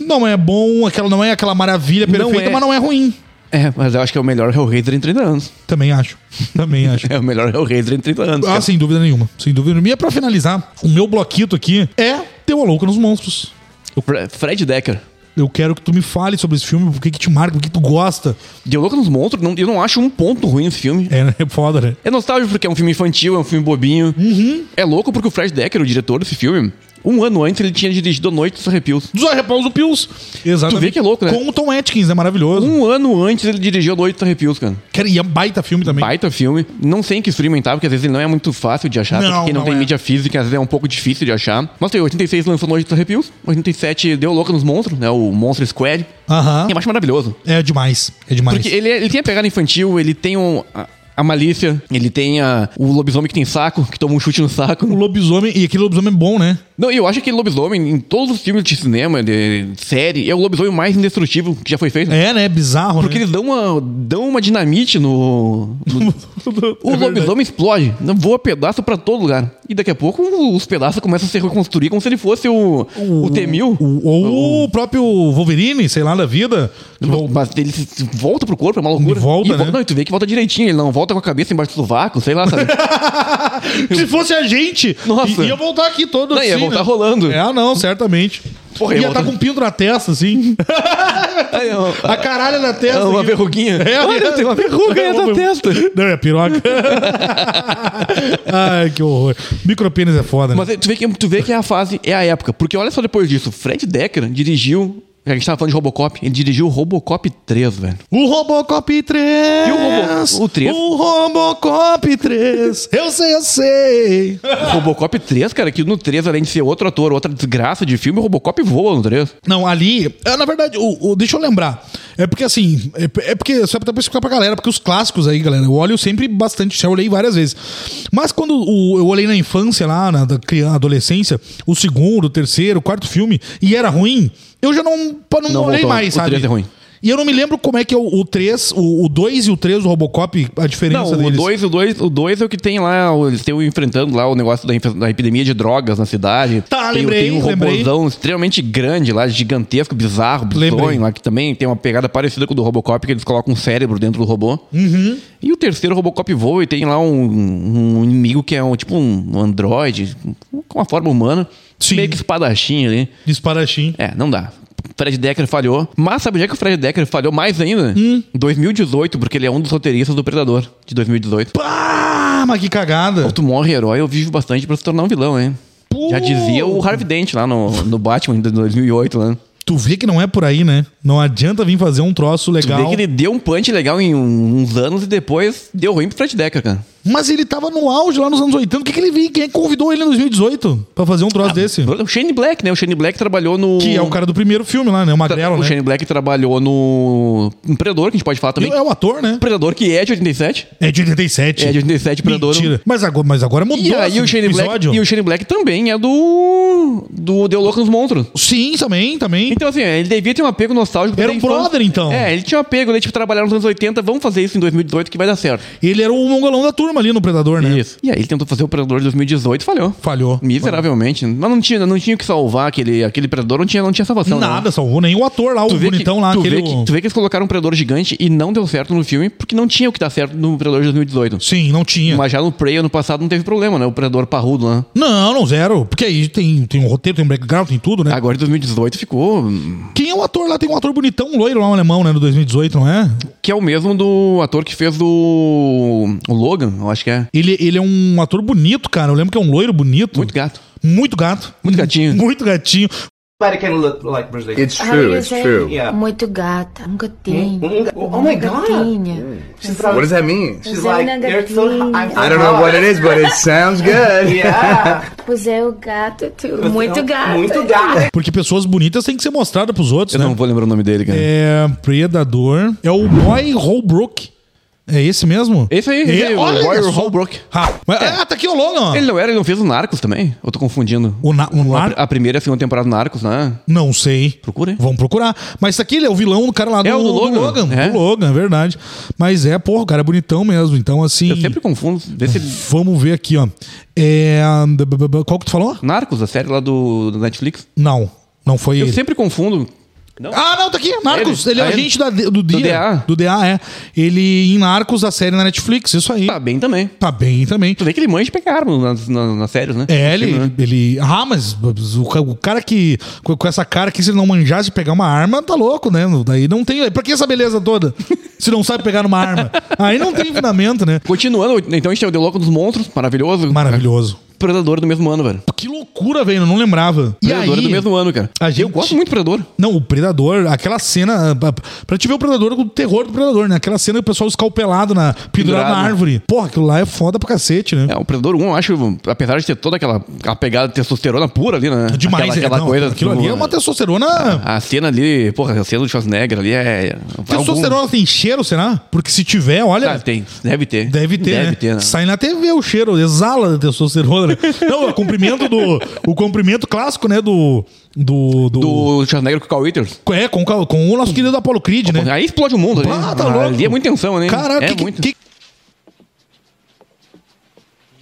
Speaker 1: Não é bom, aquela não é aquela maravilha
Speaker 2: Não
Speaker 1: perfeita,
Speaker 2: é.
Speaker 1: mas não é ruim.
Speaker 2: É, mas eu acho que é o melhor Hellraiser em 30 anos.
Speaker 1: Também acho. Também acho.
Speaker 2: É o melhor Hellraiser em 30 anos. É
Speaker 1: Ah,
Speaker 2: cara.
Speaker 1: sem dúvida nenhuma. Sem dúvida nenhuma. E é pra finalizar, o meu bloquito aqui é Teu a Louca nos Monstros.
Speaker 2: O Fre- Fred Decker.
Speaker 1: Eu quero que tu me fale sobre esse filme, por que que te marca, por que que tu gosta.
Speaker 2: Deu louco nos monstros, não- eu não acho um ponto ruim nesse filme.
Speaker 1: É, né? é foda, né?
Speaker 2: É nostálgico porque é um filme infantil, é um filme bobinho.
Speaker 1: Uhum.
Speaker 2: É louco porque o Fred Decker, o diretor desse filme, um ano antes ele tinha dirigido A Noite dos Arrepios.
Speaker 1: Dos Arrepaus do Pius. Exatamente.
Speaker 2: Tu vê que é louco, né?
Speaker 1: Com o Tom Atkins, é maravilhoso.
Speaker 2: Um ano antes ele dirigiu A Noite dos Arrepios, cara.
Speaker 1: Cara, e é um baita filme também.
Speaker 2: Baita filme. Não sei em que streaming tá, porque às vezes ele não é muito fácil de achar.
Speaker 1: Não,
Speaker 2: porque quem não,
Speaker 1: não
Speaker 2: tem
Speaker 1: é.
Speaker 2: mídia física, às vezes é um pouco difícil de achar. Mas tem 86 lançou Noite dos Arrepios. 87 deu louco nos monstros, né? O Monstro Squad.
Speaker 1: Aham.
Speaker 2: Eu acho maravilhoso.
Speaker 1: É demais. É demais.
Speaker 2: Porque ele, ele tem a pegada infantil, ele tem um, a, a malícia, ele tem a, o lobisomem que tem saco, que toma um chute no saco.
Speaker 1: O lobisomem. E aquele lobisomem é bom, né?
Speaker 2: Não, eu acho que o lobisomem, em todos os filmes de cinema, de de série, é o lobisomem mais indestrutível que já foi feito.
Speaker 1: É, né? Bizarro,
Speaker 2: Porque
Speaker 1: né?
Speaker 2: eles dão uma, dão uma dinamite no. no- o
Speaker 1: É verdade.
Speaker 2: lobisomem explode, não voa pedaço pra todo lugar. E daqui a pouco os pedaços começam a se reconstruir como se ele fosse o, o, T-1000.
Speaker 1: O- Ou o próprio Wolverine, sei lá, da vida.
Speaker 2: Mas ele se- volta pro corpo, é uma loucura.
Speaker 1: Volta,
Speaker 2: e vo-
Speaker 1: né?
Speaker 2: Não, e tu vê que volta direitinho, ele não volta com a cabeça embaixo do sovaco, sei lá, sabe?
Speaker 1: Se fosse a gente,
Speaker 2: Nossa.
Speaker 1: i- ia voltar aqui todo
Speaker 2: Não,
Speaker 1: assim.
Speaker 2: ia voltar
Speaker 1: né?
Speaker 2: rolando.
Speaker 1: É, ah, não, certamente.
Speaker 2: Porra, ia
Speaker 1: ia
Speaker 2: voltar-
Speaker 1: estar com um pinto na testa, assim.
Speaker 2: Aí, ó,
Speaker 1: A caralha na
Speaker 2: É
Speaker 1: testa.
Speaker 2: uma
Speaker 1: aqui.
Speaker 2: verruguinha.
Speaker 1: É,
Speaker 2: Olha, tem uma verruga aí na
Speaker 1: uma-
Speaker 2: testa.
Speaker 1: Não, é piroca. Ai, que horror. Micropênis é foda, né?
Speaker 2: Mas tu vê, que, tu vê que é a fase, é a época. Porque olha só depois disso, Fred Decker dirigiu. A gente tava falando de Robocop, ele dirigiu o Robocop 3, velho.
Speaker 1: O Robocop 3!
Speaker 2: E o Robo- o três?
Speaker 1: O Robocop 3! Eu sei, eu sei!
Speaker 2: Robocop 3, cara, que no 3, além de ser outro ator, outra desgraça de filme, o Robocop voa no 3.
Speaker 1: Não, ali. é, Na verdade, o, o- deixa eu lembrar. É porque assim. É, é porque. Só pra até pra explicar pra galera, porque os clássicos aí, galera, eu olho sempre bastante. Já olhei várias vezes. Mas quando o- eu olhei na infância, lá, na da criança, adolescência, o segundo, o terceiro, o quarto filme, e era ruim, eu já não, pô, não,
Speaker 2: Não
Speaker 1: olhei
Speaker 2: voltou.
Speaker 1: mais,
Speaker 2: O
Speaker 1: sabe?
Speaker 2: três é ruim.
Speaker 1: E eu não me lembro como é que é o, o 3, o 2 e o 3 do Robocop, a diferença
Speaker 2: Não, o
Speaker 1: deles.
Speaker 2: 2, o 2, o 2 é o que tem lá, o- eles estão enfrentando lá o negócio da, infe- da epidemia de drogas na cidade.
Speaker 1: Tá,
Speaker 2: tem, o-
Speaker 1: lembrei,
Speaker 2: Tem um
Speaker 1: lembrei.
Speaker 2: robôzão extremamente grande lá, gigantesco, bizarro,
Speaker 1: Lembrei.
Speaker 2: bizonho, lá que também tem uma pegada parecida com o do Robocop, que eles colocam um cérebro dentro do robô.
Speaker 1: Uhum.
Speaker 2: E o terceiro Robocop voa e tem lá um, um inimigo que é um tipo um androide, com uma forma humana,
Speaker 1: Sim.
Speaker 2: meio que espadachim ali.
Speaker 1: Espadachim.
Speaker 2: É, não dá. Fred Decker falhou. Mas sabe onde é que o Fred Decker falhou mais ainda?
Speaker 1: Hum.
Speaker 2: Em 2018, porque ele é um dos roteiristas do Predador de 2018.
Speaker 1: Pá, mas que cagada.
Speaker 2: Tu morre herói ou vive bastante pra se tornar um vilão, hein?
Speaker 1: Pô!
Speaker 2: Já dizia o Harvey Dent lá no, no Batman de 2008, né?
Speaker 1: Tu vê que não é por aí, né? Não adianta vir fazer um troço
Speaker 2: Tu vê
Speaker 1: legal.
Speaker 2: que ele deu um punch legal em um- uns anos e depois deu ruim pro Fred Decker, cara.
Speaker 1: Mas ele tava no auge lá nos anos 80. O que, que ele veio? Quem convidou ele em 2018 pra fazer um troço
Speaker 2: Ah,
Speaker 1: desse?
Speaker 2: O Shane Black, né? O Shane Black trabalhou no...
Speaker 1: Que é o cara do primeiro filme lá, né? O Magrelo,
Speaker 2: O
Speaker 1: né?
Speaker 2: Shane Black trabalhou no... em Predador, que a gente pode falar também.
Speaker 1: É o ator, né?
Speaker 2: Predador que é de 87.
Speaker 1: É de 87.
Speaker 2: É de 87, Predador.
Speaker 1: Mentira. Mas agora, mas agora mudou.
Speaker 2: E aí
Speaker 1: esse
Speaker 2: o Shane Black,
Speaker 1: episódio.
Speaker 2: e o Shane Black também é do do Deu Louco nos Monstros.
Speaker 1: Sim, também, também.
Speaker 2: Então assim, ele devia ter um apego nostálgico.
Speaker 1: Era
Speaker 2: da
Speaker 1: um
Speaker 2: infância.
Speaker 1: brother, então.
Speaker 2: É, ele tinha um apego, ele tipo trabalhar nos anos 80, vamos fazer isso em 2018 que vai dar certo.
Speaker 1: Ele era o mongolão da turma, programa ali no Predador, né?
Speaker 2: Isso. E aí ele tentou fazer o Predador de 2018 e falhou.
Speaker 1: Falhou.
Speaker 2: Miseravelmente. Mas não tinha, não tinha o que salvar aquele, aquele Predador, não tinha, não tinha salvação. né?
Speaker 1: Nada, salvou nem o ator lá, o
Speaker 2: vê
Speaker 1: bonitão lá,
Speaker 2: tu
Speaker 1: aquele.
Speaker 2: Vê que, tu vê que eles colocaram um Predador gigante e não deu certo no filme, porque não tinha o que dar certo no Predador de 2018.
Speaker 1: Sim, não tinha.
Speaker 2: Mas já no Prey, ano passado, não teve problema, né? O Predador parrudo lá.
Speaker 1: Não, não, zero. Porque aí tem, tem um roteiro, tem um background, tem tudo, né?
Speaker 2: Agora em 2018 ficou... hum,
Speaker 1: Quem é o ator lá? Tem um ator bonitão, um loiro lá, um alemão, né? No 2018, não é?
Speaker 2: Que é o mesmo do ator que fez o... O Logan, eu acho que é.
Speaker 1: Ele, ele é um ator bonito, cara. Eu lembro que é um loiro bonito.
Speaker 2: Muito gato.
Speaker 1: Muito gato.
Speaker 2: Muito gatinho.
Speaker 1: Muito gatinho.
Speaker 9: But it can look like Brazil.
Speaker 10: It's true, it's true.
Speaker 9: Yeah.
Speaker 11: Muito gata, um
Speaker 4: Hum?
Speaker 11: gatinho.
Speaker 9: Oh my god.
Speaker 11: Gatinha.
Speaker 9: She's
Speaker 10: What
Speaker 9: like,
Speaker 10: does that mean?
Speaker 9: she's like, you're so hot.
Speaker 10: I don't know what it is, but it sounds good.
Speaker 9: Yeah.
Speaker 11: Pois é, o gato, tu. Muito gato.
Speaker 9: Muito gato.
Speaker 1: Porque pessoas bonitas têm que ser mostradas pros outros,
Speaker 2: Eu
Speaker 1: né?
Speaker 2: não vou lembrar o nome dele, cara.
Speaker 1: É. Predador. É o Boy Holbrook. É esse mesmo? É,
Speaker 2: Esse aí, esse aí, o
Speaker 1: olha
Speaker 2: Boy
Speaker 1: só.
Speaker 2: Holbrook.
Speaker 1: Ah, mas- ah, tá aqui o Logan, ó.
Speaker 2: Ele não era, ele não fez o Narcos também? Eu tô confundindo.
Speaker 1: O, na, o
Speaker 2: A,
Speaker 1: Nar-
Speaker 2: pr- a primeira e a segunda temporada do Narcos, né?
Speaker 1: Não sei.
Speaker 2: Procura aí.
Speaker 1: Vamos procurar. Mas isso aqui ele é o vilão do cara lá do,
Speaker 2: o do Logan. É.
Speaker 1: Do Logan, é verdade. Mas é, porra, o cara é bonitão mesmo. Então, assim.
Speaker 2: Eu sempre confundo desse
Speaker 1: Vamos ver aqui, ó. É... Qual que tu falou?
Speaker 2: Narcos, a série lá do, do Netflix.
Speaker 1: Não, não foi
Speaker 2: Eu
Speaker 1: ele.
Speaker 2: sempre confundo.
Speaker 1: Ah, não, tá aqui. Narcos. Ele,
Speaker 2: Ele.
Speaker 1: é
Speaker 2: Ah,
Speaker 1: o
Speaker 2: ele.
Speaker 1: agente da- do dia.
Speaker 2: DA.
Speaker 1: Do DA, é. Ele em Narcos, a série na Netflix. Isso aí.
Speaker 2: Tá
Speaker 1: Tá,
Speaker 2: bem também.
Speaker 1: bem também.
Speaker 2: Tu vê que ele manja pegar arma nas, na- nas séries, né?
Speaker 1: É, ele,
Speaker 2: Sim, né?
Speaker 1: ele. Ah, mas o, ca- o cara que. Com com essa cara que se ele não manjasse pegar uma arma, tá louco, né? Daí não tem. Pra que essa beleza toda? se não sabe pegar uma arma? Aí não tem fundamento, né?
Speaker 2: Continuando, então a gente tem o The Loco dos Monstros, maravilhoso.
Speaker 1: Maravilhoso.
Speaker 2: Predador do mesmo ano, velho.
Speaker 1: Que loucura, velho. Eu não lembrava. E
Speaker 2: Predador
Speaker 1: aí,
Speaker 2: do mesmo ano, cara.
Speaker 1: a gente-
Speaker 2: Eu gosto muito do Predador.
Speaker 1: Não, o Predador, aquela cena. ah, pra- Pra te ver o Predador com o terror do Predador, né? Aquela cena que o pessoal escalpelado na. pendurado,
Speaker 2: Pendurado.
Speaker 1: na árvore. Porra, aquilo lá é foda pra cacete, né?
Speaker 2: É, o Predador 1, eu acho, apesar de ter toda aquela, aquela pegada de testosterona pura ali, né?
Speaker 1: É demais,
Speaker 2: aquela,
Speaker 1: é,
Speaker 2: aquela
Speaker 1: não,
Speaker 2: coisa.
Speaker 1: Aquilo
Speaker 2: do-
Speaker 1: ali é uma testosterona.
Speaker 2: A cena ali, porra, a cena do Schwarzenegger ali é.
Speaker 1: testosterona tem cheiro, será? Porque se tiver, olha.
Speaker 2: Ah, tem, deve ter.
Speaker 1: Deve ter,
Speaker 2: Deve
Speaker 1: né?
Speaker 2: ter, né?
Speaker 1: Sai na TV o cheiro, exala a testosterona. né? Não, o comprimento do. O comprimento clássico, né? Do. Do. do...
Speaker 2: Do Schwarzenegger com o Carl Withers.
Speaker 1: É, com, o Cal- com o nosso querido Apollo Creed, né?
Speaker 2: Aí explode o mundo ali.
Speaker 1: Ah, tá louco.
Speaker 2: Ali é muita tensão, né?
Speaker 1: Caralho,
Speaker 2: é
Speaker 1: que-
Speaker 2: muito.
Speaker 1: que-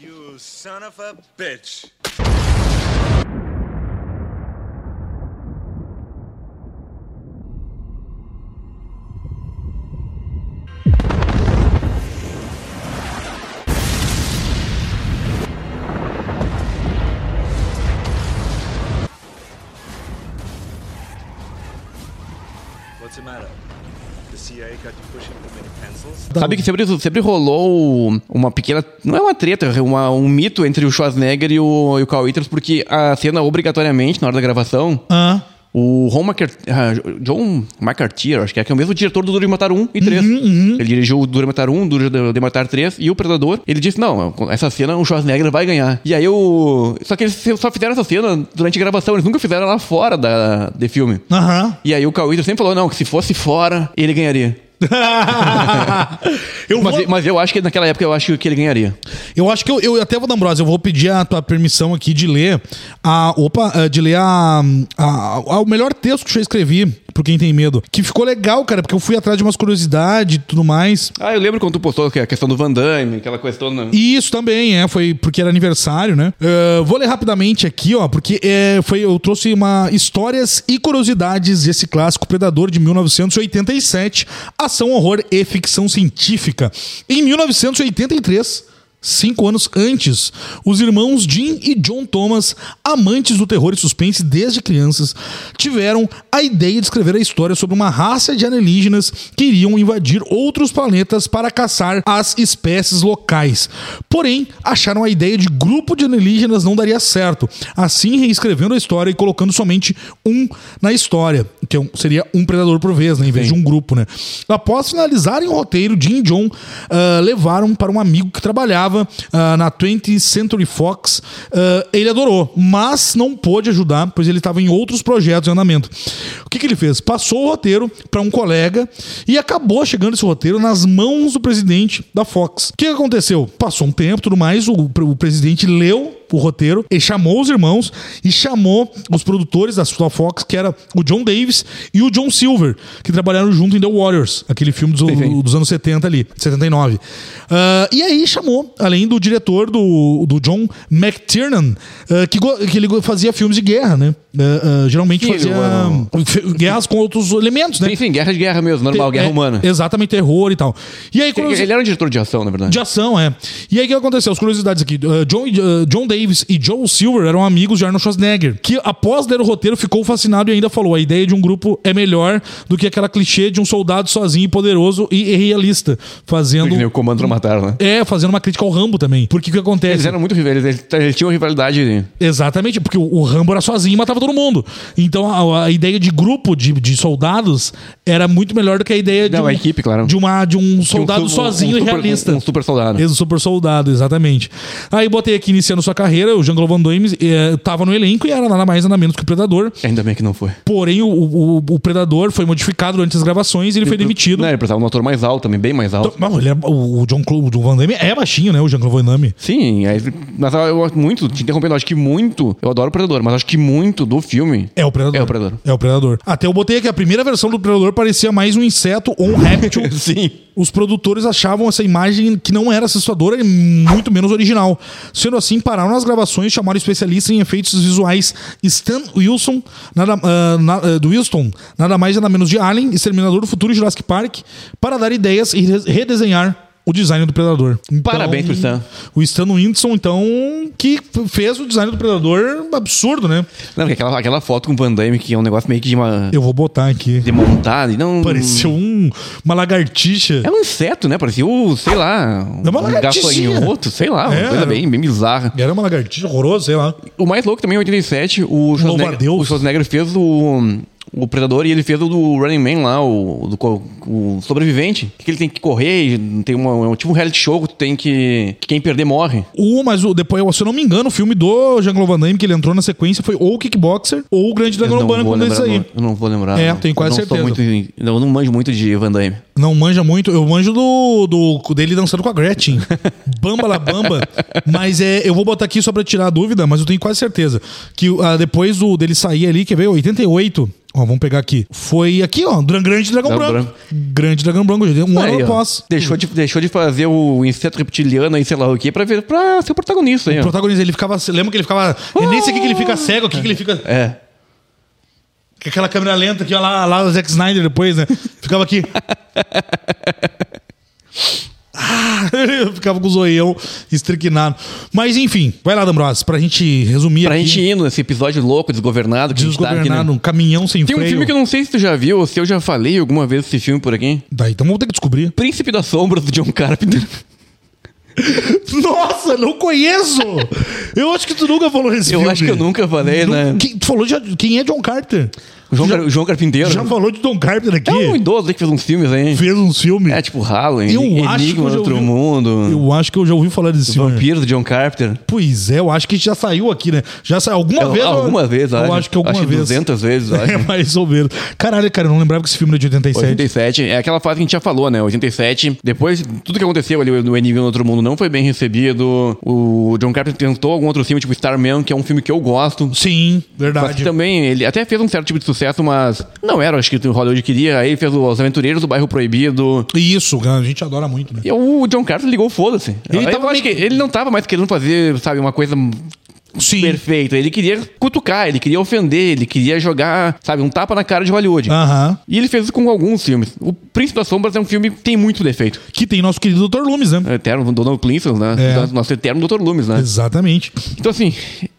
Speaker 6: You son of a bitch.
Speaker 3: What's the matter? The CIA got you pushing too many pencils?
Speaker 2: Sabe que sempre, sempre rolou uma pequena. Não é uma treta, uma, um mito entre o Schwarzenegger e o, e o Carl Withers, porque a cena, obrigatoriamente, na hora da gravação,
Speaker 1: Ah,
Speaker 2: o Ron McCart ah, John McCarthy, acho que é, que é o mesmo diretor do Duro de Matar 1 e
Speaker 1: Uhum,
Speaker 2: 3. Ele dirigiu o Duro de Matar 1, Duro de Matar 3 e o Predador. Ele disse, não, essa cena o Schwarzenegger vai ganhar. E aí o... Só que eles só fizeram essa cena durante a gravação, eles nunca fizeram lá fora da, de filme.
Speaker 1: aham.
Speaker 2: E aí o Cauíto sempre falou, não, que se fosse fora, ele ganharia.
Speaker 1: eu,
Speaker 2: Mas,
Speaker 1: vou-
Speaker 2: mas eu acho que naquela época eu acho que ele ganharia.
Speaker 1: eu acho que eu, eu até vou, D'Ambrosio, eu vou pedir a tua permissão aqui de ler a. Opa, eh, de ler a, a- a- o melhor texto que eu já escrevi, por quem tem medo. Que ficou legal, cara, porque eu fui atrás de umas curiosidades e tudo mais.
Speaker 2: Ah, eu lembro quando tu postou que a questão do Van Damme, aquela questão... toda. né?
Speaker 1: Isso também, é, foi porque era aniversário, né? Eh, vou ler rapidamente aqui, ó, porque eh, foi, eu trouxe uma histórias e curiosidades desse clássico Predador de 1987, ação, horror e ficção científica. Em 1983, cinco anos antes, os irmãos Jim e John Thomas, amantes do terror e suspense desde crianças, tiveram a ideia de escrever a história sobre uma raça de alienígenas que iriam invadir outros planetas para caçar as espécies locais. Porém, acharam a ideia de grupo de alienígenas não daria certo, assim reescrevendo a história e colocando somente um na história, que é um- seria um predador por vez, né, em vez de um grupo, né? Após finalizarem o roteiro, Jim e John ah, levaram para um amigo que trabalhava ah, na 20th Century Fox. Ah, ele adorou, mas não pôde ajudar, pois ele estava em outros projetos em andamento. O que, que ele fez? Passou o roteiro para um colega e acabou chegando esse roteiro nas mãos do presidente da Fox. O que aconteceu? Passou um tempo, tudo mais, o, o presidente leu o roteiro e chamou os irmãos e chamou os produtores da sua Fox, que era o John Davis e o John Silver, que trabalharam junto em The Warriors, aquele filme dos, dos anos 70 ali, 79. Ah, e aí chamou, além do diretor do, do John McTiernan, ah, que, go- que ele go- fazia filmes de guerra, né? Ah, ah, geralmente
Speaker 2: Sim,
Speaker 1: fazia
Speaker 2: mano.
Speaker 1: fe- guerras com outros elementos, né?
Speaker 2: Sim, sim, guerra de guerra mesmo, normal,
Speaker 1: Te-
Speaker 2: guerra
Speaker 1: é,
Speaker 2: humana.
Speaker 1: Exatamente, terror e tal. E aí, quando
Speaker 2: Ele, ele era um diretor de ação, na verdade.
Speaker 1: de ação, é. E aí o que aconteceu? As curiosidades aqui. Uh, John, uh, John Davis e Joe Silver eram amigos de Arnold Schwarzenegger, que após ler o roteiro ficou fascinado e ainda falou: a ideia de um grupo é melhor do que aquela clichê de um soldado sozinho e poderoso e realista,
Speaker 2: É Que nem
Speaker 1: fazendo.
Speaker 2: o comando não mataram, né?
Speaker 1: É, fazendo uma crítica ao Rambo também. Porque o que acontece?
Speaker 2: Eles eram muito rivais, eles, eles tinham rivalidade. um
Speaker 1: Exatamente, porque o- o Rambo era sozinho e matava todo mundo. Então a, a ideia de grupo de, de soldados era muito melhor do que a ideia de, um
Speaker 2: Não, a equipe, claro.
Speaker 1: de, uma, de um soldado
Speaker 2: um su-
Speaker 1: sozinho
Speaker 2: um
Speaker 1: e
Speaker 2: super-
Speaker 1: realista.
Speaker 2: um- um super soldado.
Speaker 1: Ex- super soldado, exatamente. Aí botei aqui iniciando sua carreira, o Jean-Claude Van Damme eh, tava no elenco e era nada mais nada menos que o Predador.
Speaker 2: Ainda bem que não foi.
Speaker 1: Porém, o, o, o Predador foi modificado durante as gravações e ele foi demitido.
Speaker 2: Não, ele precisava de um ator mais alto também, bem mais alto.
Speaker 1: Não, ele é- o, o John Clo- o John Van Damme é baixinho, né? O Jean-Claude Van Damme.
Speaker 2: Sim, aí, mas eu, eu- muito, te interrompendo, eu acho que muito, eu adoro o Predador, mas acho que muito do filme
Speaker 1: É o Predador.
Speaker 2: É o Predador.
Speaker 1: É o Predador. Até eu botei aqui, a primeira versão do Predador parecia mais um inseto ou um réptil.
Speaker 2: Sim.
Speaker 1: Os produtores achavam essa imagem que não era assustadora e muito menos original. Sendo assim, pararam as gravações e chamaram o especialista em efeitos visuais Stan Wilson, nada, ah, na- ah, do Wilson, nada mais nada menos de Alien, Exterminador do Futuro e Jurassic Park, para dar ideias e re- redesenhar o design do Predador. Então,
Speaker 2: Parabéns pro Stan.
Speaker 1: O Stan Winston, então, que f- fez o design do Predador absurdo, né?
Speaker 2: Não, porque aquela, aquela foto com o Van Damme, que é um negócio meio que de uma...
Speaker 1: Eu vou botar aqui.
Speaker 2: De montada, e não...
Speaker 1: Pareceu um- uma lagartixa.
Speaker 2: É um inseto, né? Parecia o, sei lá, um,
Speaker 1: É uma lagartixinha.
Speaker 2: gafanhoto, sei lá,
Speaker 1: É.
Speaker 2: uma coisa bem, bem bizarra.
Speaker 1: Era uma lagartixa horrorosa, sei lá.
Speaker 2: O mais louco também, em 87, o Schwarzenegger,
Speaker 1: Louva-a-Deus.
Speaker 2: o Schwarzenegger fez o, o Predador e ele fez o do Running Man lá, o, do, co- o sobrevivente, que ele tem que correr, e tem uma, é um tipo um reality show que tu tem que... que quem perder morre.
Speaker 1: O, mas o, depois, se eu não me engano, o filme do Jean-Claude Van Damme que ele entrou na sequência foi ou o Kickboxer ou o Grande
Speaker 2: Eu
Speaker 1: Dragão
Speaker 2: não
Speaker 1: Urbano,
Speaker 2: vou
Speaker 1: um desses
Speaker 2: lembrar,
Speaker 1: aí.
Speaker 2: não- eu não vou lembrar.
Speaker 1: É,
Speaker 2: não.
Speaker 1: tenho quase
Speaker 2: Eu não sou
Speaker 1: certeza.
Speaker 2: muito- eu não manjo muito de Van Damme.
Speaker 1: Não manja muito. Eu manjo do, do dele dançando com a Gretchen. Bamba la bamba. Mas é, eu vou botar aqui só pra tirar a dúvida, mas eu tenho quase certeza que ah, depois do, dele sair ali, quer ver? 88. Ó, vamos pegar aqui. Foi aqui, ó. Dra- Grande Dragão
Speaker 2: Dragão
Speaker 1: Branco. Grande Dragão Branco. Um ano
Speaker 2: Aí, ó,
Speaker 1: após.
Speaker 2: Deixou de, deixou de fazer o inseto reptiliano e sei lá o que pra, ver, pra ser o protagonista aí, ó.
Speaker 1: O protagonista, ele ficava. Lembra que ele ficava. Eu nem sei o que que ele fica cego, o que que ele fica.
Speaker 2: É.
Speaker 1: Com aquela câmera lenta que ó, lá, lá o Zack Snyder depois, né? Ficava aqui. Ah, eu ficava com o zoião estriquinado. Mas enfim, vai lá, D'Ambrosio, pra gente resumir
Speaker 2: Pra
Speaker 1: aqui.
Speaker 2: gente ir nesse episódio louco, desgovernado, que a gente tá aqui,
Speaker 1: Desgovernado,
Speaker 2: né?
Speaker 1: um caminhão sem
Speaker 2: Tem um
Speaker 1: freio.
Speaker 2: filme que eu não sei se tu já viu ou se eu já falei alguma vez esse filme por aqui.
Speaker 1: Daí, então vamos ter que descobrir.
Speaker 2: Príncipe das Sombras do John Carpenter.
Speaker 1: Nossa, não conheço! eu acho que tu nunca falou esse
Speaker 2: Eu
Speaker 1: filme.
Speaker 2: acho que eu nunca falei, né?
Speaker 1: Quem, tu falou de, quem é John Carter?
Speaker 2: O João, Car- o João Carpinteiro.
Speaker 1: Já falou de John Carter aqui?
Speaker 2: é um idoso aí que fez uns filmes aí.
Speaker 1: Fez um filme.
Speaker 2: É tipo Halloween,
Speaker 1: Eu
Speaker 2: Enigma
Speaker 1: acho que eu
Speaker 2: do
Speaker 1: já
Speaker 2: Outro
Speaker 1: ouvi-
Speaker 2: Mundo,
Speaker 1: Eu acho que eu já ouvi falar desse filme.
Speaker 2: Vampiro do John Carpenter.
Speaker 1: Pois é, eu acho que já saiu aqui, né? Já saiu alguma
Speaker 2: Eu-
Speaker 1: vez.
Speaker 2: alguma vez,
Speaker 1: eu
Speaker 2: acho.
Speaker 1: acho. que alguma
Speaker 2: Acho que né?
Speaker 1: vez.
Speaker 2: 200 vezes, eu
Speaker 1: É,
Speaker 2: acho.
Speaker 1: mais ou menos. Caralho, cara, eu não lembrava que esse filme era de 87.
Speaker 2: 87, é aquela fase que a gente já falou, né? 87, depois de tudo que aconteceu ali no Enigma no Outro Mundo não foi bem recebido. O John Carpenter tentou algum outro filme, tipo Starman, que é um filme que eu gosto.
Speaker 1: Sim,
Speaker 2: Mas
Speaker 1: verdade.
Speaker 2: que também, ele até fez um certo tipo de sucesso, mas não era, acho que o Hollywood queria. Aí fez o Os Aventureiros do Bairro Proibido.
Speaker 1: Isso, cara, a gente adora muito, né?
Speaker 2: E o John Carter ligou, foda-se.
Speaker 1: Ele
Speaker 2: Ele eu
Speaker 1: tava
Speaker 2: acho que
Speaker 1: meio-
Speaker 2: ele não tava mais querendo fazer, sabe, uma coisa é
Speaker 1: Sim.
Speaker 2: perfeita. Ele queria cutucar, ele queria ofender, ele queria jogar, sabe, um tapa na cara de Hollywood.
Speaker 1: Aham.
Speaker 2: E ele fez isso com alguns filmes. O Príncipe das Sombras é um filme que tem muito defeito. É
Speaker 1: Que tem nosso querido Dr. Loomis, né?
Speaker 2: Eterno Donald Clinton, né?
Speaker 1: É.
Speaker 2: Nosso- Nosso eterno Dr. Loomis, né?
Speaker 1: Exatamente.
Speaker 2: Então, assim,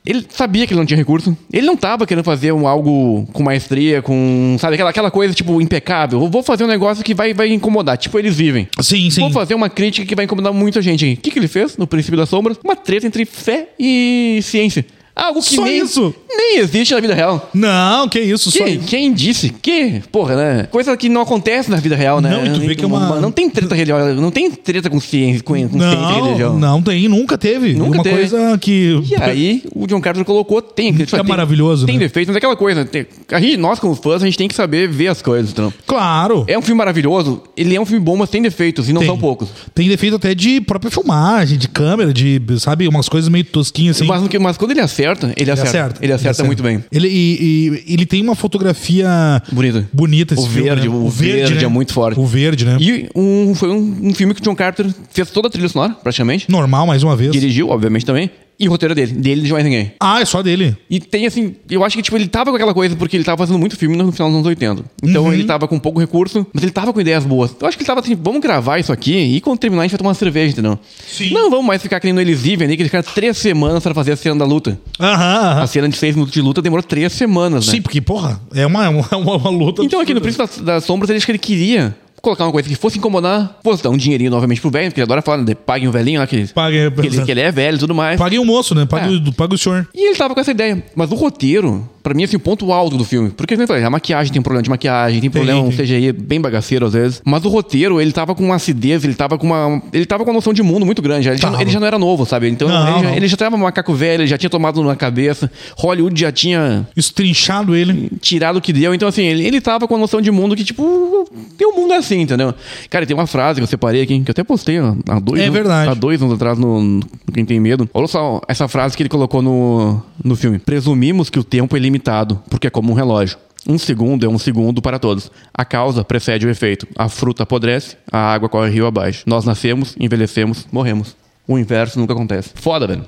Speaker 2: ele sabia que ele não tinha recurso. Ele não tava querendo fazer um, algo com maestria, com, sabe, aquela, aquela coisa, tipo, impecável. Eu vou fazer um negócio que vai, vai incomodar. Tipo, eles vivem.
Speaker 1: Sim, sim.
Speaker 2: Vou fazer uma crítica que vai incomodar muita gente. O que, que ele fez no Princípio das Sombras? Uma treta entre fé e ciência. Algo que
Speaker 1: Só
Speaker 2: nem,
Speaker 1: isso.
Speaker 2: nem existe na vida real.
Speaker 1: Não, que isso, só
Speaker 2: Que, quem disse? Que? Porra, né? Coisa que não acontece na vida real, né?
Speaker 1: Não, e tu vê que é uma-
Speaker 2: Não tem treta religiosa, não tem treta com ciência, com, com ciência e religião.
Speaker 1: Não, não tem, nunca teve.
Speaker 2: Nunca
Speaker 1: uma
Speaker 2: teve.
Speaker 1: coisa que.
Speaker 2: E aí, o John Carter colocou, tem.
Speaker 1: É maravilhoso,
Speaker 2: Tem
Speaker 1: né?
Speaker 2: defeitos, mas é aquela coisa. Tem, a gente, nós, como fãs, a gente tem que saber ver as coisas, então.
Speaker 1: Claro.
Speaker 2: É um filme maravilhoso, ele é um filme bom, mas tem defeitos, e não
Speaker 1: Tem.
Speaker 2: são poucos.
Speaker 1: Tem defeito até de própria filmagem, de câmera, de, sabe, umas coisas meio tosquinhas assim.
Speaker 2: Mas, no que- mas quando ele acerta, ele acerta. Ele acerta muito bem.
Speaker 1: Ele, e- e- ele tem uma fotografia
Speaker 2: Bonito.
Speaker 1: bonita esse
Speaker 2: O
Speaker 1: filme,
Speaker 2: verde,
Speaker 1: né?
Speaker 2: o verde é muito forte.
Speaker 1: O verde, né?
Speaker 2: E um, foi um, um filme que o John Carter fez toda a trilha sonora, praticamente.
Speaker 1: Normal, mais uma vez.
Speaker 2: Dirigiu, obviamente, também. E o roteiro dele, dele e de mais ninguém.
Speaker 1: Ah, é só dele.
Speaker 2: E tem assim, eu acho que tipo, ele tava com aquela coisa, porque ele tava fazendo muito filme no final dos anos 80. Então ele tava com pouco recurso, mas ele tava com ideias boas. Eu acho que ele tava assim, vamos gravar isso aqui e quando terminar a gente vai tomar uma cerveja, entendeu? Sim. Não vamos mais ficar que nem no Elisível, né? Que eles ficaram três semanas pra fazer a cena da luta.
Speaker 1: Aham, aham.
Speaker 2: A cena de seis minutos de luta demorou três semanas, Assim, né?
Speaker 1: Sim, porque, porra, é uma, uma, uma luta.
Speaker 2: Então aqui no
Speaker 1: absurda.
Speaker 2: Príncipe das, das Sombras ele acho que ele queria colocar uma coisa que fosse incomodar, fosse dar um dinheirinho novamente pro velho, porque ele adora falar, né? de Paguem o velhinho lá, que,
Speaker 1: Paguem-
Speaker 2: que, ele, que ele é velho e tudo mais.
Speaker 1: Paguem o moço, né? um Pague,
Speaker 2: É.
Speaker 1: o, pague o senhor.
Speaker 2: E ele tava com essa ideia. Mas o roteiro, pra mim, é assim, o ponto alto do filme. Porque, como eu falei, a maquiagem tem um problema de maquiagem, tem, problema um
Speaker 1: tem.
Speaker 2: CGI bem bagaceiro às vezes. Mas o roteiro, ele tava com uma acidez, ele tava com uma. Ele tava com uma noção de mundo muito grande. Ele, já,
Speaker 1: Tava.
Speaker 2: ele já não era novo, sabe? Então
Speaker 1: Não,
Speaker 2: ele,
Speaker 1: não.
Speaker 2: Já, ele já tava macaco velho, ele já tinha tomado na cabeça. Hollywood já tinha
Speaker 1: Estrinchado ele.
Speaker 2: tirado o que deu. Então, assim, ele, ele tava com a noção de mundo que, tipo, tem um mundo assim, entendeu? Cara, e tem uma frase que eu separei aqui, que eu até postei ó, há dois,
Speaker 1: É
Speaker 2: anos-
Speaker 1: verdade.
Speaker 2: há dois anos atrás no, no Quem Tem Medo. Olha só essa frase que ele colocou no, no filme. Presumimos que o tempo é limitado, porque é como um relógio. Um segundo é um segundo para todos. A causa precede o efeito. A fruta apodrece, a água corre rio abaixo. Nós nascemos, envelhecemos, morremos. O inverso nunca acontece. Foda, velho.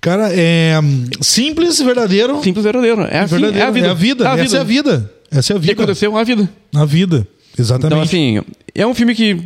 Speaker 1: Cara, é. hum, Simples, verdadeiro.
Speaker 2: Simples verdadeiro. É, assim,
Speaker 1: verdadeiro.
Speaker 2: é a vida.
Speaker 1: Essa é a vida. Essa é a
Speaker 2: O que
Speaker 1: vida.
Speaker 2: aconteceu? A vida.
Speaker 1: Na vida. Exatamente.
Speaker 2: Então, assim, é um filme que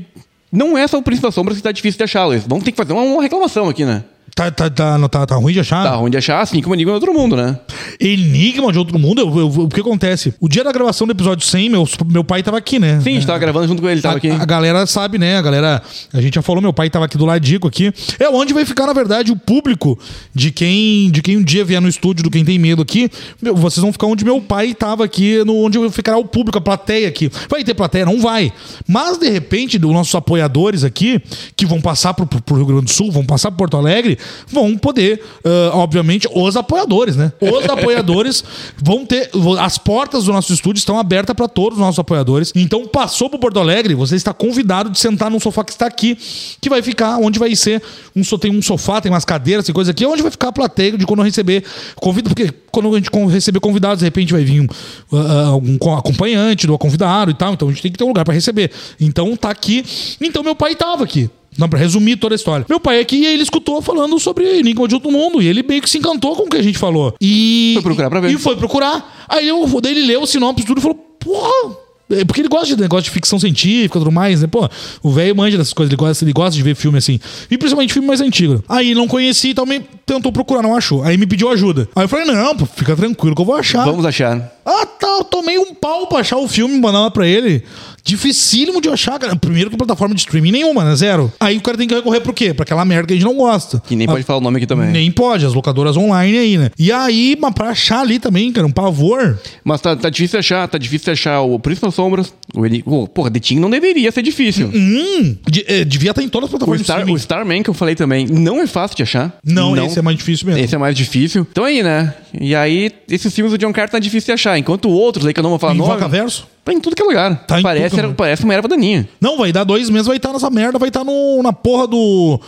Speaker 2: não é só o Príncipe das Sombras que tá difícil de achar, Luiz. Vamos ter que fazer uma, uma reclamação aqui, né?
Speaker 1: tá, tá, tá, não, tá, tá ruim de achar?
Speaker 2: Tá ruim de achar, assim como Enigma é outro mundo, né?
Speaker 1: Enigma de outro mundo, eu- eu- o que acontece? O dia da gravação do episódio 100, meu, meu pai tava aqui, né?
Speaker 2: Sim, É. a gente tava gravando junto com ele, tava
Speaker 1: a,
Speaker 2: aqui.
Speaker 1: a galera sabe, né? A galera. A gente já falou, meu pai tava aqui do ladico aqui. É onde vai ficar, na verdade, o público de quem de quem um dia vier no estúdio, do quem tem medo aqui. Meu, vocês vão ficar onde meu pai tava aqui, no, onde ficará o público, a plateia aqui. Vai ter plateia? Não vai. Mas, de repente, os nossos apoiadores aqui, que vão passar pro, pro- pro Rio Grande do Sul, vão passar pro Porto Alegre, vão poder, ah, obviamente, os apoiadores, né? Os apoiadores vão ter. As portas do nosso estúdio estão abertas para todos os nossos apoiadores. Então, passou pro Porto Alegre, você está convidado de sentar num sofá que está aqui, que vai ficar onde vai ser. Um, so- tem um sofá, tem umas cadeiras, tem coisa aqui, onde vai ficar a plateia de quando eu receber convido, porque quando a gente con- receber convidados, de repente vai vir um, ah, ah, algum co- acompanhante do convidado e tal. Então a gente tem que ter um lugar para receber. Então tá aqui. Então meu pai tava aqui. Não, pra resumir toda a história. Meu pai aqui, e aí ele escutou falando sobre Enigma de Outro Mundo. E ele meio que se encantou com o que a gente falou. E.
Speaker 2: Foi procurar pra ver.
Speaker 1: E foi procurar. Aí eu, daí ele leu o sinopse e tudo e falou: porra! É porque ele gosta de negócio de ficção científica e tudo mais, né? Pô, o velho manja dessas coisas, ele gosta, ele gosta de ver filme assim. E principalmente filme mais antigo. Aí não conheci e também tentou procurar, não achou. Aí me pediu ajuda. Aí eu falei: não, pô, fica tranquilo que eu vou achar.
Speaker 2: Vamos achar.
Speaker 1: Ah, tá, eu tomei um pau pra achar o filme e mandava pra ele. Dificílimo de achar, cara. Primeiro que plataforma de streaming nenhuma, né? Zero. Aí o cara tem que recorrer pro quê? Pra aquela merda que a gente não gosta.
Speaker 2: Que nem
Speaker 1: Ah,
Speaker 2: pode falar o nome aqui também.
Speaker 1: Nem pode, as locadoras online aí, né? E aí, mas pra achar ali também, cara, um pavor.
Speaker 2: Mas tá, tá difícil achar, tá difícil achar o Príncipe das Sombras, o Enigma. Oh, porra, The Team não deveria ser difícil.
Speaker 1: Hum, de- é, devia estar em todas as
Speaker 2: O,
Speaker 1: plataformas de
Speaker 2: Star,
Speaker 1: streaming.
Speaker 2: o Starman que eu falei também, não é fácil de achar.
Speaker 1: Não, esse é mais difícil mesmo.
Speaker 2: Esse é mais difícil. Então aí, né? E aí, esses filmes do John Carter tá difícil de achar. Enquanto outros aí que eu não vou falar
Speaker 1: Em
Speaker 2: nome,
Speaker 1: Vacaverso?
Speaker 2: Tá em tudo que é lugar.
Speaker 1: Tá em tudo
Speaker 2: parece,
Speaker 1: que é
Speaker 2: era-
Speaker 1: lugar.
Speaker 2: parece uma erva daninha.
Speaker 1: Não, vai dar dois meses, vai estar nessa merda, vai estar no na porra do.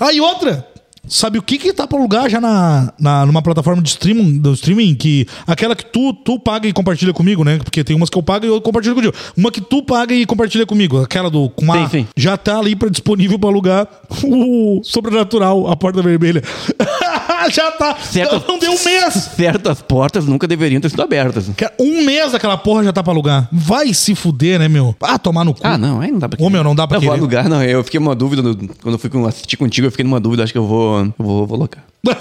Speaker 1: Ah, e outra! Sabe o que que tá pro lugar já na, na numa plataforma de streaming, do streaming que aquela que tu tu paga e compartilha comigo, né? Porque tem umas que eu pago e eu compartilho contigo. Uma que tu paga e compartilha comigo, aquela do com a,
Speaker 2: Sim, sim.
Speaker 1: já tá ali para disponível para alugar o Sobrenatural, a porta vermelha. já tá.
Speaker 2: Certo.
Speaker 1: Não deu um mês.
Speaker 2: Certas portas nunca deveriam ter sido abertas.
Speaker 1: Cara, Um mês aquela porra já tá pra alugar. Vai se fuder, né, meu? Ah, tomar no cu.
Speaker 2: Ah, não, aí não dá pra
Speaker 1: Ô, meu, não dá pra
Speaker 2: eu vou
Speaker 1: querer.
Speaker 2: alugar, não. Eu fiquei numa dúvida. no- quando eu fui com- assistir contigo, eu fiquei numa dúvida. Acho que eu vou. Eu vou, vou locar. eu,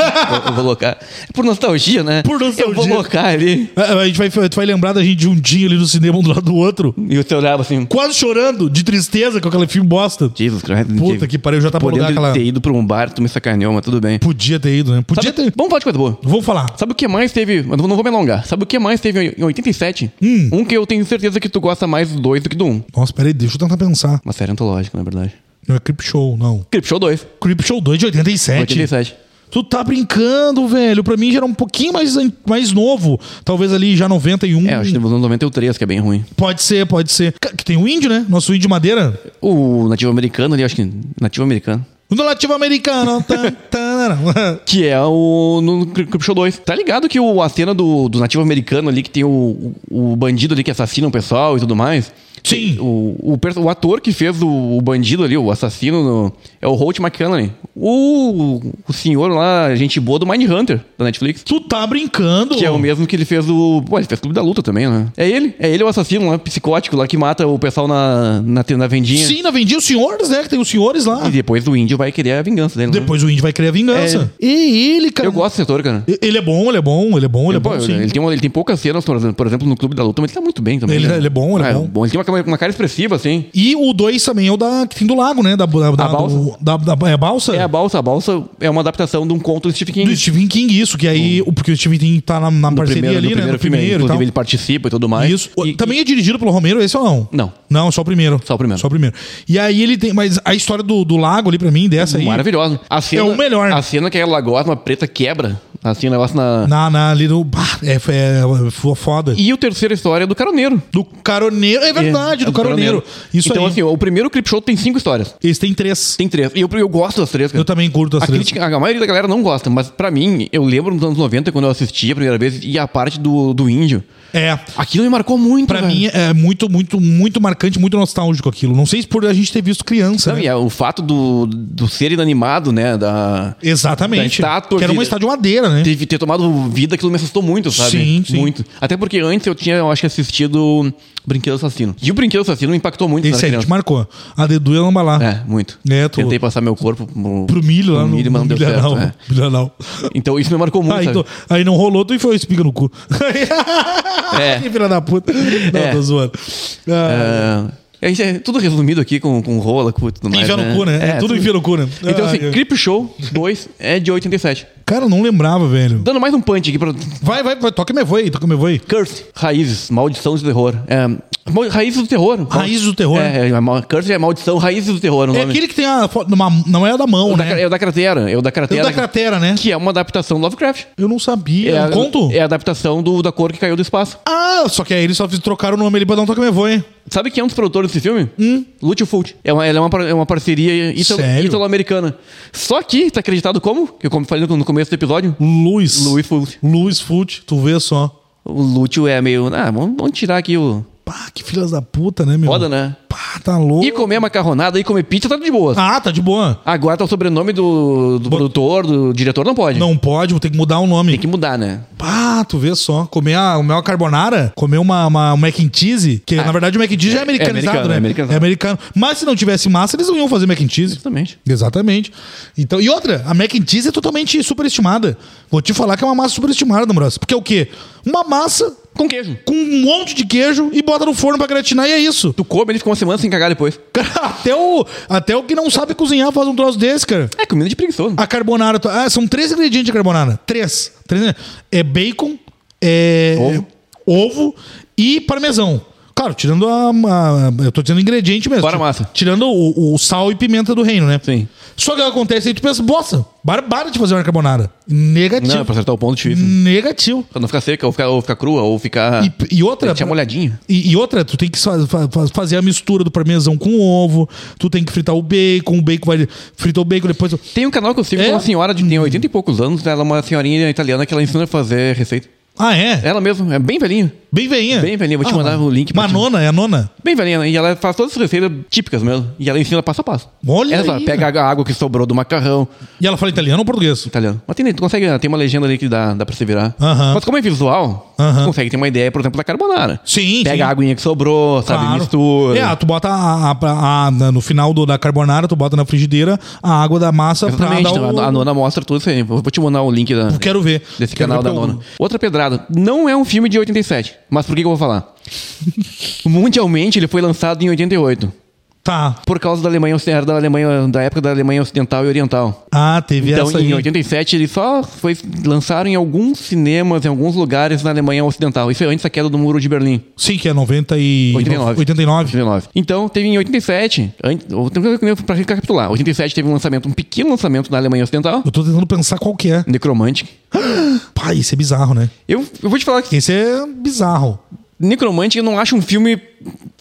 Speaker 2: eu vou locar. É por nostalgia, né?
Speaker 1: Por nostalgia.
Speaker 2: Eu vou locar ali.
Speaker 1: É, A gente vai, tu vai lembrar da gente juntinho ali no cinema um do lado do outro,
Speaker 2: E você olhava assim.
Speaker 1: quase chorando de tristeza com aquele filme bosta.
Speaker 2: Jesus Christ.
Speaker 1: Puta que pariu, já tá pra
Speaker 2: Podendo
Speaker 1: alugar aquela-
Speaker 2: ter ido pra um bar, tu me sacaneou, mas tudo bem.
Speaker 1: Podia ter ido, né? Podia Podia ter.
Speaker 2: Vamos falar de coisa boa.
Speaker 1: Vou falar.
Speaker 2: Sabe o que mais teve? Eu não vou me alongar. Sabe o que mais teve em 87?
Speaker 1: Hum.
Speaker 2: Um que eu tenho certeza que tu gosta mais do 2 do que do 1. Um.
Speaker 1: Nossa, peraí, deixa eu tentar pensar.
Speaker 2: Uma série antológica, na verdade.
Speaker 1: Não é Creep Show, não.
Speaker 2: Crip Show 2.
Speaker 1: Creep Show 2 É de 87.
Speaker 2: 87.
Speaker 1: Tu tá brincando, velho. Pra mim já era um pouquinho mais, mais novo. Talvez ali já 91.
Speaker 2: É, acho que no ano 93, que é bem ruim.
Speaker 1: Pode ser, pode ser. Ca- Que tem o índio, né? Nosso índio de madeira.
Speaker 2: É. O nativo americano ali, acho que. Nativo americano.
Speaker 1: O nativo americano. Tan, tan.
Speaker 2: Que é o. No Crip Show 2. Tá ligado que o, a cena do, do nativo americano ali, que tem o, o, o bandido ali que assassina o pessoal e tudo mais.
Speaker 1: Sim.
Speaker 2: O, o, perso- o ator que fez o, o bandido ali, o assassino, no- é o Holt McCannany. O, o senhor lá, gente boa do Mind Hunter da Netflix.
Speaker 1: Tu tá brincando.
Speaker 2: Que é o mesmo que ele fez o. Pô, ele fez Clube da Luta também, né? É ele. É ele o assassino lá, psicótico lá, que mata o pessoal na, na, na vendinha.
Speaker 1: Sim, na vendia os senhores, né? Que tem os senhores lá.
Speaker 2: E depois o índio vai querer a vingança dele. né?
Speaker 1: Depois o índio vai criar vingança. E ele, cara.
Speaker 2: Eu gosto desse ator, cara.
Speaker 1: E- Ele é bom, ele é bom, ele é bom, ele é
Speaker 2: Pô,
Speaker 1: bom, sim.
Speaker 2: ele, tem uma- ele tem poucas cenas, por exemplo, por exemplo, no Clube da Luta, mas ele tá muito bem também.
Speaker 1: Ele-
Speaker 2: né?
Speaker 1: ele é bom, ele é bom.
Speaker 2: Ele tem uma, uma cara expressiva, assim.
Speaker 1: E o 2 também é o da, que tem do lago, né? Da, da, da,
Speaker 2: balsa.
Speaker 1: do- da- da- é a balsa?
Speaker 2: É a Balsa. A Balsa é uma adaptação de um conto do Stephen King.
Speaker 1: Do Stephen King, isso. Que aí... o- Porque o Stephen King tá na, na
Speaker 2: do
Speaker 1: parceria
Speaker 2: Hum.
Speaker 1: ali,
Speaker 2: primeiro, do
Speaker 1: né?
Speaker 2: primeiro
Speaker 1: do
Speaker 2: filme.
Speaker 1: primeiro e
Speaker 2: Inclusive,
Speaker 1: tal.
Speaker 2: ele participa e tudo mais.
Speaker 1: Isso.
Speaker 2: E-
Speaker 1: Também é dirigido pelo Romero, esse ou não?
Speaker 2: Não.
Speaker 1: Não, só o primeiro.
Speaker 2: Só o primeiro.
Speaker 1: Só o primeiro. E aí ele tem. Mas a história do, do lago ali, pra mim, dessa aí.
Speaker 2: Maravilhosa. A cena,
Speaker 1: é o melhor.
Speaker 2: A cena que a lagosma preta quebra. Assim, o negócio na...
Speaker 1: Na, na, ali no. Bah, é, é, foi foda.
Speaker 2: E o terceira história é do caroneiro.
Speaker 1: Do caroneiro. É verdade, do caroneiro. Isso
Speaker 2: então,
Speaker 1: aí.
Speaker 2: assim, o primeiro clip show tem cinco histórias.
Speaker 1: Eles têm três.
Speaker 2: Tem três. E eu, eu gosto das três, cara.
Speaker 1: Eu também curto as
Speaker 2: a
Speaker 1: três.
Speaker 2: crítica, a maioria da galera não gosta, mas pra mim, eu lembro nos anos 90, quando eu assisti a primeira vez, e a parte do, do índio.
Speaker 1: É.
Speaker 2: Aquilo me marcou muito,
Speaker 1: Pra
Speaker 2: velho.
Speaker 1: mim é muito, muito, muito marcante, muito nostálgico aquilo. Não sei se por a gente ter visto criança.
Speaker 2: Não,
Speaker 1: né?
Speaker 2: e é o fato do, do ser inanimado, né? Da, da
Speaker 1: Exatamente.
Speaker 2: estátua
Speaker 1: que era uma
Speaker 2: de-
Speaker 1: estátua de madeira, né?
Speaker 2: Teve ter tomado vida, aquilo me assustou muito, sabe?
Speaker 1: Sim, sim.
Speaker 2: Muito. Até porque antes eu tinha, eu acho que assistido Brinquedo Assassino. E o Brinquedo Assassino me impactou muito
Speaker 1: Esse é aí a
Speaker 2: na
Speaker 1: gente marcou. A Dedu e a Lambalá.
Speaker 2: É, muito.
Speaker 1: É, tu-
Speaker 2: Tentei passar meu corpo pro,
Speaker 1: Pro milho lá
Speaker 2: pro
Speaker 1: no, Ah,
Speaker 2: milho, mas não
Speaker 1: no
Speaker 2: deu certo.
Speaker 1: milharal.
Speaker 2: é.
Speaker 1: milharal.
Speaker 2: Então isso me marcou muito,
Speaker 1: Aí,
Speaker 2: sabe?
Speaker 1: tu- aí não rolou, tu enfiou a espiga no cu.
Speaker 2: É.
Speaker 1: Que filha da puta. Não,
Speaker 2: É.
Speaker 1: tô zoando. Ah,
Speaker 2: É, a gente é tudo resumido aqui com, com rola, cu e tudo mais.
Speaker 1: Enfia no cu, né? É, tudo enfia no cu, né?
Speaker 2: Então, assim,
Speaker 1: Ah, é.
Speaker 2: Creep Show 2 é de 87.
Speaker 1: Cara, eu não lembrava, velho.
Speaker 2: Dando mais um punch aqui pra
Speaker 1: Vai, vai, vai. Toca me voe, toca me voe.
Speaker 2: Curse, Raízes, Maldição do Terror. É, mal- Raízes do Terror.
Speaker 1: Raízes do Terror.
Speaker 2: É, é, mal- Curse é Maldição, Raízes do Terror. o
Speaker 1: É
Speaker 2: nome.
Speaker 1: aquele que tem a foto. numa- não é a da mão,
Speaker 2: É o da,
Speaker 1: né?
Speaker 2: é o da cratera. É o da
Speaker 1: É
Speaker 2: cratera.
Speaker 1: o da cratera, né?
Speaker 2: Que é uma adaptação do Lovecraft.
Speaker 1: Eu não sabia. É
Speaker 2: a,
Speaker 1: um conto?
Speaker 2: É a adaptação do, da cor que caiu do espaço.
Speaker 1: Ah, só que aí eles só fiz- trocaram o nome ali pra dar um toque me voe.
Speaker 2: Sabe quem é um dos produtores desse filme? Hum. Lute Fult. É uma, ela é uma, par- é uma parceria ítalo-
Speaker 1: Sério?
Speaker 2: italo-americana. Só que tá acreditado como? Que eu como falei no começo do episódio.
Speaker 1: Luiz.
Speaker 2: Luiz Fult.
Speaker 1: Luiz Fute, tu vê só.
Speaker 2: O Lúcio é meio. Ah, vamos, vamos tirar aqui o.
Speaker 1: Pá, que filhas da puta, né, meu?
Speaker 2: Foda, né?
Speaker 1: Pá, tá louco.
Speaker 2: E comer macarronada e comer pizza tá de boa.
Speaker 1: Ah, tá de boa.
Speaker 2: Agora tá o sobrenome do, do produtor, do diretor, não pode.
Speaker 1: Não pode, vou ter que mudar o
Speaker 2: Tem
Speaker 1: nome.
Speaker 2: que mudar, né?
Speaker 1: Pá, tu vê só. Comer a, comer uma carbonara, comer uma, uma, um mac and cheese, que na verdade o mac and cheese já é americanizado,
Speaker 2: americano,
Speaker 1: né?
Speaker 2: Ah. é americanizado.
Speaker 1: É americano. Mas se não tivesse massa, eles não iam fazer mac and cheese.
Speaker 2: Exatamente.
Speaker 1: Exatamente. Então, e outra, a mac and cheese é totalmente superestimada. Vou te falar que é uma massa superestimada, Namorosa. Porque é o quê? Uma massa
Speaker 2: Com queijo.
Speaker 1: com um monte de queijo e bota no forno pra gratinar e é isso.
Speaker 2: Tu come, ele fica uma semana sem cagar depois.
Speaker 1: Cara, até o, até o que não sabe cozinhar faz um troço desse, cara.
Speaker 2: É comida de preguiçoso.
Speaker 1: A carbonara. tu- Ah, são três ingredientes de carbonara. Três. Três ingredientes. É bacon, é
Speaker 2: Ovo.
Speaker 1: ovo e parmesão. Claro, tirando a, a- Eu tô dizendo ingrediente mesmo.
Speaker 2: Fora a massa.
Speaker 1: Tirando o, o sal e pimenta do reino, né?
Speaker 2: Sim.
Speaker 1: Só que o que acontece aí, tu pensa, bosta, barbara de fazer uma carbonara. Negativo.
Speaker 2: Não, é pra acertar o ponto difícil.
Speaker 1: Negativo.
Speaker 2: Pra não ficar seca, ou ficar, ou ficar crua, ou ficar.
Speaker 1: Hum. E, e outra.
Speaker 2: Ah. Tinha molhadinho.
Speaker 1: E, e outra, tu tem que fa- fa- fa- fazer a mistura do parmesão com o ovo, tu tem que fritar o bacon, o bacon vai. Fritar o bacon depois. tu-
Speaker 2: Tem um canal que eu sigo
Speaker 1: É?
Speaker 2: com uma senhora de tem 80 e poucos anos, ela é uma senhorinha italiana que ela ensina a fazer receita.
Speaker 1: Ah, é?
Speaker 2: Ela mesmo, é bem velhinha.
Speaker 1: Bem veinha.
Speaker 2: Bem velhinha, vou te mandar o link pra ti.
Speaker 1: Manona, é a nona?
Speaker 2: Bem velhinha, né? E ela faz todas as receitas típicas mesmo. E ela ensina passo a passo.
Speaker 1: Olha
Speaker 2: Ela
Speaker 1: aí,
Speaker 2: pega a água que sobrou do macarrão
Speaker 1: E ela fala italiano ou português?
Speaker 2: italiano. Mas tem, tu consegue, né? tem uma legenda ali que dá, dá pra se virar.
Speaker 1: Aham.
Speaker 2: Mas como é visual,
Speaker 1: Aham.
Speaker 2: tu consegue ter uma ideia, por exemplo, da carbonara.
Speaker 1: Sim,
Speaker 2: Pega
Speaker 1: sim.
Speaker 2: a aguinha que sobrou, sabe? Mistura.
Speaker 1: É, tu bota a, a- a- na- no final do, da carbonara, tu bota na frigideira a água da massa
Speaker 2: Exatamente,
Speaker 1: pra dar
Speaker 2: então,
Speaker 1: o...
Speaker 2: a, a nona mostra tudo isso aí. Vou vou te mandar o link da,
Speaker 1: Eu quero ver.
Speaker 2: desse
Speaker 1: Quero
Speaker 2: canal
Speaker 1: ver
Speaker 2: da
Speaker 1: pra-
Speaker 2: nona. Outra pedrada. Não é um filme de 87, mas por que, que eu vou falar? Mundialmente ele foi lançado em 88.
Speaker 1: Tá.
Speaker 2: Por causa da Alemanha Ocidental, da Alemanha da época da Alemanha Ocidental e Oriental.
Speaker 1: Ah, teve
Speaker 2: Então,
Speaker 1: essa
Speaker 2: em
Speaker 1: aí.
Speaker 2: 87, ele só foi lançado em alguns cinemas, em alguns lugares na Alemanha Ocidental. Isso é antes da queda do Muro de Berlim.
Speaker 1: Sim, que é 90 e...
Speaker 2: 89.
Speaker 1: 89.
Speaker 2: 19. Então, teve em 87, an- ou- pra recapitular, 87 teve um lançamento, um pequeno lançamento na Alemanha Ocidental,
Speaker 1: Eu tô tentando pensar qual que é.
Speaker 2: Necromantic.
Speaker 1: Pá, isso é bizarro, né?
Speaker 2: Eu, eu vou te falar que
Speaker 1: Esse é bizarro.
Speaker 2: Necromantic eu não acho um filme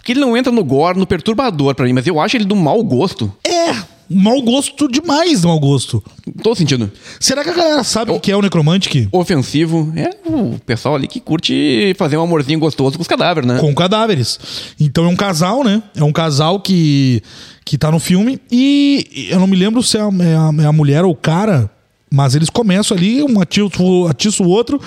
Speaker 2: que ele não entra no gore, no perturbador pra mim, mas eu acho ele do mau gosto.
Speaker 1: É, mau gosto demais, mau gosto.
Speaker 2: Em todo sentido.
Speaker 1: Será que a galera sabe o que é o Necromantic?
Speaker 2: Ofensivo. É o pessoal ali que curte fazer um amorzinho gostoso com os cadáveres, né?
Speaker 1: Com cadáveres. Então é um casal, né? É um casal que, que tá no filme. E eu não me lembro se é a, é a- é a mulher ou o cara, mas eles começam ali, um atiça o- atiça o outro.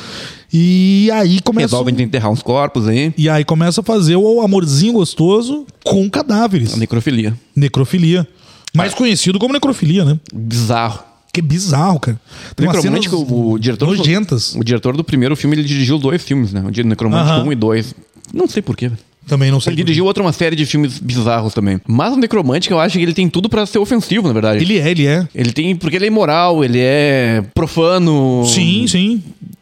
Speaker 1: E aí começa.
Speaker 2: Resolvem enterrar uns corpos aí.
Speaker 1: E aí começa a fazer o amorzinho gostoso com cadáveres.
Speaker 2: A necrofilia.
Speaker 1: Necrofilia. Mais conhecido como necrofilia, né?
Speaker 2: Bizarro.
Speaker 1: Que bizarro, cara. Tem umas
Speaker 2: Necromântico,
Speaker 1: cenas
Speaker 2: o diretor.
Speaker 1: nojentas.
Speaker 2: O diretor do primeiro filme, ele dirigiu dois filmes, né? O de Necromântico
Speaker 1: Aham.
Speaker 2: 1 e 2. Não sei porquê.
Speaker 1: Também não sei.
Speaker 2: Ele dirigiu outra uma série de filmes bizarros também. Mas o Necromântico, eu acho que ele tem tudo pra ser ofensivo, na verdade.
Speaker 1: Ele é, ele é.
Speaker 2: Ele tem. Porque ele é imoral, ele é profano.
Speaker 1: Sim, sim.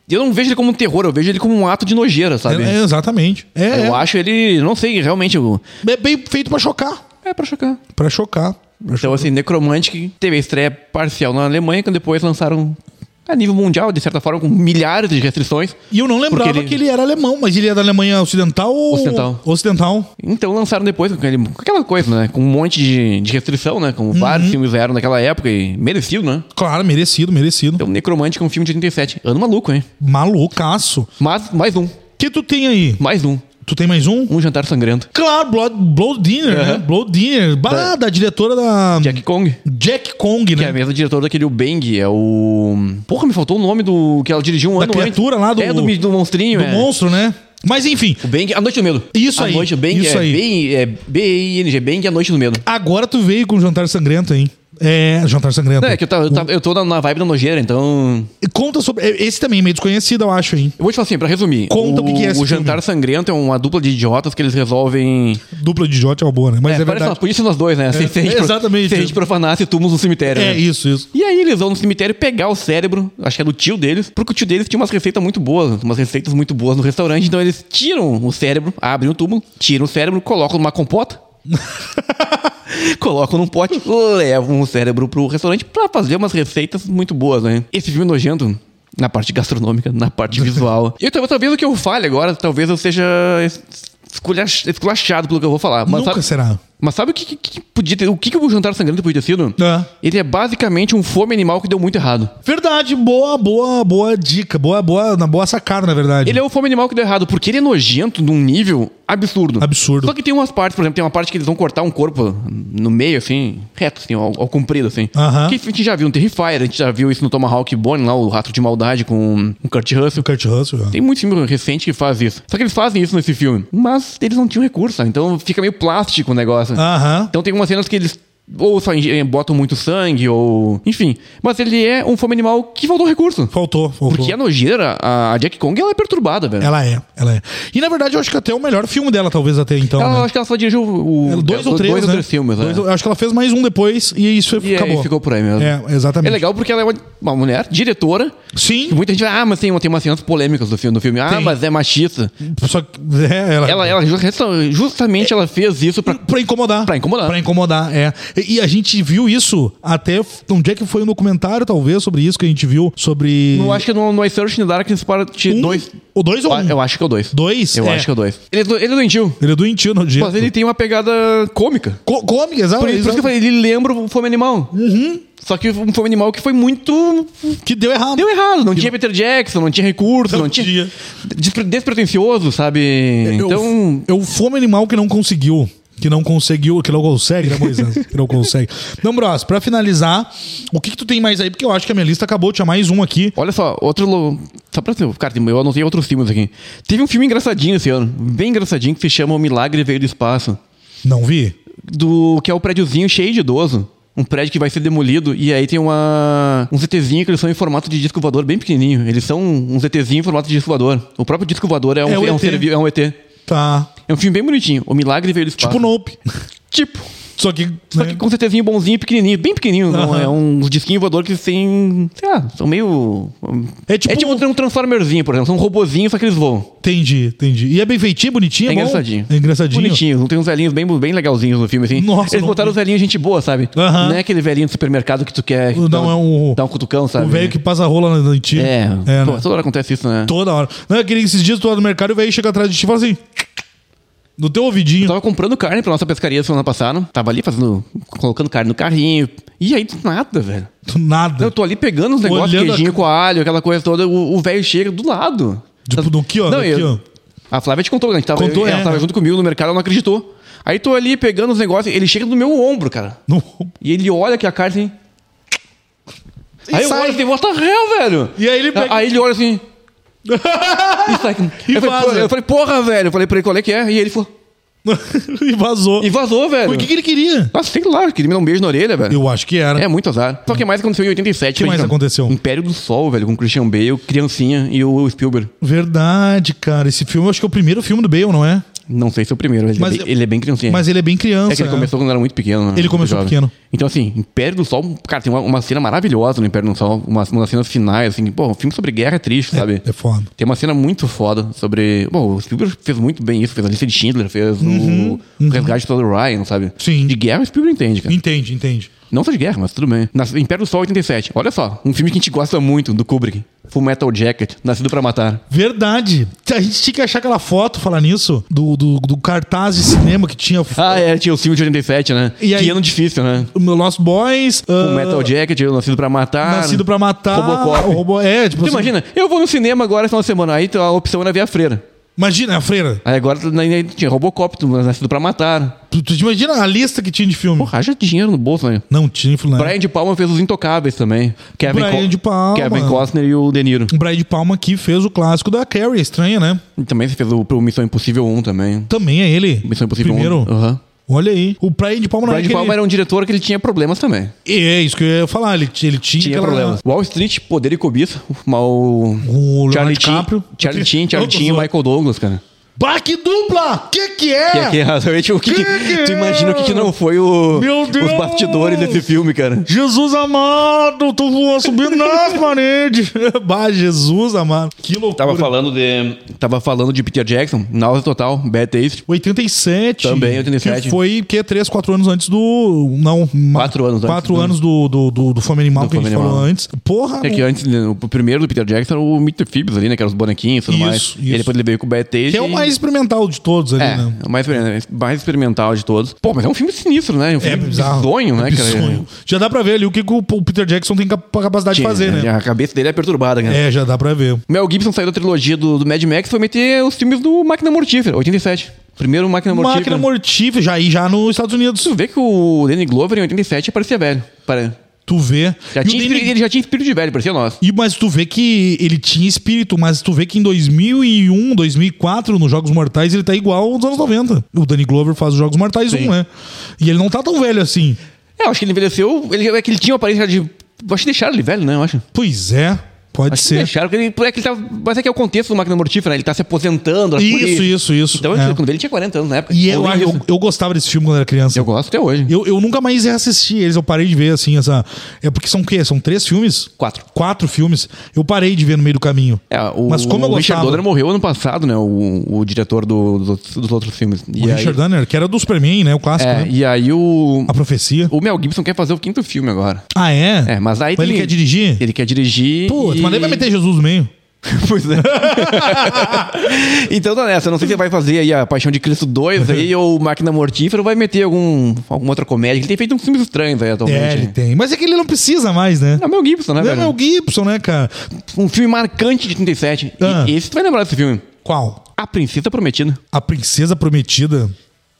Speaker 2: Eu não vejo ele como um terror, eu vejo ele como um ato de nojeira, sabe?
Speaker 1: É, é, exatamente. É,
Speaker 2: Eu
Speaker 1: é.
Speaker 2: acho ele. Não sei, realmente. Eu...
Speaker 1: É bem feito pra chocar.
Speaker 2: É pra chocar.
Speaker 1: Pra chocar.
Speaker 2: Então, assim, Necromantic teve a estreia parcial na Alemanha, que depois lançaram a nível mundial, de certa forma, com milhares de restrições.
Speaker 1: E eu não lembrava
Speaker 2: Porque ele-
Speaker 1: que ele era alemão, mas ele é da Alemanha Ocidental ou.
Speaker 2: Ocidental.
Speaker 1: Ocidental.
Speaker 2: Então lançaram depois com, aquele- com aquela coisa, né? Com um monte de, de restrição, né? Como
Speaker 1: Uhum.
Speaker 2: vários filmes eram naquela época e merecido, né?
Speaker 1: Claro, merecido, merecido.
Speaker 2: Então, Necromântico é um filme de 87. Ano maluco, hein?
Speaker 1: Malucaço.
Speaker 2: Mas, mais um.
Speaker 1: que tu tem aí?
Speaker 2: Mais um.
Speaker 1: Tu tem mais um?
Speaker 2: Um jantar sangrento.
Speaker 1: Claro, Blood, Blood Dinner, né? Blood Dinner. Bah, da... diretora da.
Speaker 2: Jack Kong.
Speaker 1: Jack Kong,
Speaker 2: Que é a
Speaker 1: né?
Speaker 2: mesma diretora daquele O Bang, é o. Porra, me faltou o nome do. Que ela dirigiu um
Speaker 1: Da
Speaker 2: ano
Speaker 1: criatura
Speaker 2: antes.
Speaker 1: lá do-
Speaker 2: É do, mi- do monstrinho,
Speaker 1: Do
Speaker 2: é.
Speaker 1: monstro, né? Mas enfim,
Speaker 2: O Bang, A Noite do Medo.
Speaker 1: Isso
Speaker 2: a
Speaker 1: aí,
Speaker 2: Noite, o Bang
Speaker 1: isso
Speaker 2: é
Speaker 1: aí.
Speaker 2: Bang, é B-I-N-G, Bang, A Noite do Medo.
Speaker 1: agora tu veio com Jantar Sangrento, hein? É, Jantar Sangrento.
Speaker 2: É, que eu, tava- eu tava- eu tô na, na vibe da nojeira, então.
Speaker 1: Conta sobre. é, Esse também é meio desconhecido, eu acho, hein?
Speaker 2: Eu vou te falar assim, pra resumir.
Speaker 1: Conta o que que é esse
Speaker 2: O Jantar
Speaker 1: filme.
Speaker 2: Sangrento é uma dupla de idiotas que eles resolvem.
Speaker 1: Dupla de Jot é uma boa, né? Mas é,
Speaker 2: parece uma
Speaker 1: verdade.
Speaker 2: polícia nós dois, né? Se, se a gente pro-
Speaker 1: exatamente.
Speaker 2: Se a gente profanasse túmulos no cemitério.
Speaker 1: É
Speaker 2: né?
Speaker 1: isso, isso.
Speaker 2: E aí eles vão no cemitério pegar o cérebro, acho que é do tio deles, porque o tio deles tinha umas receitas muito boas, umas receitas muito boas no restaurante, então eles tiram o cérebro, abrem o túmulo, tiram o cérebro, colocam numa compota. colocam num pote, levam o cérebro pro restaurante pra fazer umas receitas muito boas, né? Esse filme nojento na parte gastronômica, na parte visual. eu talvez, talvez o que eu fale agora, talvez eu seja es- esculach- esculachado pelo que eu vou falar, mas
Speaker 1: Nunca
Speaker 2: sabe-
Speaker 1: será.
Speaker 2: mas sabe o que, que- que podia ter? O que, que o jantar sangrento podia ter sido?
Speaker 1: É.
Speaker 2: Ele é basicamente um fome animal que deu muito errado.
Speaker 1: Verdade, boa, boa, boa dica. Boa, boa, na boa sacada, na verdade.
Speaker 2: Ele é o fome animal que deu errado, porque ele é nojento num nível absurdo.
Speaker 1: Absurdo.
Speaker 2: Só que tem umas partes, por exemplo, tem uma parte que eles vão cortar um corpo no meio, assim, reto, assim, ao, ao comprido, assim.
Speaker 1: Aham.
Speaker 2: Que a gente já viu no Terrifier, a gente já viu isso no Tomahawk Bone, lá, o Rato de Maldade com o Kurt Russell.
Speaker 1: O Kurt Russell, né? ó.
Speaker 2: Tem muito filme recente que faz isso. Só que eles fazem isso nesse filme. Mas eles não tinham recurso, sabe? então fica meio plástico o negócio.
Speaker 1: Aham.
Speaker 2: Então tem algumas cenas que eles ou só inje- botam muito sangue, ou. Enfim. Mas ele é um fome animal que faltou recurso.
Speaker 1: Faltou, faltou.
Speaker 2: Porque a nojeira, a a Jack Kong, ela é perturbada, velho. Ela,
Speaker 1: Ela é, ela é. E na verdade eu acho que até é o melhor filme dela, talvez até então. né?
Speaker 2: acho que ela só dirigiu o,
Speaker 1: Ela-
Speaker 2: o-
Speaker 1: dois ou três,
Speaker 2: dois
Speaker 1: né?
Speaker 2: ou três filmes, né?
Speaker 1: Dois- eu Acho que ela fez mais um depois e isso
Speaker 2: E
Speaker 1: acabou.
Speaker 2: aí ficou por aí mesmo.
Speaker 1: É, exatamente.
Speaker 2: É legal porque ela é uma, uma mulher, diretora.
Speaker 1: Sim.
Speaker 2: E muita gente fala, ah, mas tem, tem umas cenas polêmicas do filme. Do filme. Ah,
Speaker 1: Tem.
Speaker 2: mas é machista.
Speaker 1: Só que é, ela,
Speaker 2: Ela, ela justa- justamente ela fez isso pra.
Speaker 1: Pra incomodar.
Speaker 2: Pra incomodar.
Speaker 1: Pra incomodar, é. E, e a gente viu isso até. Onde é que foi um documentário, talvez, sobre isso que a gente viu? Sobre.
Speaker 2: Eu acho que no, no I Search in the Darkness Part
Speaker 1: Um?
Speaker 2: 2.
Speaker 1: O dois ou um?
Speaker 2: Eu acho que é o 2.
Speaker 1: Dois?
Speaker 2: Eu
Speaker 1: É.
Speaker 2: acho que é o 2. Ele, é do- ele é doentio.
Speaker 1: Ele é doentio no dia.
Speaker 2: Mas ele tem uma pegada cômica.
Speaker 1: Co come, Ah, exato.
Speaker 2: Por isso, por isso que eu falei, ele lembra o Fome Animal. Só que um Fome Animal que foi muito.
Speaker 1: Que deu errado.
Speaker 2: Deu errado. Não tinha Peter Jackson, não tinha recurso, não,
Speaker 1: Não
Speaker 2: tinha.
Speaker 1: tinha.
Speaker 2: Despre- Despretensioso, sabe?
Speaker 1: Eu-
Speaker 2: Então.
Speaker 1: Eu fome animal que não conseguiu. Que não conseguiu, que não consegue, né, Moisés? que não consegue. Então, Bros, pra finalizar, o que, que tu tem mais aí? Porque eu acho que a minha lista acabou, tinha mais um aqui.
Speaker 2: Olha só, outro. lo- Só pra ser. Cara, eu anotei outros filmes aqui. Teve um filme engraçadinho esse ano, bem engraçadinho, que se chama O Milagre Veio do Espaço.
Speaker 1: Não vi?
Speaker 2: do que é o prédiozinho cheio de idoso. Um prédio que vai ser demolido e aí tem uma, um ZTzinho que eles são em formato de disco voador bem pequenininho. Eles são um ZTzinho em formato de disco voador. O próprio disco voador é um,
Speaker 1: É o
Speaker 2: é um
Speaker 1: ET.
Speaker 2: ser vi- é um ET.
Speaker 1: Tá.
Speaker 2: É um filme bem bonitinho. O Milagre veio do espaço.
Speaker 1: Tipo, nope.
Speaker 2: Tipo.
Speaker 1: Só que. Tipo
Speaker 2: Só
Speaker 1: né?
Speaker 2: que com certezinho bonzinho, pequenininho, bem pequenininho. não É um disquinho voador que tem. Sei lá, são meio.
Speaker 1: É tipo um-
Speaker 2: um Transformerzinho, por exemplo. São robozinhos, só que eles voam.
Speaker 1: Entendi, entendi. E é bem feitinho, bonitinho,
Speaker 2: É
Speaker 1: bom?
Speaker 2: engraçadinho.
Speaker 1: É engraçadinho.
Speaker 2: Bonitinho. Tem uns velhinhos bem, bem legalzinhos no filme, assim.
Speaker 1: Nossa,
Speaker 2: Eles
Speaker 1: não-
Speaker 2: botaram os velhinhos gente boa, sabe?
Speaker 1: Aham.
Speaker 2: Não é aquele velhinho do supermercado que tu quer. que
Speaker 1: Não,
Speaker 2: dá
Speaker 1: é um-
Speaker 2: Dá um cutucão, sabe?
Speaker 1: O velho que passa rola na antiga.
Speaker 2: É.
Speaker 1: É,
Speaker 2: Pô,
Speaker 1: né?
Speaker 2: Toda hora acontece isso, né?
Speaker 1: Toda hora. Não, é que esses dias tu tá no mercado e o velho chega atrás de ti e fala assim. No teu ouvidinho.
Speaker 2: Eu tava comprando carne pra nossa pescaria semana passada. Tava ali fazendo. colocando carne no carrinho. E aí, do nada, velho.
Speaker 1: Do nada.
Speaker 2: Eu tô ali pegando os negócios,
Speaker 1: Olhando a-
Speaker 2: queijinho com alho, aquela coisa toda. O o velho chega do lado.
Speaker 1: Tipo, no que, ó?
Speaker 2: Não,
Speaker 1: no
Speaker 2: eu-
Speaker 1: que, ó?
Speaker 2: A Flávia te contou, né? A gente tava,
Speaker 1: Contou,
Speaker 2: ela
Speaker 1: é.
Speaker 2: tava junto comigo no mercado, ela não acreditou. Aí tô ali pegando os negócios, ele chega no meu ombro, cara.
Speaker 1: No-
Speaker 2: E ele olha que a carne assim.
Speaker 1: E
Speaker 2: aí eu
Speaker 1: sai.
Speaker 2: olho assim, what the hell, velho?
Speaker 1: E aí ele pega-
Speaker 2: Aí ele olha assim. e sai.
Speaker 1: E
Speaker 2: eu, falei,
Speaker 1: vaza.
Speaker 2: "Pô", eu falei, porra, velho. Eu falei pra ele qual é que é. E ele falou.
Speaker 1: e vazou.
Speaker 2: E vazou, velho.
Speaker 1: O que, que ele queria?
Speaker 2: Nossa, sei lá, queria me dar um beijo na orelha, velho.
Speaker 1: Eu acho que era.
Speaker 2: É muito azar. Só que mais aconteceu em 87.
Speaker 1: Que
Speaker 2: pra
Speaker 1: mais
Speaker 2: gente-
Speaker 1: aconteceu?
Speaker 2: Império do Sol, velho, com o Christian Bale, Criancinha e o Spielberg.
Speaker 1: Verdade, cara. Esse filme, eu acho que é o primeiro filme do Bale, não é?
Speaker 2: Não sei se é o primeiro, ele,
Speaker 1: Mas-
Speaker 2: é, bem, ele é bem criancinha.
Speaker 1: Mas ele é bem criança.
Speaker 2: É que ele
Speaker 1: né?
Speaker 2: começou quando era muito pequeno. né?
Speaker 1: Ele começou pequeno.
Speaker 2: Então, assim, Império do Sol, cara, tem uma, uma cena maravilhosa no Império do Sol, uma, uma das cenas finais, assim, pô, um filme sobre guerra é triste, sabe?
Speaker 1: É foda.
Speaker 2: Tem uma cena muito foda sobre. Bom, o Spielberg fez muito bem isso, fez a lista de Schindler, fez o Resgate do Soldado Ryan, sabe?
Speaker 1: Uhum, Sim.
Speaker 2: De guerra o Spielberg entende, cara.
Speaker 1: Entende, entende.
Speaker 2: Não só de guerra, mas tudo bem. Nas- Império do Sol 87. Olha só, um filme que a gente gosta muito do Kubrick. Full Metal Jacket, Nascido pra Matar.
Speaker 1: Verdade. A gente tinha que achar aquela foto, falar nisso, do, do, do cartaz de cinema que tinha.
Speaker 2: Ah, é, tinha o filme de 87, né?
Speaker 1: E aí-
Speaker 2: Que ano difícil, né?
Speaker 1: O meu Lost Boys.
Speaker 2: Full
Speaker 1: ah,
Speaker 2: Metal Jacket, Nascido pra Matar.
Speaker 1: Nascido pra matar.
Speaker 2: Robocop.
Speaker 1: o Robo... É, tipo
Speaker 2: Tu
Speaker 1: assim,
Speaker 2: imagina, eu vou no cinema agora essa semana, aí a opção era ver a freira.
Speaker 1: Imagina, a freira.
Speaker 2: Aí agora tu- aí tinha Robocop, tu nascido pra matar.
Speaker 1: Tu, tu imagina a lista que tinha de filme.
Speaker 2: Porra, haja dinheiro no bolso, né?
Speaker 1: Não tinha, fulano.
Speaker 2: Brian de Palma fez os Intocáveis também. Kevin,
Speaker 1: É. Brian
Speaker 2: Co-
Speaker 1: de Palma.
Speaker 2: Kevin Costner e o De Niro.
Speaker 1: O Brian de Palma aqui fez o clássico da Carrie, estranha, né?
Speaker 2: E também você fez o, o Missão Impossível 1 também.
Speaker 1: Também é ele.
Speaker 2: Missão Impossível
Speaker 1: Primeiro.
Speaker 2: 1. Aham.
Speaker 1: Olha aí. O Brian de Palma não
Speaker 2: Brian de
Speaker 1: aquele-
Speaker 2: Palma era um diretor que ele tinha problemas também.
Speaker 1: É, isso que eu ia falar. Ele, ele tinha,
Speaker 2: Tinha
Speaker 1: aquela-
Speaker 2: problemas. Wall Street, Poder e Cobiça. Mal...
Speaker 1: O Leonardo
Speaker 2: Charlie Chin,
Speaker 1: DiCaprio.
Speaker 2: Charlie Chin, Charlie Chin e
Speaker 1: Outros-
Speaker 2: Michael Douglas, cara.
Speaker 1: Bah, que dupla! Que que é?
Speaker 2: Que é, que é realmente o que,
Speaker 1: Que
Speaker 2: que-
Speaker 1: que
Speaker 2: Tu
Speaker 1: é?
Speaker 2: imagina o que, que não foi o,
Speaker 1: Meu Deus!
Speaker 2: os bastidores desse filme, cara.
Speaker 1: Jesus amado, tô voando, subindo nas paredes. Bah, Jesus amado. Que loucura.
Speaker 2: Tava falando de. É, Tava falando de Peter Jackson, Náusea Total, Bad Taste.
Speaker 1: 87.
Speaker 2: Também, 87.
Speaker 1: Que foi, que é 3, 4 anos antes do... Não,
Speaker 2: Quatro anos antes.
Speaker 1: Quatro anos do, do, do, do Fome Animal
Speaker 2: Do
Speaker 1: que a
Speaker 2: Fome
Speaker 1: gente
Speaker 2: Animal.
Speaker 1: falou antes. Porra,
Speaker 2: É que antes, né, o primeiro do Peter Jackson era o Mr. Phoebs ali, né? Que eram os bonequinhos e tudo
Speaker 1: Isso,
Speaker 2: mais. E
Speaker 1: isso.
Speaker 2: aí depois ele veio com o Bad Taste.
Speaker 1: que é o
Speaker 2: e-
Speaker 1: mais experimental de todos ali,
Speaker 2: É,
Speaker 1: né?
Speaker 2: o mais, exper- mais experimental de todos. Pô, mas é um filme sinistro, né? Um filme bizonho, né,
Speaker 1: é
Speaker 2: cara?
Speaker 1: bizonho. Já dá pra ver ali o que, que o o Peter Jackson tem cap- capacidade de
Speaker 2: Tinha,
Speaker 1: fazer, né?
Speaker 2: A cabeça dele é perturbada, cara.
Speaker 1: É, já dá pra ver.
Speaker 2: Mel Gibson saiu da trilogia do, do Mad Max e foi meter os filmes do Máquina Mortífera, 87. Primeiro Máquina Mortífera.
Speaker 1: Máquina mortífera, já aí já nos Estados Unidos.
Speaker 2: Tu vê que o Danny Glover em 87 parecia velho. Pare-
Speaker 1: Tu vê.
Speaker 2: Já
Speaker 1: E o
Speaker 2: tinha
Speaker 1: Danny-
Speaker 2: espírito- Ele já tinha espírito de velho, parecia nós.
Speaker 1: E, mas tu vê que ele tinha espírito, mas tu vê que em 2001, 2004, nos Jogos Mortais, ele tá igual aos anos 90. O Danny Glover faz os Jogos Mortais 1, né? E ele não tá tão velho assim.
Speaker 2: É, eu acho que ele envelheceu. Ele, é que ele tinha uma aparência de. eu Acho que deixaram ele velho, né? Eu acho.
Speaker 1: Pois é, pode
Speaker 2: Acho que
Speaker 1: ser.
Speaker 2: deixaram, porque ele, é que ele tá, mas é que é o contexto do Máquina Mortífera, né? Ele tá se aposentando. acho que por
Speaker 1: Isso, isso, isso.
Speaker 2: Então,
Speaker 1: É.
Speaker 2: ele- quando ele tinha 40 anos na época.
Speaker 1: E é, eu,
Speaker 2: lembro
Speaker 1: eu,
Speaker 2: disso.
Speaker 1: eu gostava desse filme quando era criança.
Speaker 2: Eu gosto até hoje.
Speaker 1: Eu, eu nunca mais assisti eles, eu parei de ver, assim, essa. É porque são o quê? São três filmes?
Speaker 2: Quatro.
Speaker 1: Quatro filmes. Eu parei de ver no meio do caminho.
Speaker 2: É, o,
Speaker 1: Mas como eu
Speaker 2: o Richard
Speaker 1: gostava.
Speaker 2: Donner morreu ano passado, né? O, o diretor do- dos, dos outros filmes. E
Speaker 1: O Richard
Speaker 2: aí,
Speaker 1: Donner, que era do Superman, né? O clássico,
Speaker 2: É,
Speaker 1: né?
Speaker 2: e aí o.
Speaker 1: A Profecia.
Speaker 2: O Mel Gibson quer fazer o quinto filme agora.
Speaker 1: Ah, é?
Speaker 2: É, mas aí
Speaker 1: ele
Speaker 2: tem-
Speaker 1: quer dirigir?
Speaker 2: Ele quer dirigir.
Speaker 1: Pô,
Speaker 2: e-
Speaker 1: mas nem vai meter Jesus no meio.
Speaker 2: Pois é. então tá nessa. Não sei se vai fazer aí a Paixão de Cristo 2 aí, ou Máquina Mortífera, ou vai meter algum, alguma outra comédia. Ele tem feito uns filmes estranhos aí atualmente.
Speaker 1: É, ele tem. Mas é que ele não precisa mais, né?
Speaker 2: É o Mel Gibson, né,
Speaker 1: Não é
Speaker 2: velho?
Speaker 1: Mel Gibson, né, cara?
Speaker 2: Um filme marcante de 37.
Speaker 1: Ah.
Speaker 2: E esse tu vai lembrar desse filme.
Speaker 1: Qual?
Speaker 2: A Princesa Prometida.
Speaker 1: A Princesa Prometida.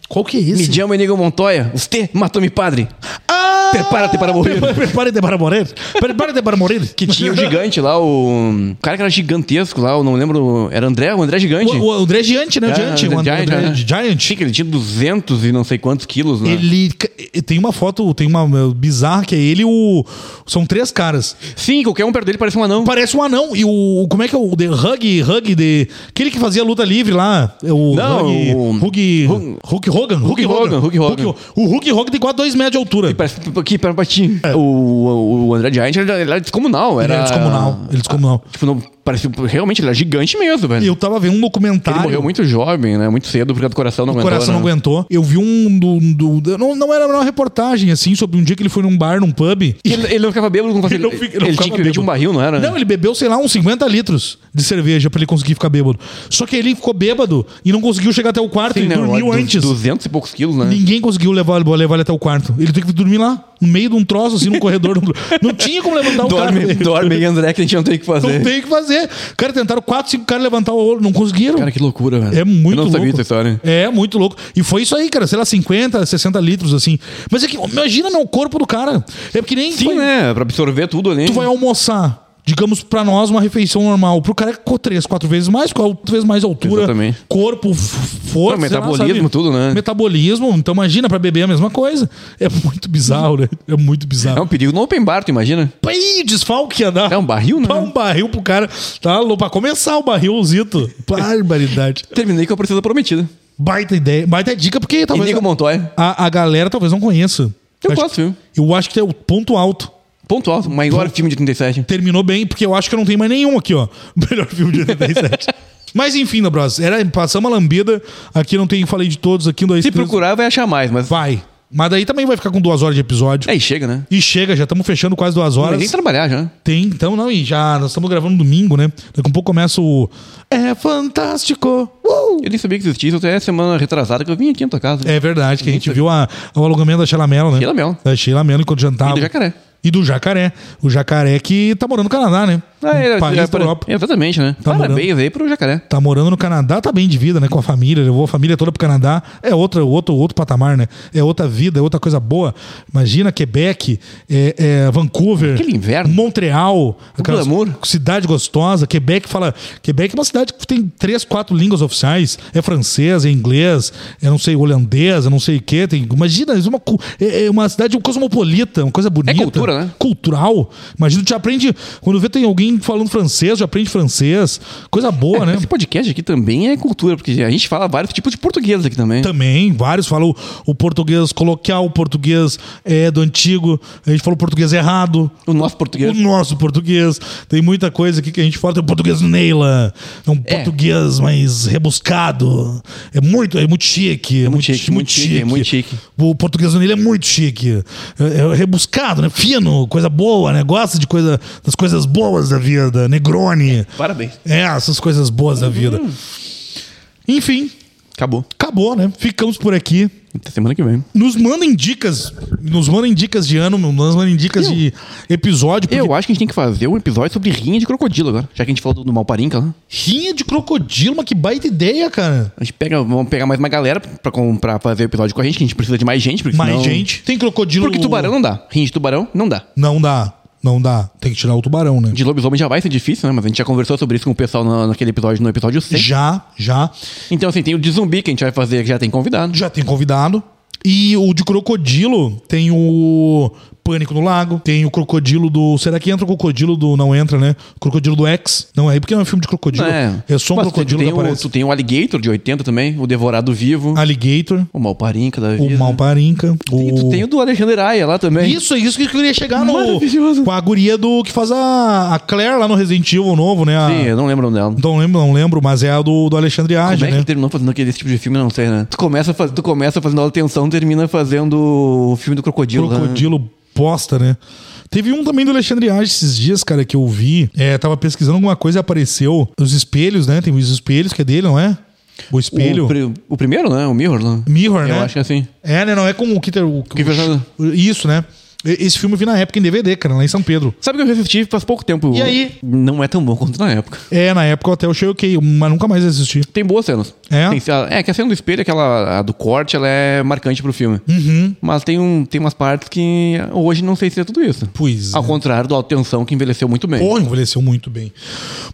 Speaker 1: Qual que é esse?
Speaker 2: Midian Enigo Montoya. Você matou-me, padre.
Speaker 1: Ah!
Speaker 2: Prepara-te para morrer.
Speaker 1: Prepare-te para morrer. Prepare-te para morrer.
Speaker 2: Que tinha o gigante lá, o... o cara que era gigantesco lá, eu não lembro. Era André, o André Gigante.
Speaker 1: O, o André Giante, né? O
Speaker 2: Ah,
Speaker 1: Giante. O André,
Speaker 2: né?
Speaker 1: Giant.
Speaker 2: Sim, que ele tinha 200 e não sei quantos quilos, né?
Speaker 1: Ele ca- tem uma foto, tem uma uma bizarra que é ele e o. São três caras.
Speaker 2: Sim, qualquer um perto dele parece um anão.
Speaker 1: Parece um anão. E o. Como é que é o. The Hug, Hug de. Aquele que fazia luta livre lá. é O
Speaker 2: Não,
Speaker 1: Hug.
Speaker 2: o-
Speaker 1: Hug.
Speaker 2: Hug-
Speaker 1: Hulk Hogan.
Speaker 2: Hulk Hogan, Hulk Hogan.
Speaker 1: O Hulk Hogan tem quase dois metros de altura.
Speaker 2: Parece que para batinho. O, o, o André Giant era, era descomunal.
Speaker 1: É. Ele era
Speaker 2: Era,
Speaker 1: descomunal. Ele é descomunal.
Speaker 2: Tipo, não, parecia, realmente ele era gigante mesmo, velho.
Speaker 1: E eu tava vendo um documentário.
Speaker 2: Ele morreu muito jovem, né? Muito cedo, porque o coração não
Speaker 1: O
Speaker 2: aguentou.
Speaker 1: coração não
Speaker 2: né?
Speaker 1: aguentou. Eu vi um do. do- não, não era uma reportagem, assim, sobre um dia que ele foi num bar, num pub. e-
Speaker 2: Ele, ele não ficava bêbado, não fazia,
Speaker 1: Ele
Speaker 2: ele,
Speaker 1: não fica- ele não
Speaker 2: ele
Speaker 1: ficava
Speaker 2: tinha que beber de
Speaker 1: bêbado.
Speaker 2: um barril, não era?
Speaker 1: Não, ele bebeu, sei lá, uns 50 litros de cerveja pra ele conseguir ficar bêbado. Só que ele ficou bêbado e não conseguiu chegar até o quarto
Speaker 2: Sim,
Speaker 1: ele
Speaker 2: né?
Speaker 1: dormiu
Speaker 2: Du-
Speaker 1: antes.
Speaker 2: 200 e poucos quilos, né?
Speaker 1: Ninguém conseguiu levar, levar ele até o quarto. Ele teve que dormir lá, no meio de um troço, assim, no corredor. Não tinha como levantar o cara.
Speaker 2: Dorme,
Speaker 1: dele.
Speaker 2: dorme aí, André, que a gente não tem o que fazer.
Speaker 1: Não tem o que fazer. Cara, tentaram quatro, cinco caras levantar o olho, não conseguiram.
Speaker 2: Cara, que loucura, velho.
Speaker 1: É muito
Speaker 2: Eu não
Speaker 1: louco.
Speaker 2: sabia dessa história.
Speaker 1: É muito louco. E foi isso aí, cara. Sei lá, 50, 60 litros, assim. Mas é que, imagina, meu, o corpo do cara. É porque nem
Speaker 2: Sim,
Speaker 1: foi-
Speaker 2: né? Pra absorver tudo ali.
Speaker 1: tu vai almoçar. Digamos, pra nós, uma refeição normal. Pro cara é com três, quatro vezes mais, com quatro vezes mais altura.
Speaker 2: Exatamente.
Speaker 1: Corpo, f- força.
Speaker 2: Não,
Speaker 1: sei lá,
Speaker 2: metabolismo,
Speaker 1: sabe?
Speaker 2: tudo, né?
Speaker 1: Metabolismo. Então, imagina, pra beber é a mesma coisa. É muito bizarro, né? É muito
Speaker 2: É
Speaker 1: bizarro.
Speaker 2: um perigo no open bar, tu imagina?
Speaker 1: Pai, desfalque que ia dar.
Speaker 2: É um barril, né?
Speaker 1: Dá um barril pro cara. Tá louco. Pra começar o barrilzito. Barbaridade.
Speaker 2: Terminei com a princesa prometida.
Speaker 1: Baita ideia. Baita dica, porque
Speaker 2: E
Speaker 1: talvez
Speaker 2: Nico Montoya.
Speaker 1: a, a galera talvez não conheça.
Speaker 2: Eu
Speaker 1: Acho-
Speaker 2: gosto do filme.
Speaker 1: Eu acho que é o ponto alto.
Speaker 2: Ponto alto. Maior filme de 37.
Speaker 1: terminou bem, porque eu acho que eu não tenho mais nenhum aqui, ó. Melhor filme de 87. mas enfim, da Bros. Era passar uma lambida. Aqui não tem, falei de todos aqui, um, dois,
Speaker 2: Se
Speaker 1: três.
Speaker 2: procurar, vai achar mais, mas.
Speaker 1: Vai. Mas daí também vai ficar com duas horas de episódio.
Speaker 2: Aí chega, né?
Speaker 1: E chega, já estamos fechando quase duas
Speaker 2: Mas
Speaker 1: horas.
Speaker 2: nem tá- trabalhar já.
Speaker 1: Tem, então, não, e já nós estamos gravando domingo, né? Daqui a pouco começa o. É fantástico! Uh!
Speaker 2: Eu nem sabia que existia isso até a semana retrasada que eu vim aqui na tua casa.
Speaker 1: É verdade, que a gente viu a, o alongamento da Sheila Mello, né?
Speaker 2: Sheila Mello.
Speaker 1: Da Sheila Mello enquanto jantava.
Speaker 2: E do jacaré.
Speaker 1: E do jacaré. O jacaré que tá morando no Canadá, né?
Speaker 2: Ah, é,
Speaker 1: Um país
Speaker 2: é,
Speaker 1: da Europa.
Speaker 2: é, Exatamente, né?
Speaker 1: Tá
Speaker 2: Parabéns aí pro jacaré.
Speaker 1: tá morando no Canadá, tá bem de vida, né? Com a família, levou a família toda pro Canadá. É outra, outro, outro patamar, né? É outra vida, é outra coisa boa. Imagina Quebec, é, é Vancouver,
Speaker 2: Aquele inverno.
Speaker 1: Montreal, aquela
Speaker 2: glamour.
Speaker 1: cidade gostosa. Quebec fala. Quebec é uma cidade que tem três, quatro línguas oficiais. É francês, é inglês, é não sei, holandês, é não sei o quê. Tem, imagina, é uma, cu- é é uma cidade cosmopolita, uma coisa bonita.
Speaker 2: cultura, né?
Speaker 1: Cultural. Imagina, tu já aprende. Quando vê tem alguém falando francês, já aprende francês. Coisa boa, né?
Speaker 2: Esse podcast aqui também é cultura, porque a gente fala vários tipos de português aqui também.
Speaker 1: Também, vários falam o português coloquial, o português é do antigo, a gente fala o português errado,
Speaker 2: O nosso
Speaker 1: o
Speaker 2: português.
Speaker 1: nosso português. Tem muita coisa aqui que a gente fala, tem o português Neila, é um português mais rebuscado. É muito, é muito chique. É, muito,
Speaker 2: chique, muito chique, é muito chique.
Speaker 1: O português Neila é muito chique. É, é rebuscado, né? Fino, coisa boa, né? Gosta de coisa, das coisas boas da vida, Negroni.
Speaker 2: Parabéns.
Speaker 1: É, essas coisas boas da vida.
Speaker 2: Uhum.
Speaker 1: Enfim,
Speaker 2: Acabou.
Speaker 1: acabou, né? Ficamos por aqui.
Speaker 2: Até semana que vem.
Speaker 1: Nos mandem dicas. Nos mandem dicas de ano, nos mandem dicas de episódio. porque
Speaker 2: Eu acho que a gente tem que fazer um episódio sobre rinha de crocodilo agora. Já que a gente falou do, do Malparinca lá.
Speaker 1: Rinha de crocodilo, mas que baita ideia, cara.
Speaker 2: A gente pega, vamos pegar mais uma galera pra, com- pra fazer o episódio com a gente, que a gente precisa de mais gente. Porque
Speaker 1: Mais
Speaker 2: senão-
Speaker 1: gente. Tem crocodilo.
Speaker 2: Porque tubarão não dá. Rinha de tubarão não dá.
Speaker 1: Não dá. Não dá. Tem que tirar o tubarão, né?
Speaker 2: De lobisomem já vai ser difícil, né? Mas a gente já conversou sobre isso com o pessoal na- naquele episódio, no episódio 100.
Speaker 1: Já, já.
Speaker 2: Então, assim, tem o de zumbi que a gente vai fazer, que já tem convidado.
Speaker 1: Já tem convidado. E o de crocodilo tem o Pânico no Lago, tem o crocodilo do. Será que entra o crocodilo do. Não entra, né? Crocodilo do X. Não, aí porque não é um filme de crocodilo. É, só um
Speaker 2: Mas tu
Speaker 1: crocodilo que
Speaker 2: tem o,
Speaker 1: aparece.
Speaker 2: Tu tem o Alligator de 80 também, o Devorado Vivo,
Speaker 1: Alligator,
Speaker 2: o Malparinca da vida.
Speaker 1: o Malparinca.
Speaker 2: E tu tem o do Alexandre Aia lá também.
Speaker 1: Isso, é isso que eu queria chegar no.
Speaker 2: Maravilhoso.
Speaker 1: Com a guria do que faz a, a Claire lá no Resident Evil novo, né? A-
Speaker 2: Sim, é. eu não lembro o nome dela.
Speaker 1: Não lembro, não lembro, mas é a do, do Alexandre Age,
Speaker 2: Como é que
Speaker 1: né?
Speaker 2: tu terminou fazendo aquele esse tipo de filme? Não sei, né? Tu começa, faz, tu começa fazendo aula de tensão, termina fazendo o filme do crocodilo. lá, né?
Speaker 1: Crocodilo posta, né? Teve um também do Alexandre Age esses dias, cara, que eu vi. É, tava pesquisando alguma coisa e apareceu. Os espelhos, né? Tem os espelhos, que é dele, não é? O espelho.
Speaker 2: O, pri- o primeiro, né? O Mirror lá.
Speaker 1: Mirror,
Speaker 2: Eu
Speaker 1: né?
Speaker 2: acho que é assim.
Speaker 1: É, né? Não é com o Kitter. O,
Speaker 2: Kiefer Sutherland.
Speaker 1: o- isso, né? E- Esse filme eu vi na época em DVD, cara, lá em São Pedro.
Speaker 2: Sabe que eu assisti faz pouco tempo.
Speaker 1: E aí?
Speaker 2: Não é tão bom quanto na época.
Speaker 1: É, na época eu até achei ok, mas nunca mais assisti.
Speaker 2: Tem boas cenas.
Speaker 1: É?
Speaker 2: Tem- é que a cena do espelho, aquela a do corte, ela é marcante pro filme.
Speaker 1: Uhum.
Speaker 2: Mas tem, um, tem umas partes que hoje não sei se é tudo isso.
Speaker 1: Pois
Speaker 2: Ao
Speaker 1: é.
Speaker 2: contrário do Alto Tensão, que envelheceu muito bem.
Speaker 1: Pô, envelheceu muito bem.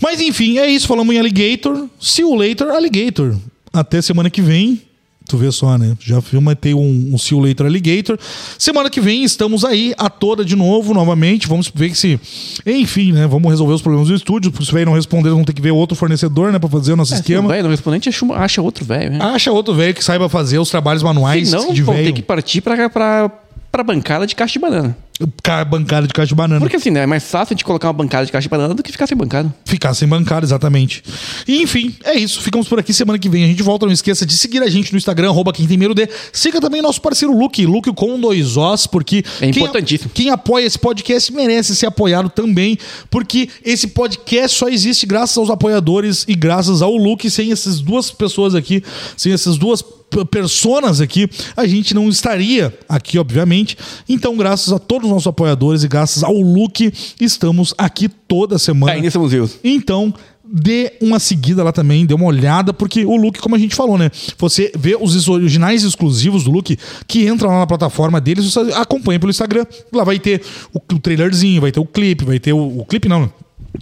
Speaker 1: Mas enfim, é isso. Falamos em Alligator. See you later, Alligator. Até semana que vem. Tu vê só, né? Já filmatei um, um See you later, Alligator. Semana que vem estamos aí, a toda de novo, novamente. Vamos ver se. Enfim, né? Vamos resolver os problemas do estúdio. Se o velho não responder, vão ter que ver outro fornecedor, né? Pra fazer o nosso
Speaker 2: Não,
Speaker 1: esquema.
Speaker 2: É, velho, não respondente acha, uma- acha outro velho. né?
Speaker 1: Acha outro velho que saiba fazer os trabalhos manuais
Speaker 2: Se não,
Speaker 1: é de
Speaker 2: vão ter que
Speaker 1: velho.
Speaker 2: partir pra, pra, pra bancada de caixa de banana.
Speaker 1: Ca- Bancada de caixa de banana.
Speaker 2: Porque assim, né? É mais fácil a gente colocar uma bancada de caixa de banana do que ficar sem bancada.
Speaker 1: Ficar sem bancada, exatamente. E, enfim, é isso. Ficamos por aqui semana que vem. A gente volta. Não esqueça de seguir a gente no Instagram, arroba quem tem medo de. Siga também nosso parceiro Luke, Luke com dois Os, porque.
Speaker 2: É importantíssimo.
Speaker 1: Quem, quem apoia esse podcast merece ser apoiado também, porque esse podcast só existe graças aos apoiadores e graças ao Luke. Sem essas duas pessoas aqui, sem essas duas p- personas aqui, a gente não estaria aqui, obviamente. Então, graças a todos os nossos apoiadores e graças ao Luke, estamos aqui toda semana.
Speaker 2: Ainda somos vivos.
Speaker 1: Então, dê uma seguida lá também, dê uma olhada, porque o look, como a gente falou, né? Você vê os originais exclusivos do look que entram lá na plataforma deles, você acompanha pelo Instagram. Lá vai ter o, o trailerzinho, vai ter o clipe, vai ter o, o clipe não, né?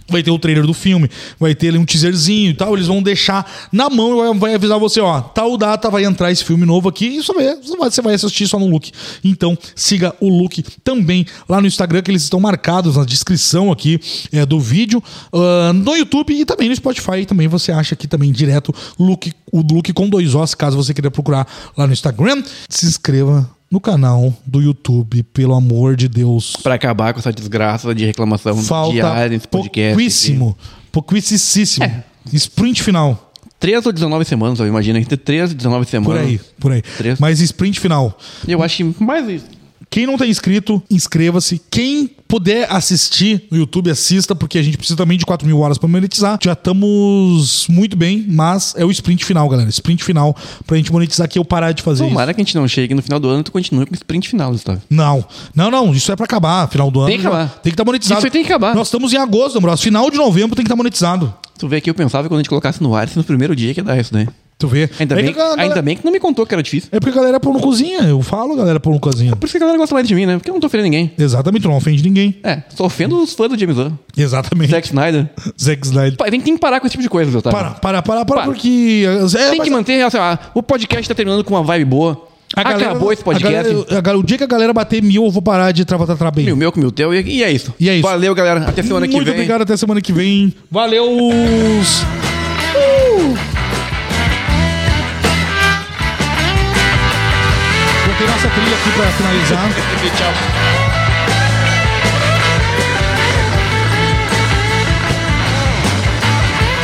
Speaker 1: Vai ter o trailer do filme, vai ter ali um teaserzinho e tal. Eles vão deixar na mão e vai- vai avisar você, ó, tal data vai entrar esse filme novo aqui e você vai, você vai assistir só no look. Então, siga o look também lá no Instagram, que eles estão marcados na descrição aqui é, do vídeo, ah, no YouTube e também no Spotify. Também você acha aqui também direto look, o look com dois Os, caso você queira procurar lá no Instagram. Se inscreva no canal do YouTube, pelo amor de Deus.
Speaker 2: Pra acabar com essa desgraça de reclamação
Speaker 1: Falta
Speaker 2: diária nesse podcast.
Speaker 1: pouquíssimo, pouquíssimo. Sprint final.
Speaker 2: 3 ou 19 semanas, eu imagino. Entre 13 e 19
Speaker 1: Por
Speaker 2: semanas.
Speaker 1: aí, por aí.
Speaker 2: Três.
Speaker 1: Mas sprint final.
Speaker 2: Eu acho que mais isso.
Speaker 1: Quem não tá inscrito, inscreva-se. Quem puder assistir no YouTube, assista, porque a gente precisa também de 4 mil horas pra monetizar. Já estamos muito bem, mas é o sprint final, galera. Sprint final pra gente monetizar que eu parar de fazer isso.
Speaker 2: Tomara que a gente não chegue no final do ano e tu continue com o sprint final, Gustavo.
Speaker 1: Não, não, não. Isso é pra acabar. Final do ano.
Speaker 2: Tem que
Speaker 1: já-
Speaker 2: acabar.
Speaker 1: Tem que estar monetizado.
Speaker 2: Isso aí tem que acabar.
Speaker 1: Nós estamos em agosto, Ambrose. Final de novembro tem que estar monetizado.
Speaker 2: Tu vê que eu pensava que quando a gente colocasse no ar, se no primeiro dia que ia dar isso, né?
Speaker 1: Tu vê.
Speaker 2: Ainda,
Speaker 1: É
Speaker 2: bem,
Speaker 1: que a galera-
Speaker 2: ainda bem que não me contou que era difícil.
Speaker 1: É porque a galera é pão no cozinha. Eu falo, galera, pão no cozinha.
Speaker 2: Por isso que a galera gosta mais de mim, né? Porque eu não tô ofendendo ninguém.
Speaker 1: Exatamente, tu não ofende ninguém.
Speaker 2: É, só ofendo os fãs do James Gunn.
Speaker 1: Exatamente.
Speaker 2: Zack Snyder.
Speaker 1: Zack Snyder.
Speaker 2: Pai, tem, tem que parar com esse tipo de coisa, Gustavo.
Speaker 1: Para, para, para, para,
Speaker 2: Para.
Speaker 1: porque. É,
Speaker 2: Tem que
Speaker 1: mas-
Speaker 2: manter, sei lá, o podcast tá terminando com uma vibe boa.
Speaker 1: a Tá galera-
Speaker 2: Acabou esse podcast.
Speaker 1: a galera- a galera- o dia que a galera bater mil, eu vou parar de travar tratar bem.
Speaker 2: Meu, meu, com meu, teu. E, e é isso.
Speaker 1: E é isso.
Speaker 2: Valeu, galera. Até semana que
Speaker 1: Muito
Speaker 2: vem.
Speaker 1: obrigado, até semana que vem. Valeus! Botei nossa trilha aqui pra finalizar.
Speaker 2: Tchau.